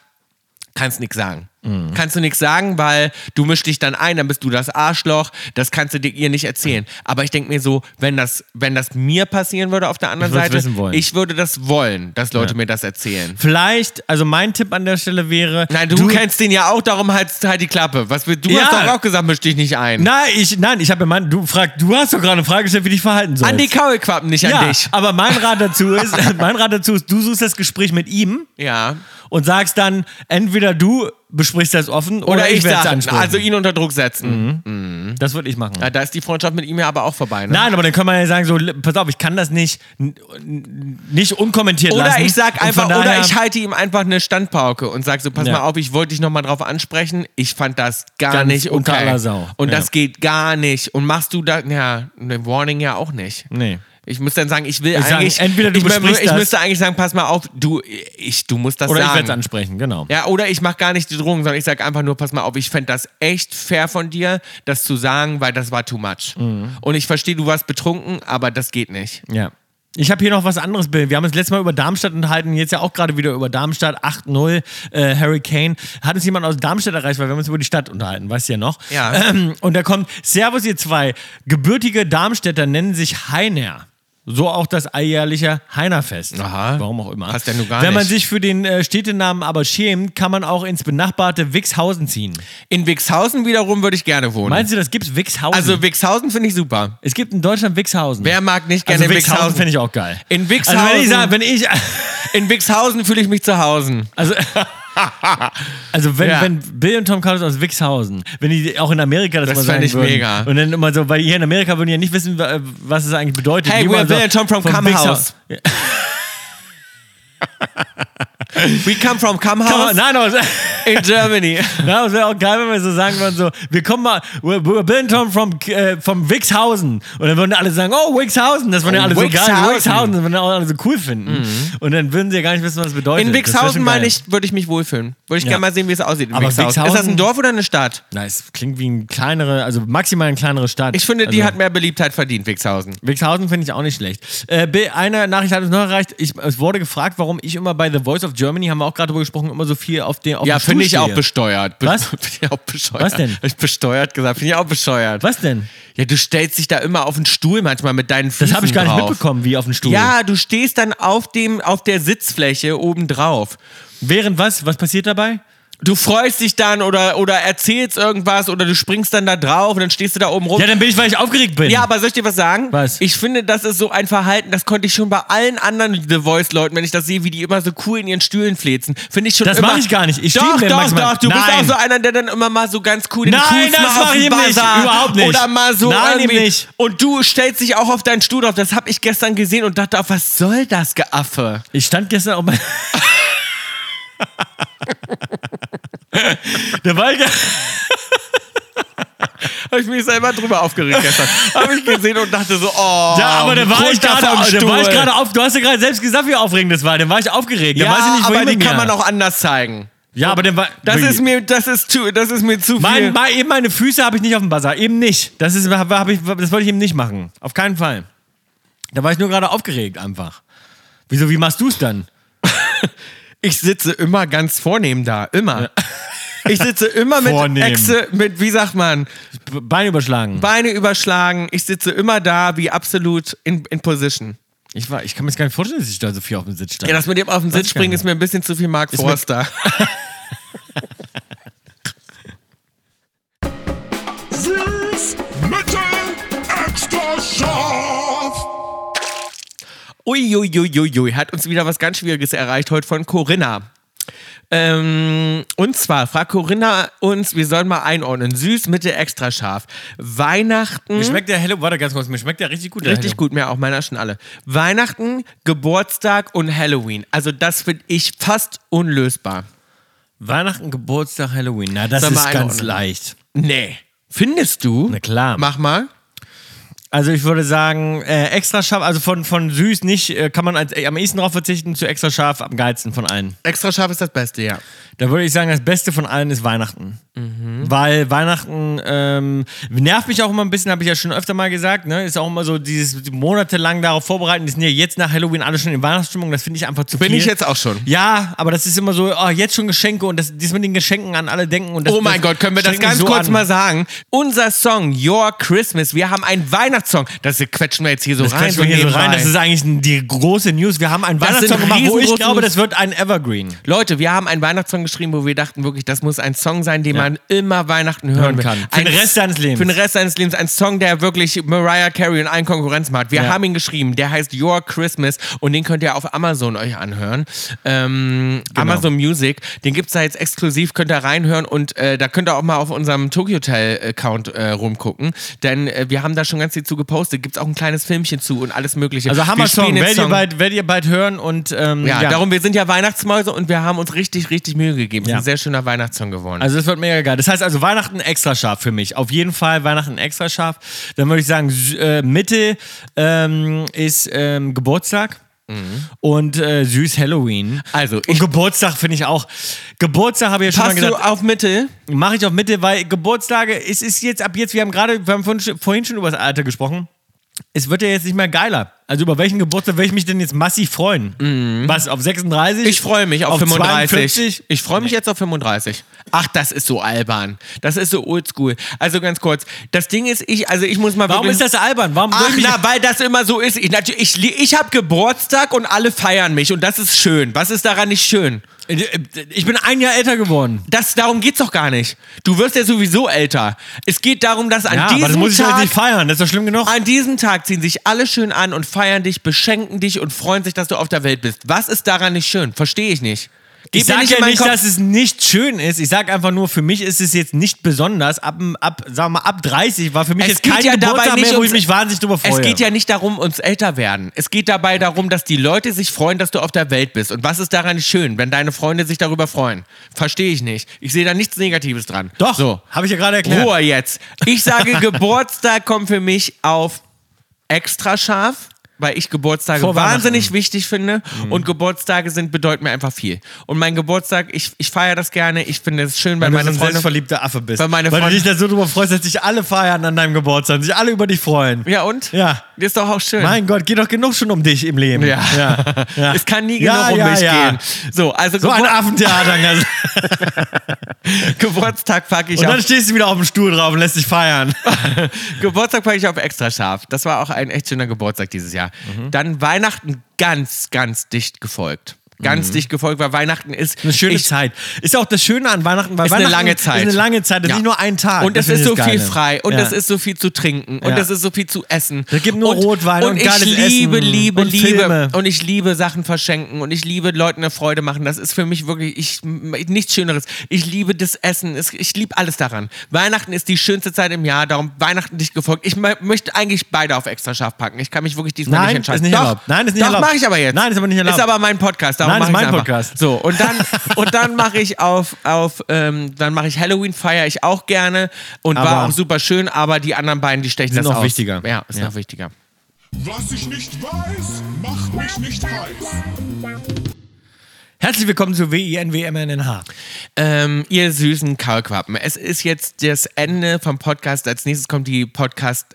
Speaker 1: kannst nix sagen.
Speaker 2: Mhm.
Speaker 1: Kannst du nichts sagen, weil du mischst dich dann ein, dann bist du das Arschloch, das kannst du dir ihr nicht erzählen. Aber ich denke mir so, wenn das, wenn das mir passieren würde auf der anderen
Speaker 2: Ich würd's
Speaker 1: Seite,
Speaker 2: wissen wollen.
Speaker 1: ich würde das wollen, dass Leute mir das erzählen.
Speaker 2: Vielleicht, also mein Tipp an der Stelle wäre.
Speaker 1: Nein, du, kennst den ja auch, darum halt, halt die Klappe. Was, will- du
Speaker 2: Ja.
Speaker 1: hast doch auch gesagt, misch dich nicht ein.
Speaker 2: Nein, ich, nein, ich habe mein, du frag, du hast doch gerade eine Frage gestellt, wie dich verhalten sollst.
Speaker 1: an die Kaulquappen, nicht
Speaker 2: ja,
Speaker 1: an dich.
Speaker 2: aber mein Rat dazu
Speaker 1: [laughs]
Speaker 2: ist, mein Rat dazu ist, du suchst das Gespräch mit ihm
Speaker 1: Ja.
Speaker 2: und sagst dann, entweder du besprichst das offen oder,
Speaker 1: Oder ich
Speaker 2: ich Mhm. werde es
Speaker 1: sag,
Speaker 2: ansprechen.
Speaker 1: also ihn unter Druck setzen.
Speaker 2: das würde ich machen.
Speaker 1: Ja, da ist die Freundschaft mit ihm ja aber auch vorbei. Ne?
Speaker 2: Nein, aber dann kann man ja sagen, so, pass auf, ich kann das nicht, n- n- nicht unkommentiert
Speaker 1: Oder
Speaker 2: lassen.
Speaker 1: ich
Speaker 2: Und
Speaker 1: sag
Speaker 2: von
Speaker 1: einfach,
Speaker 2: daher-
Speaker 1: oder ich halt halte ihm einfach eine Standpauke und sag so, pass
Speaker 2: Ja.
Speaker 1: mal auf, ich wollte dich nochmal drauf ansprechen. Ich fand das gar
Speaker 2: Ganz
Speaker 1: nicht okay.
Speaker 2: unter aller Sau.
Speaker 1: Und
Speaker 2: Ja.
Speaker 1: das geht gar nicht. Und machst du da, ja, ne Warning ja auch nicht.
Speaker 2: Nee.
Speaker 1: Ich muss dann sagen, ich will
Speaker 2: Ich sag,
Speaker 1: eigentlich.
Speaker 2: entweder du
Speaker 1: ich,
Speaker 2: besprichst
Speaker 1: ich
Speaker 2: das.
Speaker 1: müsste eigentlich sagen, pass mal auf, du, ich, du musst das
Speaker 2: Oder ich
Speaker 1: sagen.
Speaker 2: werde es ansprechen, genau.
Speaker 1: Ja, oder ich mache gar nicht die Drohung, sondern ich sage einfach nur, pass mal auf, ich fänd das echt fair von dir, das zu sagen, weil das war too much.
Speaker 2: Mhm.
Speaker 1: Und ich verstehe, du warst betrunken, aber das geht nicht.
Speaker 2: Ja. Ich habe hier noch was anderes. Bill. Wir haben uns letztes Mal über Darmstadt unterhalten, jetzt ja auch gerade wieder über Darmstadt 8-0, äh, Harry Kane. Hat uns jemand aus Darmstadt erreicht, weil wir haben uns über die Stadt unterhalten, weißt du ja noch.
Speaker 1: Ja.
Speaker 2: Ähm, und da kommt, Servus ihr zwei, gebürtige Darmstädter nennen sich Heiner. So auch das alljährliche Heinerfest.
Speaker 1: Aha.
Speaker 2: Warum auch immer.
Speaker 1: Passt ja nur gar
Speaker 2: Wenn man
Speaker 1: nicht.
Speaker 2: sich für den äh, Städtenamen aber schämt, kann man auch ins benachbarte Wixhausen ziehen.
Speaker 1: In Wixhausen wiederum würde ich gerne wohnen.
Speaker 2: Meinst du, das gibt's Wixhausen?
Speaker 1: also Wixhausen finde ich super.
Speaker 2: es gibt in Deutschland Wixhausen.
Speaker 1: Wer mag nicht gerne
Speaker 2: also Wixhausen
Speaker 1: Wixhausen?
Speaker 2: finde ich auch geil.
Speaker 1: In
Speaker 2: also wenn ich
Speaker 1: Wixhausen-
Speaker 2: sage, wenn
Speaker 1: [laughs]
Speaker 2: ich
Speaker 1: In Wixhausen fühle ich mich zu Hause. [laughs]
Speaker 2: Also, also wenn,
Speaker 1: Ja.
Speaker 2: wenn Bill und Tom Carlos aus Wixhausen, wenn die auch in Amerika das,
Speaker 1: Das
Speaker 2: mal sagen
Speaker 1: fänd ich
Speaker 2: würden.
Speaker 1: mega.
Speaker 2: Und dann immer so, weil hier in Amerika würden die ja nicht wissen, wa- was es eigentlich bedeutet.
Speaker 1: Hey,
Speaker 2: Die
Speaker 1: we're
Speaker 2: waren
Speaker 1: Bill and Tom from
Speaker 2: vom
Speaker 1: Come
Speaker 2: Wixhau-
Speaker 1: House. We come from
Speaker 2: Come
Speaker 1: Kamhaus
Speaker 2: on, Nein, aber
Speaker 1: in Germany.
Speaker 2: [laughs] nein, es wäre auch geil, wenn wir so sagen würden, so, wir kommen mal, we're, we're Bill and Tom from, äh, from Wixhausen. Und dann würden alle sagen, oh, Wixhausen, das würden ja
Speaker 1: Oh,
Speaker 2: alle so geil,
Speaker 1: Wixhausen.
Speaker 2: Wixhausen, das würden auch alle so cool finden. Und dann würden sie ja gar nicht wissen, was das bedeutet.
Speaker 1: In
Speaker 2: Das wär
Speaker 1: Wixhausen
Speaker 2: schon
Speaker 1: meine
Speaker 2: geil.
Speaker 1: ich, würde ich mich wohlfühlen. Würde ich
Speaker 2: Ja.
Speaker 1: gerne mal sehen, wie es aussieht in
Speaker 2: Aber
Speaker 1: Wixhausen. Ist das
Speaker 2: Wixhausen-
Speaker 1: ein Dorf oder eine Stadt?
Speaker 2: Na, es klingt wie eine kleinere, also maximal eine kleinere Stadt.
Speaker 1: Ich finde, die
Speaker 2: also,
Speaker 1: hat mehr Beliebtheit verdient, Wixhausen.
Speaker 2: Wixhausen finde ich auch nicht schlecht. Äh, Bill, eine Nachricht hat uns noch erreicht. Ich, es wurde gefragt, warum ich immer bei The Voice of Germany, haben wir auch gerade drüber gesprochen, immer so viel auf den auf
Speaker 1: Ja,
Speaker 2: dem Stuhl
Speaker 1: finde ich auch
Speaker 2: stehe.
Speaker 1: besteuert. Be
Speaker 2: Was?
Speaker 1: [laughs] Finde ich auch besteuert.
Speaker 2: Was denn?
Speaker 1: Hab Ich besteuert gesagt, finde ich auch besteuert.
Speaker 2: Was denn?
Speaker 1: Ja, du stellst dich da immer auf den Stuhl manchmal mit deinen Füßen
Speaker 2: Das habe ich gar nicht
Speaker 1: drauf.
Speaker 2: mitbekommen, wie auf dem Stuhl.
Speaker 1: Ja, du stehst dann auf dem auf der Sitzfläche oben drauf.
Speaker 2: Während was? Was passiert dabei?
Speaker 1: Du freust dich dann oder oder erzählst irgendwas oder du springst dann da drauf und dann stehst du da oben rum.
Speaker 2: Ja, dann bin ich, weil ich aufgeregt bin.
Speaker 1: Ja, aber soll ich dir was sagen?
Speaker 2: Was?
Speaker 1: Ich finde, das ist so ein Verhalten, das konnte ich schon bei allen anderen The Voice-Leuten, wenn ich das sehe, wie die immer so cool in ihren Stühlen flezen. Finde ich schon
Speaker 2: Das
Speaker 1: immer...
Speaker 2: mach ich gar nicht. Ich steh
Speaker 1: doch,
Speaker 2: mir
Speaker 1: doch,
Speaker 2: manchmal-
Speaker 1: doch. Du bist
Speaker 2: Nein.
Speaker 1: auch so einer, der dann immer mal so ganz cool den
Speaker 2: Nein,
Speaker 1: Fuß
Speaker 2: das
Speaker 1: mal
Speaker 2: mach
Speaker 1: auf
Speaker 2: ich
Speaker 1: den
Speaker 2: eben nicht.
Speaker 1: Bazar
Speaker 2: Überhaupt nicht.
Speaker 1: Oder mal so
Speaker 2: Nein, eben
Speaker 1: irgendwie.
Speaker 2: nicht.
Speaker 1: Und du stellst dich auch auf deinen Stuhl auf. Das habe ich gestern gesehen und dachte, auf was soll das, Geaffe?
Speaker 2: Ich stand gestern [laughs] auf meinem. Der Walker.
Speaker 1: Habe ich mich selber drüber aufgeregt gestern. habe ich gesehen und dachte so, oh.
Speaker 2: Ja, aber da war ich
Speaker 1: runter
Speaker 2: gerade
Speaker 1: vom
Speaker 2: da war ich
Speaker 1: Stuhl.
Speaker 2: gerade auf. Du hast ja gerade selbst gesagt, wie aufregend das war. Dann war ich aufgeregt.
Speaker 1: Ja,
Speaker 2: dann weiß ich nicht,
Speaker 1: aber
Speaker 2: wohin
Speaker 1: die
Speaker 2: mit
Speaker 1: kann
Speaker 2: mir.
Speaker 1: man auch anders zeigen.
Speaker 2: Ja, aber dann war.
Speaker 1: Das ist mir, das ist zu, das ist mir zu viel.
Speaker 2: Mein, mein, eben meine Füße habe ich nicht auf dem Bazar. Eben nicht. Das, ist, hab, hab ich, das wollte ich eben nicht machen. Auf keinen Fall. Da war ich nur gerade aufgeregt einfach. Wieso, wie machst du es dann?
Speaker 1: Ich sitze immer ganz vornehm da, immer. [laughs] Ich sitze immer mit
Speaker 2: Vornehm.
Speaker 1: Echse, mit, wie sagt man,
Speaker 2: B- Bein überschlagen.
Speaker 1: Beine überschlagen. Ich sitze immer da, wie absolut in, in Position.
Speaker 2: Ich, war, ich kann mir jetzt gar nicht vorstellen, dass ich da so viel auf dem Sitz stand.
Speaker 1: Ja, das mit dem auf den Sitz
Speaker 2: ich gar
Speaker 1: springen
Speaker 2: nicht.
Speaker 1: ist mir ein bisschen zu viel Mark
Speaker 2: mir-
Speaker 1: Forster.
Speaker 3: Süß, mittel, extra scharf.
Speaker 1: Uiuiuiui, hat uns wieder was ganz Schwieriges erreicht heute von Corinna. Ähm, und zwar fragt Corinna uns, wir sollen mal einordnen. Süß, Mitte, extra scharf. Weihnachten.
Speaker 2: mir schmeckt der Hello, warte ganz kurz, mir schmeckt der richtig gut. der
Speaker 1: Richtig
Speaker 2: Hello.
Speaker 1: gut, mir auch, meiner schon alle. Weihnachten, Geburtstag und Halloween. Also das finde ich fast unlösbar.
Speaker 2: Weihnachten, Geburtstag, Halloween. Na, das
Speaker 1: Sollen wir
Speaker 2: ist ganz
Speaker 1: einordnen?
Speaker 2: leicht.
Speaker 1: Nee. Findest du?
Speaker 2: Na klar.
Speaker 1: Mach mal.
Speaker 2: Also ich würde sagen, äh, extra scharf, also von, von süß nicht, äh, kann man als, äh, am ehesten drauf verzichten, zu extra scharf am geilsten von allen.
Speaker 1: Extra scharf ist das Beste, ja.
Speaker 2: Da würde ich sagen, das Beste von allen ist Weihnachten. Weil Weihnachten ähm, nervt mich auch immer ein bisschen, habe ich ja schon öfter mal gesagt. Ne? Ist auch immer so dieses monatelang darauf vorbereiten. Die sind ja jetzt nach Halloween alle schon in Weihnachtsstimmung. Das finde ich einfach zu
Speaker 1: Bin
Speaker 2: viel.
Speaker 1: ich jetzt auch schon.
Speaker 2: Ja, aber das ist immer so, oh, jetzt schon Geschenke und das, dies mit den Geschenken an alle denken. Und das,
Speaker 1: Oh mein
Speaker 2: das
Speaker 1: Gott, können wir das
Speaker 2: strengt mich
Speaker 1: ganz
Speaker 2: so
Speaker 1: kurz
Speaker 2: an.
Speaker 1: mal sagen? Unser Song Your Christmas, wir haben einen Weihnachtssong. Das quetschen wir jetzt hier so
Speaker 2: Das
Speaker 1: rein.
Speaker 2: rein, hier so
Speaker 1: nebenbei.
Speaker 2: rein. Das ist eigentlich die große News. Wir haben einen
Speaker 1: Das
Speaker 2: Weihnachtssong
Speaker 1: sind
Speaker 2: gemacht, wo ich
Speaker 1: riesengroße
Speaker 2: glaube,
Speaker 1: News.
Speaker 2: das wird ein Evergreen.
Speaker 1: Leute, wir haben einen Weihnachtssong geschrieben, wo wir dachten wirklich, das muss ein Song sein, den man immer Weihnachten hören,
Speaker 2: Hören kann.
Speaker 1: Will.
Speaker 2: Für den
Speaker 1: Ein-
Speaker 2: Rest seines Lebens.
Speaker 1: Für den Rest seines Lebens. Ein Song, der wirklich Mariah Carey und allen Konkurrenz macht. Wir
Speaker 2: Ja.
Speaker 1: haben ihn geschrieben. Der heißt Your Christmas und den könnt ihr auf Amazon euch anhören. Ähm,
Speaker 2: Genau.
Speaker 1: Amazon Music. Den gibt's da jetzt exklusiv. Könnt ihr reinhören und äh, da könnt ihr auch mal auf unserem Tokyo Hotel Account äh, rumgucken. Denn äh, wir haben da schon ganz viel zu gepostet. Gibt's auch ein kleines Filmchen zu und alles Mögliche.
Speaker 2: Also
Speaker 1: Wir
Speaker 2: Hammer-Song.
Speaker 1: spielen den
Speaker 2: Werdet ihr,
Speaker 1: Song-
Speaker 2: bald- werdet ihr bald hören und ähm,
Speaker 1: ja, darum, wir sind ja Weihnachtsmäuse und wir haben uns richtig, richtig Mühe gegeben.
Speaker 2: Ja.
Speaker 1: Ist ein sehr schöner Weihnachtssong geworden.
Speaker 2: Also es wird mega geil. Das heißt also Weihnachten extra scharf für mich. Auf jeden Fall Weihnachten extra scharf. Dann würde ich sagen, sü- äh, Mitte ähm, ist ähm, Geburtstag. Und äh, süß Halloween.
Speaker 1: Also,
Speaker 2: und
Speaker 1: ich-
Speaker 2: Geburtstag finde ich auch. Geburtstag habe ich ja schon mal
Speaker 1: Passt du
Speaker 2: gesagt,
Speaker 1: auf Mitte?
Speaker 2: mache ich auf Mitte, weil Geburtstage, es ist jetzt ab jetzt, wir haben gerade, wir haben vorhin schon- vorhin schon über das Alter gesprochen. Es wird ja jetzt nicht mehr geiler. Also über welchen Geburtstag würde ich mich denn jetzt massiv freuen? Was, auf 36?
Speaker 1: Mhm. Ich freue mich auf, 35.
Speaker 2: 42?
Speaker 1: Ich freue mich jetzt auf 35. Ach, das ist so albern. Das ist so oldschool. Also ganz kurz. Das Ding ist, ich, also ich muss mal
Speaker 2: Warum
Speaker 1: wirklich
Speaker 2: ist das albern? Warum
Speaker 1: Ach,
Speaker 2: soll ich mich-
Speaker 1: na, weil das immer so ist. Ich, natürlich- ich, li- ich habe Geburtstag und alle feiern mich und das ist schön. Was ist daran nicht schön?
Speaker 2: [laughs]
Speaker 1: Äh,
Speaker 2: Ich bin ein Jahr älter geworden.
Speaker 1: Das, darum geht's doch gar nicht. Du wirst ja sowieso älter. Es geht darum, dass an
Speaker 2: Ja,
Speaker 1: diesem
Speaker 2: aber das muss ich doch jetzt
Speaker 1: Tag
Speaker 2: nicht feiern, das ist doch schlimm genug.
Speaker 1: An diesem Tag ziehen sich alle schön an und feiern dich, beschenken dich und freuen sich, dass du auf der Welt bist. Was ist daran nicht schön? Verstehe ich nicht. Gib
Speaker 2: Ich
Speaker 1: mir
Speaker 2: sage
Speaker 1: in
Speaker 2: ja
Speaker 1: meinen
Speaker 2: nicht,
Speaker 1: Kopf-
Speaker 2: dass es nicht schön ist. Ich sage einfach nur, für mich ist es jetzt nicht besonders. Ab, ab, sagen wir mal, ab 30 war für mich
Speaker 1: Es
Speaker 2: jetzt
Speaker 1: geht
Speaker 2: kein
Speaker 1: ja dabei
Speaker 2: Geburtstag
Speaker 1: nicht
Speaker 2: mehr, wo ich
Speaker 1: ums-
Speaker 2: mich wahnsinnig drüber freue.
Speaker 1: es geht ja nicht darum, uns älter werden. Es geht dabei darum, dass die Leute sich freuen, dass du auf der Welt bist. Und was ist daran nicht schön, wenn deine Freunde sich darüber freuen? Verstehe ich nicht. Ich sehe da nichts Negatives dran.
Speaker 2: Doch,
Speaker 1: So.
Speaker 2: habe ich ja gerade erklärt.
Speaker 1: Ruhe jetzt.
Speaker 2: [laughs]
Speaker 1: Ich sage, Geburtstag kommt für mich auf extra scharf, weil ich Geburtstage
Speaker 2: Vor Weihnachten. Mhm.
Speaker 1: wahnsinnig wichtig finde. Und Geburtstage sind, bedeuten mir einfach viel. Und mein Geburtstag, ich, ich feiere das gerne. Ich finde es schön,
Speaker 2: Wenn
Speaker 1: weil
Speaker 2: du
Speaker 1: meine
Speaker 2: so ein
Speaker 1: Freunde.
Speaker 2: selbstverliebter Affe bist.
Speaker 1: Weil meine
Speaker 2: weil du
Speaker 1: Freunde-
Speaker 2: dich da so drüber freust, dass dich alle feiern an deinem Geburtstag, sich alle über dich freuen.
Speaker 1: Ja, und?
Speaker 2: Ja.
Speaker 1: Ist doch auch schön.
Speaker 2: Mein Gott, geht doch genug schon um dich im Leben.
Speaker 1: Ja.
Speaker 2: ja. ja.
Speaker 1: Es kann nie
Speaker 2: Ja,
Speaker 1: genau um
Speaker 2: ja,
Speaker 1: mich
Speaker 2: ja.
Speaker 1: gehen. So, also
Speaker 2: So ein
Speaker 1: Gebur [laughs]
Speaker 2: Affentheater. ganz-
Speaker 1: Geburtstag packe ich
Speaker 2: Und
Speaker 1: auf.
Speaker 2: dann stehst du wieder auf dem Stuhl drauf und lässt dich feiern.
Speaker 1: Geburtstag packe ich auf extra scharf. Das war auch ein echt schöner Geburtstag dieses Jahr.
Speaker 2: Mhm.
Speaker 1: Dann Weihnachten ganz, ganz dicht gefolgt. Ganz dicht gefolgt, weil Weihnachten ist
Speaker 2: Mhm. Eine schöne
Speaker 1: ich,
Speaker 2: Zeit. Ist auch das Schöne an Weihnachten, weil
Speaker 1: Ist eine
Speaker 2: Weihnachten
Speaker 1: lange Zeit.
Speaker 2: ist eine lange Zeit, das
Speaker 1: Ja.
Speaker 2: ist nicht nur ein Tag.
Speaker 1: Und
Speaker 2: Das
Speaker 1: es
Speaker 2: finde
Speaker 1: ist
Speaker 2: ich
Speaker 1: so
Speaker 2: das
Speaker 1: viel
Speaker 2: Geile.
Speaker 1: frei und
Speaker 2: Ja.
Speaker 1: es ist so viel zu trinken und
Speaker 2: Ja.
Speaker 1: es ist so viel zu essen.
Speaker 2: Es gibt nur
Speaker 1: und,
Speaker 2: Rotwein und geiles
Speaker 1: ich liebe,
Speaker 2: Essen
Speaker 1: liebe,
Speaker 2: und
Speaker 1: liebe
Speaker 2: Filme.
Speaker 1: und ich liebe Sachen verschenken und ich liebe Leuten eine Freude machen. Das ist für mich wirklich ich, m- nichts Schöneres. Ich liebe das Essen, Es- ich liebe alles daran. Weihnachten ist die schönste Zeit im Jahr, darum Weihnachten dich gefolgt. Ich mö- möchte eigentlich beide auf extra scharf packen. Ich kann mich wirklich diesmal
Speaker 2: Nein,
Speaker 1: nicht entscheiden.
Speaker 2: ist nicht
Speaker 1: Doch,
Speaker 2: erlaubt. Nein, ist nicht
Speaker 1: doch,
Speaker 2: erlaubt.
Speaker 1: mache ich aber jetzt.
Speaker 2: Nein, ist aber nicht erlaubt.
Speaker 1: Ist aber mein Podcast, darum
Speaker 2: Nein,
Speaker 1: mache
Speaker 2: ist
Speaker 1: ich
Speaker 2: mein
Speaker 1: einfach.
Speaker 2: Podcast.
Speaker 1: So, und
Speaker 2: [laughs]
Speaker 1: dann, und dann mache ich auf, auf ähm, dann mache ich Halloween, feiere ich auch gerne und war
Speaker 2: Aber-
Speaker 1: auch super schön, aber die anderen beiden, die stechen
Speaker 2: Sind
Speaker 1: das
Speaker 2: noch
Speaker 1: aus.
Speaker 2: wichtiger.
Speaker 1: Ja, ist
Speaker 2: Ja.
Speaker 1: noch wichtiger.
Speaker 3: Was ich nicht weiß, macht mich nicht heiß.
Speaker 2: Herzlich willkommen zu WINWMNH.
Speaker 1: Ähm, ihr süßen Kaulquappen, es ist jetzt das Ende vom Podcast. Als nächstes kommt die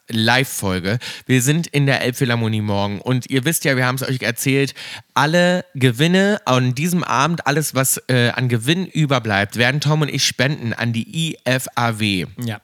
Speaker 1: Podcast-Live-Folge. Wir sind in der Elbphilharmonie morgen und ihr wisst ja, wir haben es euch erzählt, alle Gewinne an diesem Abend, alles, was äh, an Gewinn überbleibt, werden Tom und ich spenden an die IFAW.
Speaker 2: Ja.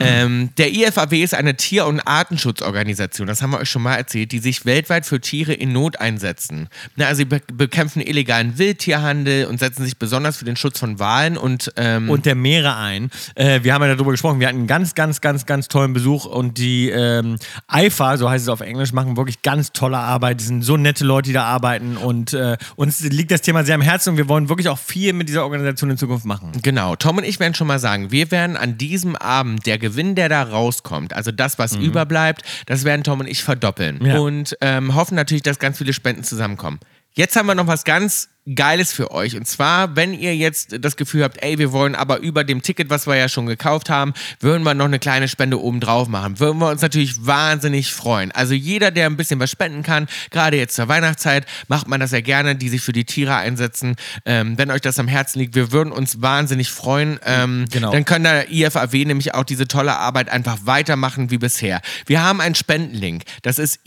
Speaker 1: Ähm, der IFAW ist eine Tier- und Artenschutzorganisation, das haben wir euch schon mal erzählt, die sich weltweit für Tiere in Not einsetzen. Na, also sie be bekämpfen illegalen Wildtierhandel und setzen sich besonders für den Schutz von Wahlen und, ähm,
Speaker 2: Und der Meere ein. Äh, wir haben ja darüber gesprochen. Wir hatten einen ganz, ganz, ganz, ganz tollen Besuch und die ähm, IFA, so heißt es auf Englisch, machen wirklich ganz tolle Arbeit. Es sind so nette Leute, die da arbeiten und äh, uns liegt das Thema sehr am Herzen und wir wollen wirklich auch viel mit dieser Organisation in Zukunft machen.
Speaker 1: Genau, Tom und ich werden schon mal sagen, wir werden an diesem Abend der Gewinn, der da rauskommt, also das, was überbleibt, das werden Tom und ich verdoppeln.
Speaker 2: Mhm. Ja.
Speaker 1: Und ähm, hoffen natürlich, dass ganz viele Spenden zusammenkommen. Jetzt haben wir noch was ganz Geiles für euch. Und zwar, wenn ihr jetzt das Gefühl habt, ey, wir wollen aber über dem Ticket, was wir ja schon gekauft haben, würden wir noch eine kleine Spende oben drauf machen. Würden wir uns natürlich wahnsinnig freuen. Also jeder, der ein bisschen was spenden kann, gerade jetzt zur Weihnachtszeit, macht man das ja gerne, die sich für die Tiere einsetzen. Ähm, wenn euch das am Herzen liegt, wir würden uns wahnsinnig freuen. Ähm,
Speaker 2: Genau.
Speaker 1: Dann können der IFAW nämlich auch diese tolle Arbeit einfach weitermachen wie bisher. Wir haben einen Spendenlink. Das ist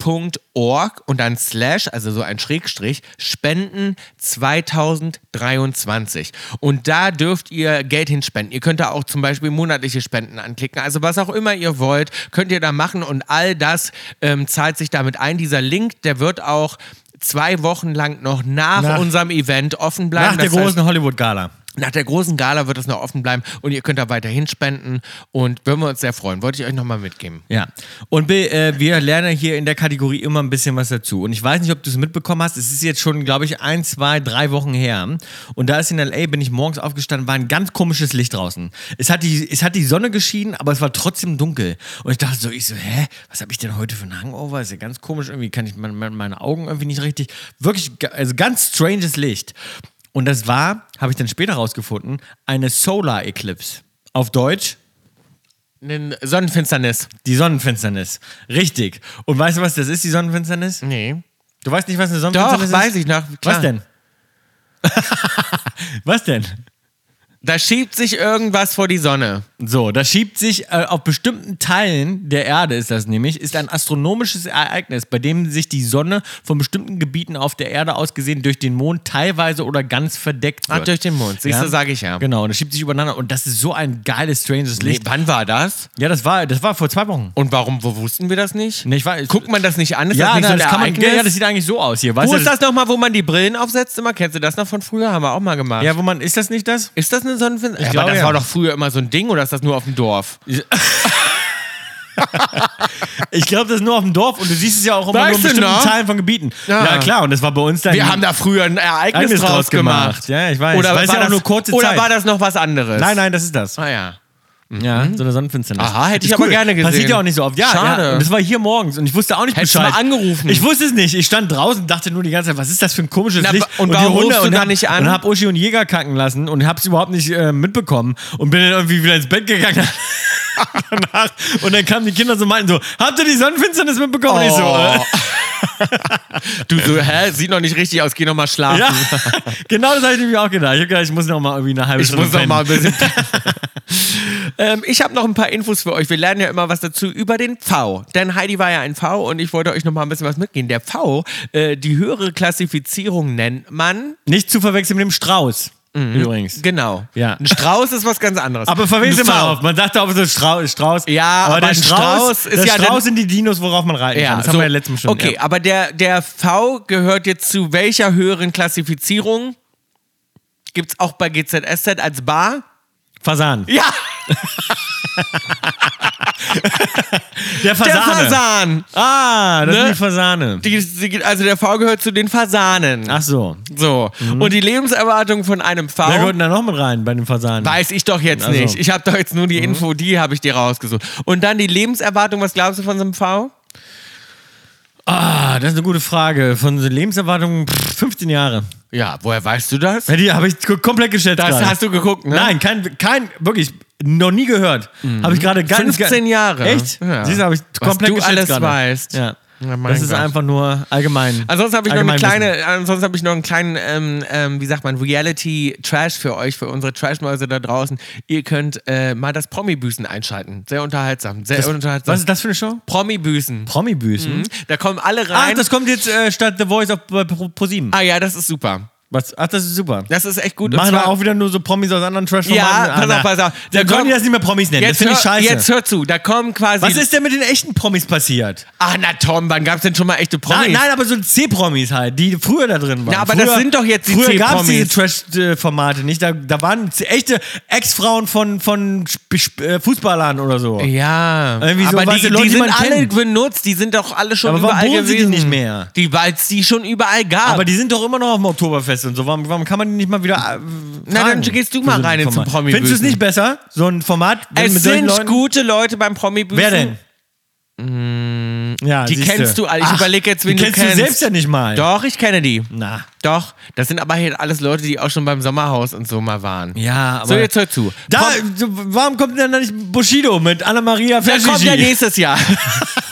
Speaker 1: ifaw.org und dann Slash, also so ein Schrägstrich, Spenden 2023. Und da dürft ihr Geld hinspenden. Ihr könnt da auch zum Beispiel monatliche Spenden anklicken. Also was auch immer ihr wollt, könnt ihr da machen. Und all das ähm, zahlt sich damit ein. Dieser Link, der wird auch zwei Wochen lang noch nach,
Speaker 2: Nach-
Speaker 1: unserem Event offen bleiben.
Speaker 2: Nach der
Speaker 1: Das heißt,
Speaker 2: großen Hollywood-Gala.
Speaker 1: nach der großen Gala wird es noch offen bleiben und ihr könnt da weiterhin spenden und würden wir uns sehr freuen. Wollte ich euch nochmal mitgeben.
Speaker 2: Ja. Und Bill, äh, wir lernen hier in der Kategorie immer ein bisschen was dazu. Und ich weiß nicht, ob du es mitbekommen hast. Es ist jetzt schon, glaube ich, ein, zwei, drei Wochen her. Und da ist in L.A. bin ich morgens aufgestanden, war ein ganz komisches Licht draußen. Es hat die, es hat die Sonne geschienen, aber es war trotzdem dunkel. Und ich dachte so, ich so, hä, was habe ich denn heute für ein Hangover? Ist ja ganz komisch. Irgendwie kann ich meine, meine Augen irgendwie nicht richtig. Wirklich, ga- also ganz stranges Licht. Und das war, habe ich dann später rausgefunden, eine Solar Eclipse. Auf Deutsch
Speaker 1: Eine Sonnenfinsternis.
Speaker 2: die Sonnenfinsternis. Richtig. Und weißt du, was das ist, die Sonnenfinsternis?
Speaker 1: Nee.
Speaker 2: Du weißt nicht, was eine
Speaker 1: Doch,
Speaker 2: Sonnenfinsternis ist?
Speaker 1: weiß ich noch. Klar.
Speaker 2: Was denn? [laughs] was denn?
Speaker 1: Da schiebt sich irgendwas vor die Sonne.
Speaker 2: So, da schiebt sich äh, auf bestimmten Teilen der Erde, ist das nämlich, ist ein astronomisches Ereignis, bei dem sich die Sonne von bestimmten Gebieten auf der Erde aus gesehen durch den Mond teilweise oder ganz verdeckt
Speaker 1: Ach,
Speaker 2: wird.
Speaker 1: Ah, durch den Mond. Siehst du, sag ich ja.
Speaker 2: Genau, und das schiebt sich übereinander und das ist so ein geiles, stranges
Speaker 1: Nee,
Speaker 2: Licht.
Speaker 1: wann war das?
Speaker 2: Ja, das war, das war vor zwei Wochen.
Speaker 1: Und warum wo wussten wir das nicht?
Speaker 2: Nee, ich war,
Speaker 1: Guckt man das nicht an? Ist
Speaker 2: ja,
Speaker 1: das nicht
Speaker 2: na,
Speaker 1: so ein
Speaker 2: das kann man,
Speaker 1: Ereignis?
Speaker 2: ja, das sieht eigentlich so aus hier. Weißt
Speaker 1: wo
Speaker 2: du,
Speaker 1: ist das nochmal, wo man die Brillen aufsetzt? Immer kennst du das noch von früher? Haben wir auch mal gemacht.
Speaker 2: Ja, wo man, ist das nicht das?
Speaker 1: Ist das eine Sonnenfinsternis? Ja,
Speaker 2: glaube,
Speaker 1: aber das
Speaker 2: ja.
Speaker 1: war doch früher immer so ein Ding oder ist das nur auf dem Dorf?
Speaker 2: Ich glaube, das ist nur auf dem Dorf und du siehst es ja auch immer
Speaker 1: Weißt
Speaker 2: nur in
Speaker 1: du
Speaker 2: bestimmten
Speaker 1: noch?
Speaker 2: Zahlen von Gebieten. Ja.
Speaker 1: Ja.
Speaker 2: klar, und das war bei uns dann.
Speaker 1: Wir haben da früher ein Ereignis
Speaker 2: Ereignis draus
Speaker 1: draus gemacht.
Speaker 2: gemacht. Ja, ich weiß.
Speaker 1: Oder
Speaker 2: Weil es
Speaker 1: war
Speaker 2: ja auch
Speaker 1: das,
Speaker 2: nur kurze
Speaker 1: oder
Speaker 2: Zeit.
Speaker 1: war das noch was anderes?
Speaker 2: nein, nein, das ist das.
Speaker 1: Ah ja.
Speaker 2: Ja, Mhm. so eine Sonnenfinsternis.
Speaker 1: Aha, hätte
Speaker 2: Ist
Speaker 1: ich aber gerne gesehen.
Speaker 2: Passiert ja auch nicht so oft. Ja,
Speaker 1: Schade.
Speaker 2: ja. Und das war hier morgens und ich wusste auch nicht
Speaker 1: Hättest
Speaker 2: Bescheid.
Speaker 1: du mal angerufen.
Speaker 2: Ich wusste es nicht. Ich stand draußen und dachte nur die ganze Zeit, was ist das für ein komisches
Speaker 1: Na,
Speaker 2: Licht?
Speaker 1: und warum rufst du
Speaker 2: und
Speaker 1: da
Speaker 2: hab,
Speaker 1: nicht an?
Speaker 2: Und hab Uschi und Jäger kacken lassen und hab's überhaupt nicht äh, mitbekommen und bin dann irgendwie wieder ins Bett gegangen. [laughs] Danach. Und dann kamen die Kinder so und meinten so, habt ihr die Sonnenfinsternis mitbekommen? Und ich so, äh,
Speaker 1: Oh. [laughs] du so, hä? Sieht noch nicht richtig aus, geh nochmal schlafen.
Speaker 2: äh, [laughs] Ja, genau das habe ich nämlich auch gedacht. Ich habe gedacht, ich muss noch mal irgendwie eine halbe
Speaker 1: Ich
Speaker 2: Stunde
Speaker 1: muss noch
Speaker 2: pennen.
Speaker 1: mal
Speaker 2: [laughs]
Speaker 1: ein bisschen. ähm, ich habe noch ein paar Infos für euch. Wir lernen ja immer was dazu über den V. Denn Heidi war ja ein V und ich wollte euch noch mal ein bisschen was mitgehen. Der V, äh, die höhere Klassifizierung nennt man.
Speaker 2: Nicht zu verwechseln mit dem Strauß, übrigens.
Speaker 1: Genau.
Speaker 2: Ja.
Speaker 1: Ein Strauß ist was ganz anderes.
Speaker 2: Aber verwechseln
Speaker 1: Ein
Speaker 2: mal
Speaker 1: V.
Speaker 2: auf. Man dachte auf so Strau Strauß.
Speaker 1: Ja, aber
Speaker 2: der
Speaker 1: ein Strauß ist
Speaker 2: der
Speaker 1: ja
Speaker 2: Strauß
Speaker 1: dann-
Speaker 2: sind die Dinos, worauf man reiten kann. Das haben wir ja letztens schon.
Speaker 1: Okay,
Speaker 2: ja.
Speaker 1: aber der, der V gehört jetzt zu welcher höheren Klassifizierung? Gibt's auch bei GZSZ als Bar?
Speaker 2: Fasan.
Speaker 1: Ja,
Speaker 2: Der Fasane.
Speaker 1: der Fasan.
Speaker 2: Ah, das
Speaker 1: Ne?
Speaker 2: sind die Fasane.
Speaker 1: Die, die, also der V gehört zu den Fasanen.
Speaker 2: Ach Mhm. so.
Speaker 1: So. Und die Lebenserwartung von einem V.
Speaker 2: Wer gehört denn da noch mit rein bei den Fasanen?
Speaker 1: Weiß ich doch jetzt
Speaker 2: Also. Mhm.
Speaker 1: nicht. Ich habe doch jetzt nur die Info, die habe ich dir rausgesucht. Und dann die Lebenserwartung, was glaubst du von so einem V?
Speaker 2: Ah, das ist eine gute Frage. Von so Lebenserwartung pff, 15 Jahre.
Speaker 1: Ja, woher weißt du das?
Speaker 2: Ja, die habe ich k- komplett geschätzt.
Speaker 1: Das
Speaker 2: gerade.
Speaker 1: hast du geguckt, ne?
Speaker 2: Nein, kein, kein, wirklich, noch nie gehört. Habe ich gerade ganz
Speaker 1: 15 Jahre.
Speaker 2: Echt?
Speaker 1: Ja.
Speaker 2: Siehst du, habe ich
Speaker 1: Was
Speaker 2: komplett
Speaker 1: du
Speaker 2: geschätzt
Speaker 1: alles
Speaker 2: gerade.
Speaker 1: weißt.
Speaker 2: Ja.
Speaker 1: Ja, mein
Speaker 2: das ist
Speaker 1: Gott.
Speaker 2: einfach nur allgemein.
Speaker 1: Ansonsten habe ich noch eine
Speaker 2: allgemein
Speaker 1: kleine, ansonsten habe ich noch einen kleinen, ähm, ähm, wie sagt man, Reality-Trash für euch, für unsere Trash-Mäuse da draußen. Ihr könnt äh, mal das Promi-Büßen einschalten. Sehr unterhaltsam. Sehr
Speaker 2: Wissen.
Speaker 1: unterhaltsam.
Speaker 2: Was ist das für eine Show?
Speaker 1: Promi-Büßen.
Speaker 2: Promi-Büßen.
Speaker 1: Da kommen alle
Speaker 2: Ach,
Speaker 1: rein.
Speaker 2: das kommt jetzt äh, statt The Voice auf äh, Pro- ProSieben.
Speaker 1: ah ja, das ist super.
Speaker 2: Was? Ach, das ist super.
Speaker 1: Das ist echt gut. Und
Speaker 2: Machen wir
Speaker 1: zwar-
Speaker 2: auch wieder nur so Promis aus anderen trash
Speaker 1: Ja, pass auf,
Speaker 2: Dann
Speaker 1: pass auf. Da
Speaker 2: können die
Speaker 1: kommt-
Speaker 2: das nicht mehr Promis nennen. das
Speaker 1: Jetzt,
Speaker 2: finde ich
Speaker 1: hör,
Speaker 2: scheiße.
Speaker 1: jetzt hör zu, da kommen quasi.
Speaker 2: Was ist denn mit den echten Promis passiert?
Speaker 1: Ach na Tom, wann gab's denn schon mal echte Promis?
Speaker 2: Nein, nein, aber so C-Promis halt, die früher da drin waren.
Speaker 1: Na, aber
Speaker 2: früher,
Speaker 1: das sind doch jetzt die
Speaker 2: Früher gab es diese
Speaker 1: C-Promis.
Speaker 2: Trash-Formate nicht. Da, da waren echte Ex-Frauen von, von Sp- Sp- äh, Fußballern oder so.
Speaker 1: Ja,
Speaker 2: Irgendwie so,
Speaker 1: aber
Speaker 2: weißt
Speaker 1: die,
Speaker 2: du, Leute,
Speaker 1: die
Speaker 2: die
Speaker 1: sind
Speaker 2: man
Speaker 1: alle
Speaker 2: kennt.
Speaker 1: benutzt, die sind doch alle schon
Speaker 2: Aber warum
Speaker 1: überall
Speaker 2: holen sie die
Speaker 1: gewesen.
Speaker 2: nicht mehr?
Speaker 1: Die, weil es die schon überall gab.
Speaker 2: Aber die sind doch immer noch auf dem Oktoberfest und so. Warum, warum kann man die nicht mal wieder. Äh,
Speaker 1: Na,
Speaker 2: fragen?
Speaker 1: dann gehst du
Speaker 2: Für
Speaker 1: mal
Speaker 2: so ein
Speaker 1: rein in
Speaker 2: Format.
Speaker 1: zum Promi-Büßen.
Speaker 2: Findest du es nicht besser? So ein Format
Speaker 1: es
Speaker 2: solchen
Speaker 1: sind gute Leute beim Promi-Büßen.
Speaker 2: Wer denn? Ja,
Speaker 1: Mm, die
Speaker 2: siehste.
Speaker 1: kennst du alle. Ich
Speaker 2: Ach,
Speaker 1: überlege jetzt,
Speaker 2: die
Speaker 1: wen du
Speaker 2: kennst
Speaker 1: kennst.
Speaker 2: du selbst ja nicht mal.
Speaker 1: Doch, ich kenne die.
Speaker 2: Na.
Speaker 1: Doch, das sind aber hier alles Leute, die auch schon beim Sommerhaus und so mal waren.
Speaker 2: Ja, aber.
Speaker 1: So, jetzt hör zu.
Speaker 2: Da,
Speaker 1: Pop-
Speaker 2: warum kommt denn da nicht Bushido mit Anna-Maria
Speaker 1: da kommt ja
Speaker 2: Ferschigi?
Speaker 1: nächstes Jahr. [laughs]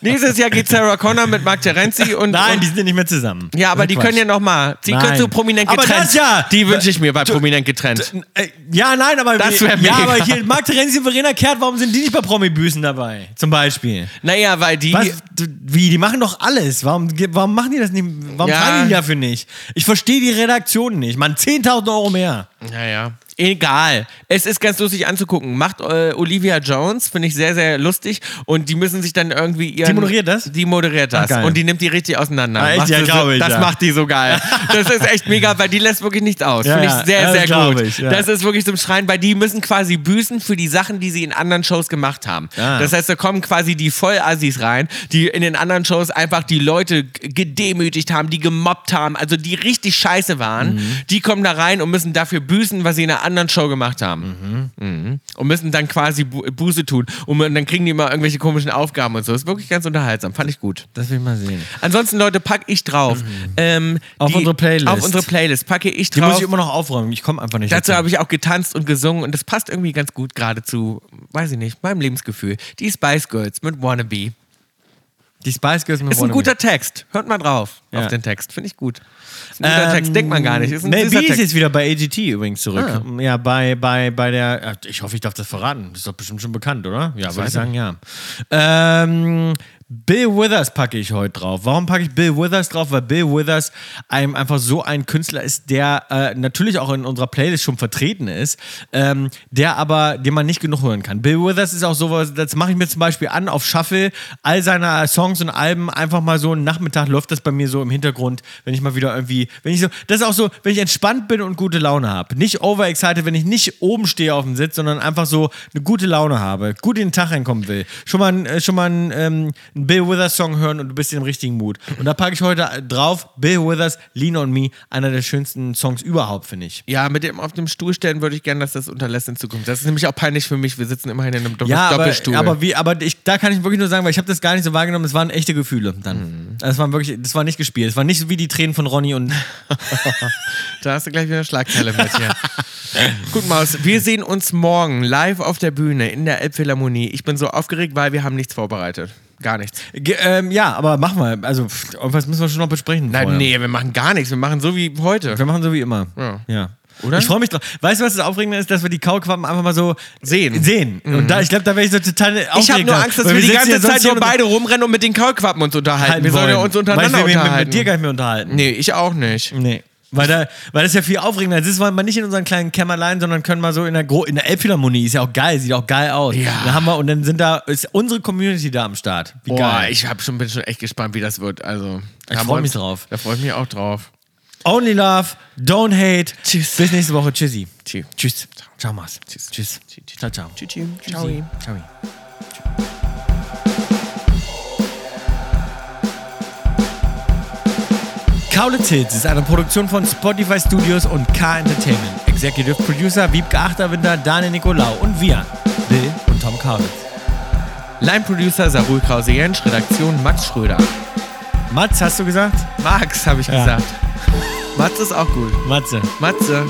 Speaker 1: nächstes Jahr geht Sarah Connor mit Mark
Speaker 2: [laughs]
Speaker 1: Terenzi und.
Speaker 2: Nein,
Speaker 1: und
Speaker 2: die sind ja nicht mehr zusammen. Äh,
Speaker 1: ja, aber die
Speaker 2: Quatsch.
Speaker 1: können ja nochmal. Die
Speaker 2: Nein.
Speaker 1: können so prominent
Speaker 2: Aber
Speaker 1: getrennt.
Speaker 2: das ja.
Speaker 1: Die wünsche ich mir bei prominent getrennt.
Speaker 2: Äh, Ja, nein, aber.
Speaker 1: Das wär
Speaker 2: Ja,
Speaker 1: mega.
Speaker 2: aber hier, Marc Terenzi und Verena Kehrt, warum sind die nicht bei Promi-Büßen dabei? Zum Beispiel.
Speaker 1: Naja, weil die.
Speaker 2: Was? D- Wie? Die machen doch alles. Warum, ge- warum machen die das nicht? Warum
Speaker 1: Ja.
Speaker 2: fragen die dafür nicht? Ich verstehe die Redaktion nicht. Man, 10.000 Euro mehr.
Speaker 1: Naja. Egal. Es ist ganz lustig anzugucken. Macht äh, Olivia Jones, finde ich sehr, sehr lustig. Und die müssen sich dann irgendwie ihren.
Speaker 2: Die moderiert das?
Speaker 1: Die moderiert das.
Speaker 2: Ah, geil.
Speaker 1: und die nimmt die richtig auseinander.
Speaker 2: Ah, echt?
Speaker 1: Macht
Speaker 2: Ja,
Speaker 1: sie so,
Speaker 2: glaub ich,
Speaker 1: das
Speaker 2: ja.
Speaker 1: macht die so geil. Das ist echt mega, weil die lässt wirklich nichts aus.
Speaker 2: Ja,
Speaker 1: finde
Speaker 2: ja.
Speaker 1: ich sehr,
Speaker 2: Ja, das
Speaker 1: sehr
Speaker 2: glaub
Speaker 1: gut.
Speaker 2: ich, ja.
Speaker 1: Das ist wirklich zum Schreien, weil die müssen quasi büßen für die Sachen, die sie in anderen Shows gemacht haben.
Speaker 2: Ah.
Speaker 1: Das heißt, da kommen quasi die Vollassis rein, die in den anderen Shows einfach die Leute g- gedemütigt haben, die gemobbt haben, also die richtig scheiße waren.
Speaker 2: Mhm.
Speaker 1: Die kommen da rein und müssen dafür büßen, was sie in einer anderen Show gemacht haben. Mhm. Und müssen dann quasi Bu Buße tun. Und man- dann kriegen die immer irgendwelche komischen Aufgaben und so. Ist wirklich ganz unterhaltsam. Fand ich gut.
Speaker 2: Das will ich mal sehen.
Speaker 1: Ansonsten, Leute, packe ich drauf. Ähm,
Speaker 2: Mhm. Auf unsere Playlist.
Speaker 1: Auf unsere Playlist packe ich
Speaker 2: Die muss
Speaker 1: drauf.
Speaker 2: ich immer noch aufräumen. Ich komme einfach nicht
Speaker 1: Dazu
Speaker 2: dazu.
Speaker 1: habe ich auch getanzt und gesungen und das passt irgendwie ganz gut gerade zu, weiß ich nicht, meinem Lebensgefühl. Die Spice Girls mit Wannabe.
Speaker 2: Die Spice Girls mit
Speaker 1: Ist ein
Speaker 2: Wannabe.
Speaker 1: guter Text. Hört mal drauf
Speaker 2: Ja.
Speaker 1: auf den Text. Finde ich gut. Ist ein guter Text. Denkt man gar nicht. Ist ein
Speaker 2: Ähm, Mel
Speaker 1: süßer
Speaker 2: B ist
Speaker 1: Text.
Speaker 2: jetzt wieder bei AGT übrigens zurück.
Speaker 1: Ah.
Speaker 2: Ja, bei, bei, bei der. äh, Ich hoffe, ich darf das verraten. Das ist doch bestimmt schon bekannt, oder? Ja, würde
Speaker 1: weiß
Speaker 2: ich sagen, ja. Ähm, Bill Withers packe ich heute drauf. Warum packe ich Bill Withers drauf? Weil Bill Withers einem einfach so ein Künstler ist, der äh, natürlich auch in unserer Playlist schon vertreten ist, ähm, der aber, den man nicht genug hören kann. Bill Withers ist auch sowas, das mache ich mir zum Beispiel an auf Shuffle, all seiner Songs und Alben, einfach mal so einen Nachmittag läuft das bei mir so im Hintergrund, wenn ich mal wieder irgendwie, wenn ich so, das ist auch so, wenn ich entspannt bin und gute Laune habe. Nicht overexcited, wenn ich nicht oben stehe auf dem Sitz, sondern einfach so eine gute Laune habe, gut in den Tag reinkommen will. Schon mal, ein- äh, schon mal einen, ähm, einen Bill Withers Song hören und du bist im richtigen Mut. Und da packe ich heute äh, drauf Bill Withers Lean on Me, einer der schönsten Songs überhaupt, finde ich.
Speaker 1: Ja, mit dem auf dem Stuhl stellen würde ich gerne, dass das unterlässt in Zukunft. Das ist nämlich auch peinlich für mich. Wir sitzen immerhin in einem Doppel
Speaker 2: Ja, aber,
Speaker 1: Doppelstuhl.
Speaker 2: aber wie, aber ich, da kann ich wirklich nur sagen, weil ich habe das gar nicht so wahrgenommen, es waren echte Gefühle
Speaker 1: Mhm.
Speaker 2: dann. Das waren wirklich, das war nicht gespielt. Es war nicht so wie die Tränen von Ronny und
Speaker 1: da hast du gleich wieder eine Schlagzeile mit hier. [laughs] Gut, Maus, wir sehen uns morgen live auf der Bühne in der Elbphilharmonie. Ich bin so aufgeregt, weil wir haben nichts vorbereitet. Gar nichts.
Speaker 2: Ge ähm, ja, aber machen wir. Also, pff, irgendwas müssen wir schon noch besprechen.
Speaker 1: Nein,
Speaker 2: vorher.
Speaker 1: nee, wir machen gar nichts. Wir machen so wie heute.
Speaker 2: Wir machen so wie immer.
Speaker 1: Ja.
Speaker 2: Oder? Ich freue mich drauf. Weißt du, was das Aufregende ist? Dass wir die Kaulquappen einfach mal so
Speaker 1: Sehen.
Speaker 2: sehen. Und da, ich glaube, da wäre ich so total aufgeregt.
Speaker 1: Mhm. Ich habe nur
Speaker 2: dann.
Speaker 1: Angst, dass
Speaker 2: Weil
Speaker 1: wir die
Speaker 2: sitzen ja
Speaker 1: ganze
Speaker 2: sonst
Speaker 1: Zeit
Speaker 2: hier
Speaker 1: nur
Speaker 2: und
Speaker 1: beide rumrennen und mit den Kaulquappen uns unterhalten.
Speaker 2: halten
Speaker 1: Wir sollen ja
Speaker 2: wollen.
Speaker 1: uns untereinander
Speaker 2: Weil ich will mich
Speaker 1: unterhalten.
Speaker 2: mit, mit dir gar nicht mehr unterhalten.
Speaker 1: nee, ich auch nicht.
Speaker 2: Nee. Weil, da, weil das ist ja viel aufregender. Jetzt ist man mal nicht in unseren kleinen Kämmerlein, sondern können mal so in der, Gro in der Elbphilharmonie. Ist ja auch geil, sieht auch geil aus.
Speaker 1: Ja.
Speaker 2: Da haben wir, und dann sind da, ist unsere Community da am Start. Wie
Speaker 1: Boah,
Speaker 2: geil.
Speaker 1: ich hab schon, bin schon echt gespannt, wie das wird. Also,
Speaker 2: Ich
Speaker 1: da
Speaker 2: freu
Speaker 1: wir
Speaker 2: mich
Speaker 1: uns-
Speaker 2: drauf.
Speaker 1: Da freue ich mich auch drauf.
Speaker 2: Only love, don't hate.
Speaker 1: Tschüss.
Speaker 2: Bis nächste Woche. Tschüssi.
Speaker 1: Tschüss.
Speaker 2: Tschüss. Ciao, Mars. Tschüss. Tschüss. Ciao, ciao.
Speaker 1: Tschüssi.
Speaker 2: Ciao. Ciao. Kaulitz Hits ist eine Produktion von Spotify Studios und K Entertainment. Executive Producer Wiebke Achterwinter, Daniel Nicolau und wir, Bill und Tom Kaulitz.
Speaker 1: Line-Producer Sarul Krause-Jensch, Redaktion Max Schröder.
Speaker 2: Mats, hast du gesagt?
Speaker 1: Max, habe ich
Speaker 2: Ja.
Speaker 1: gesagt. Matze ist auch gut.
Speaker 2: Matze.
Speaker 1: Matze.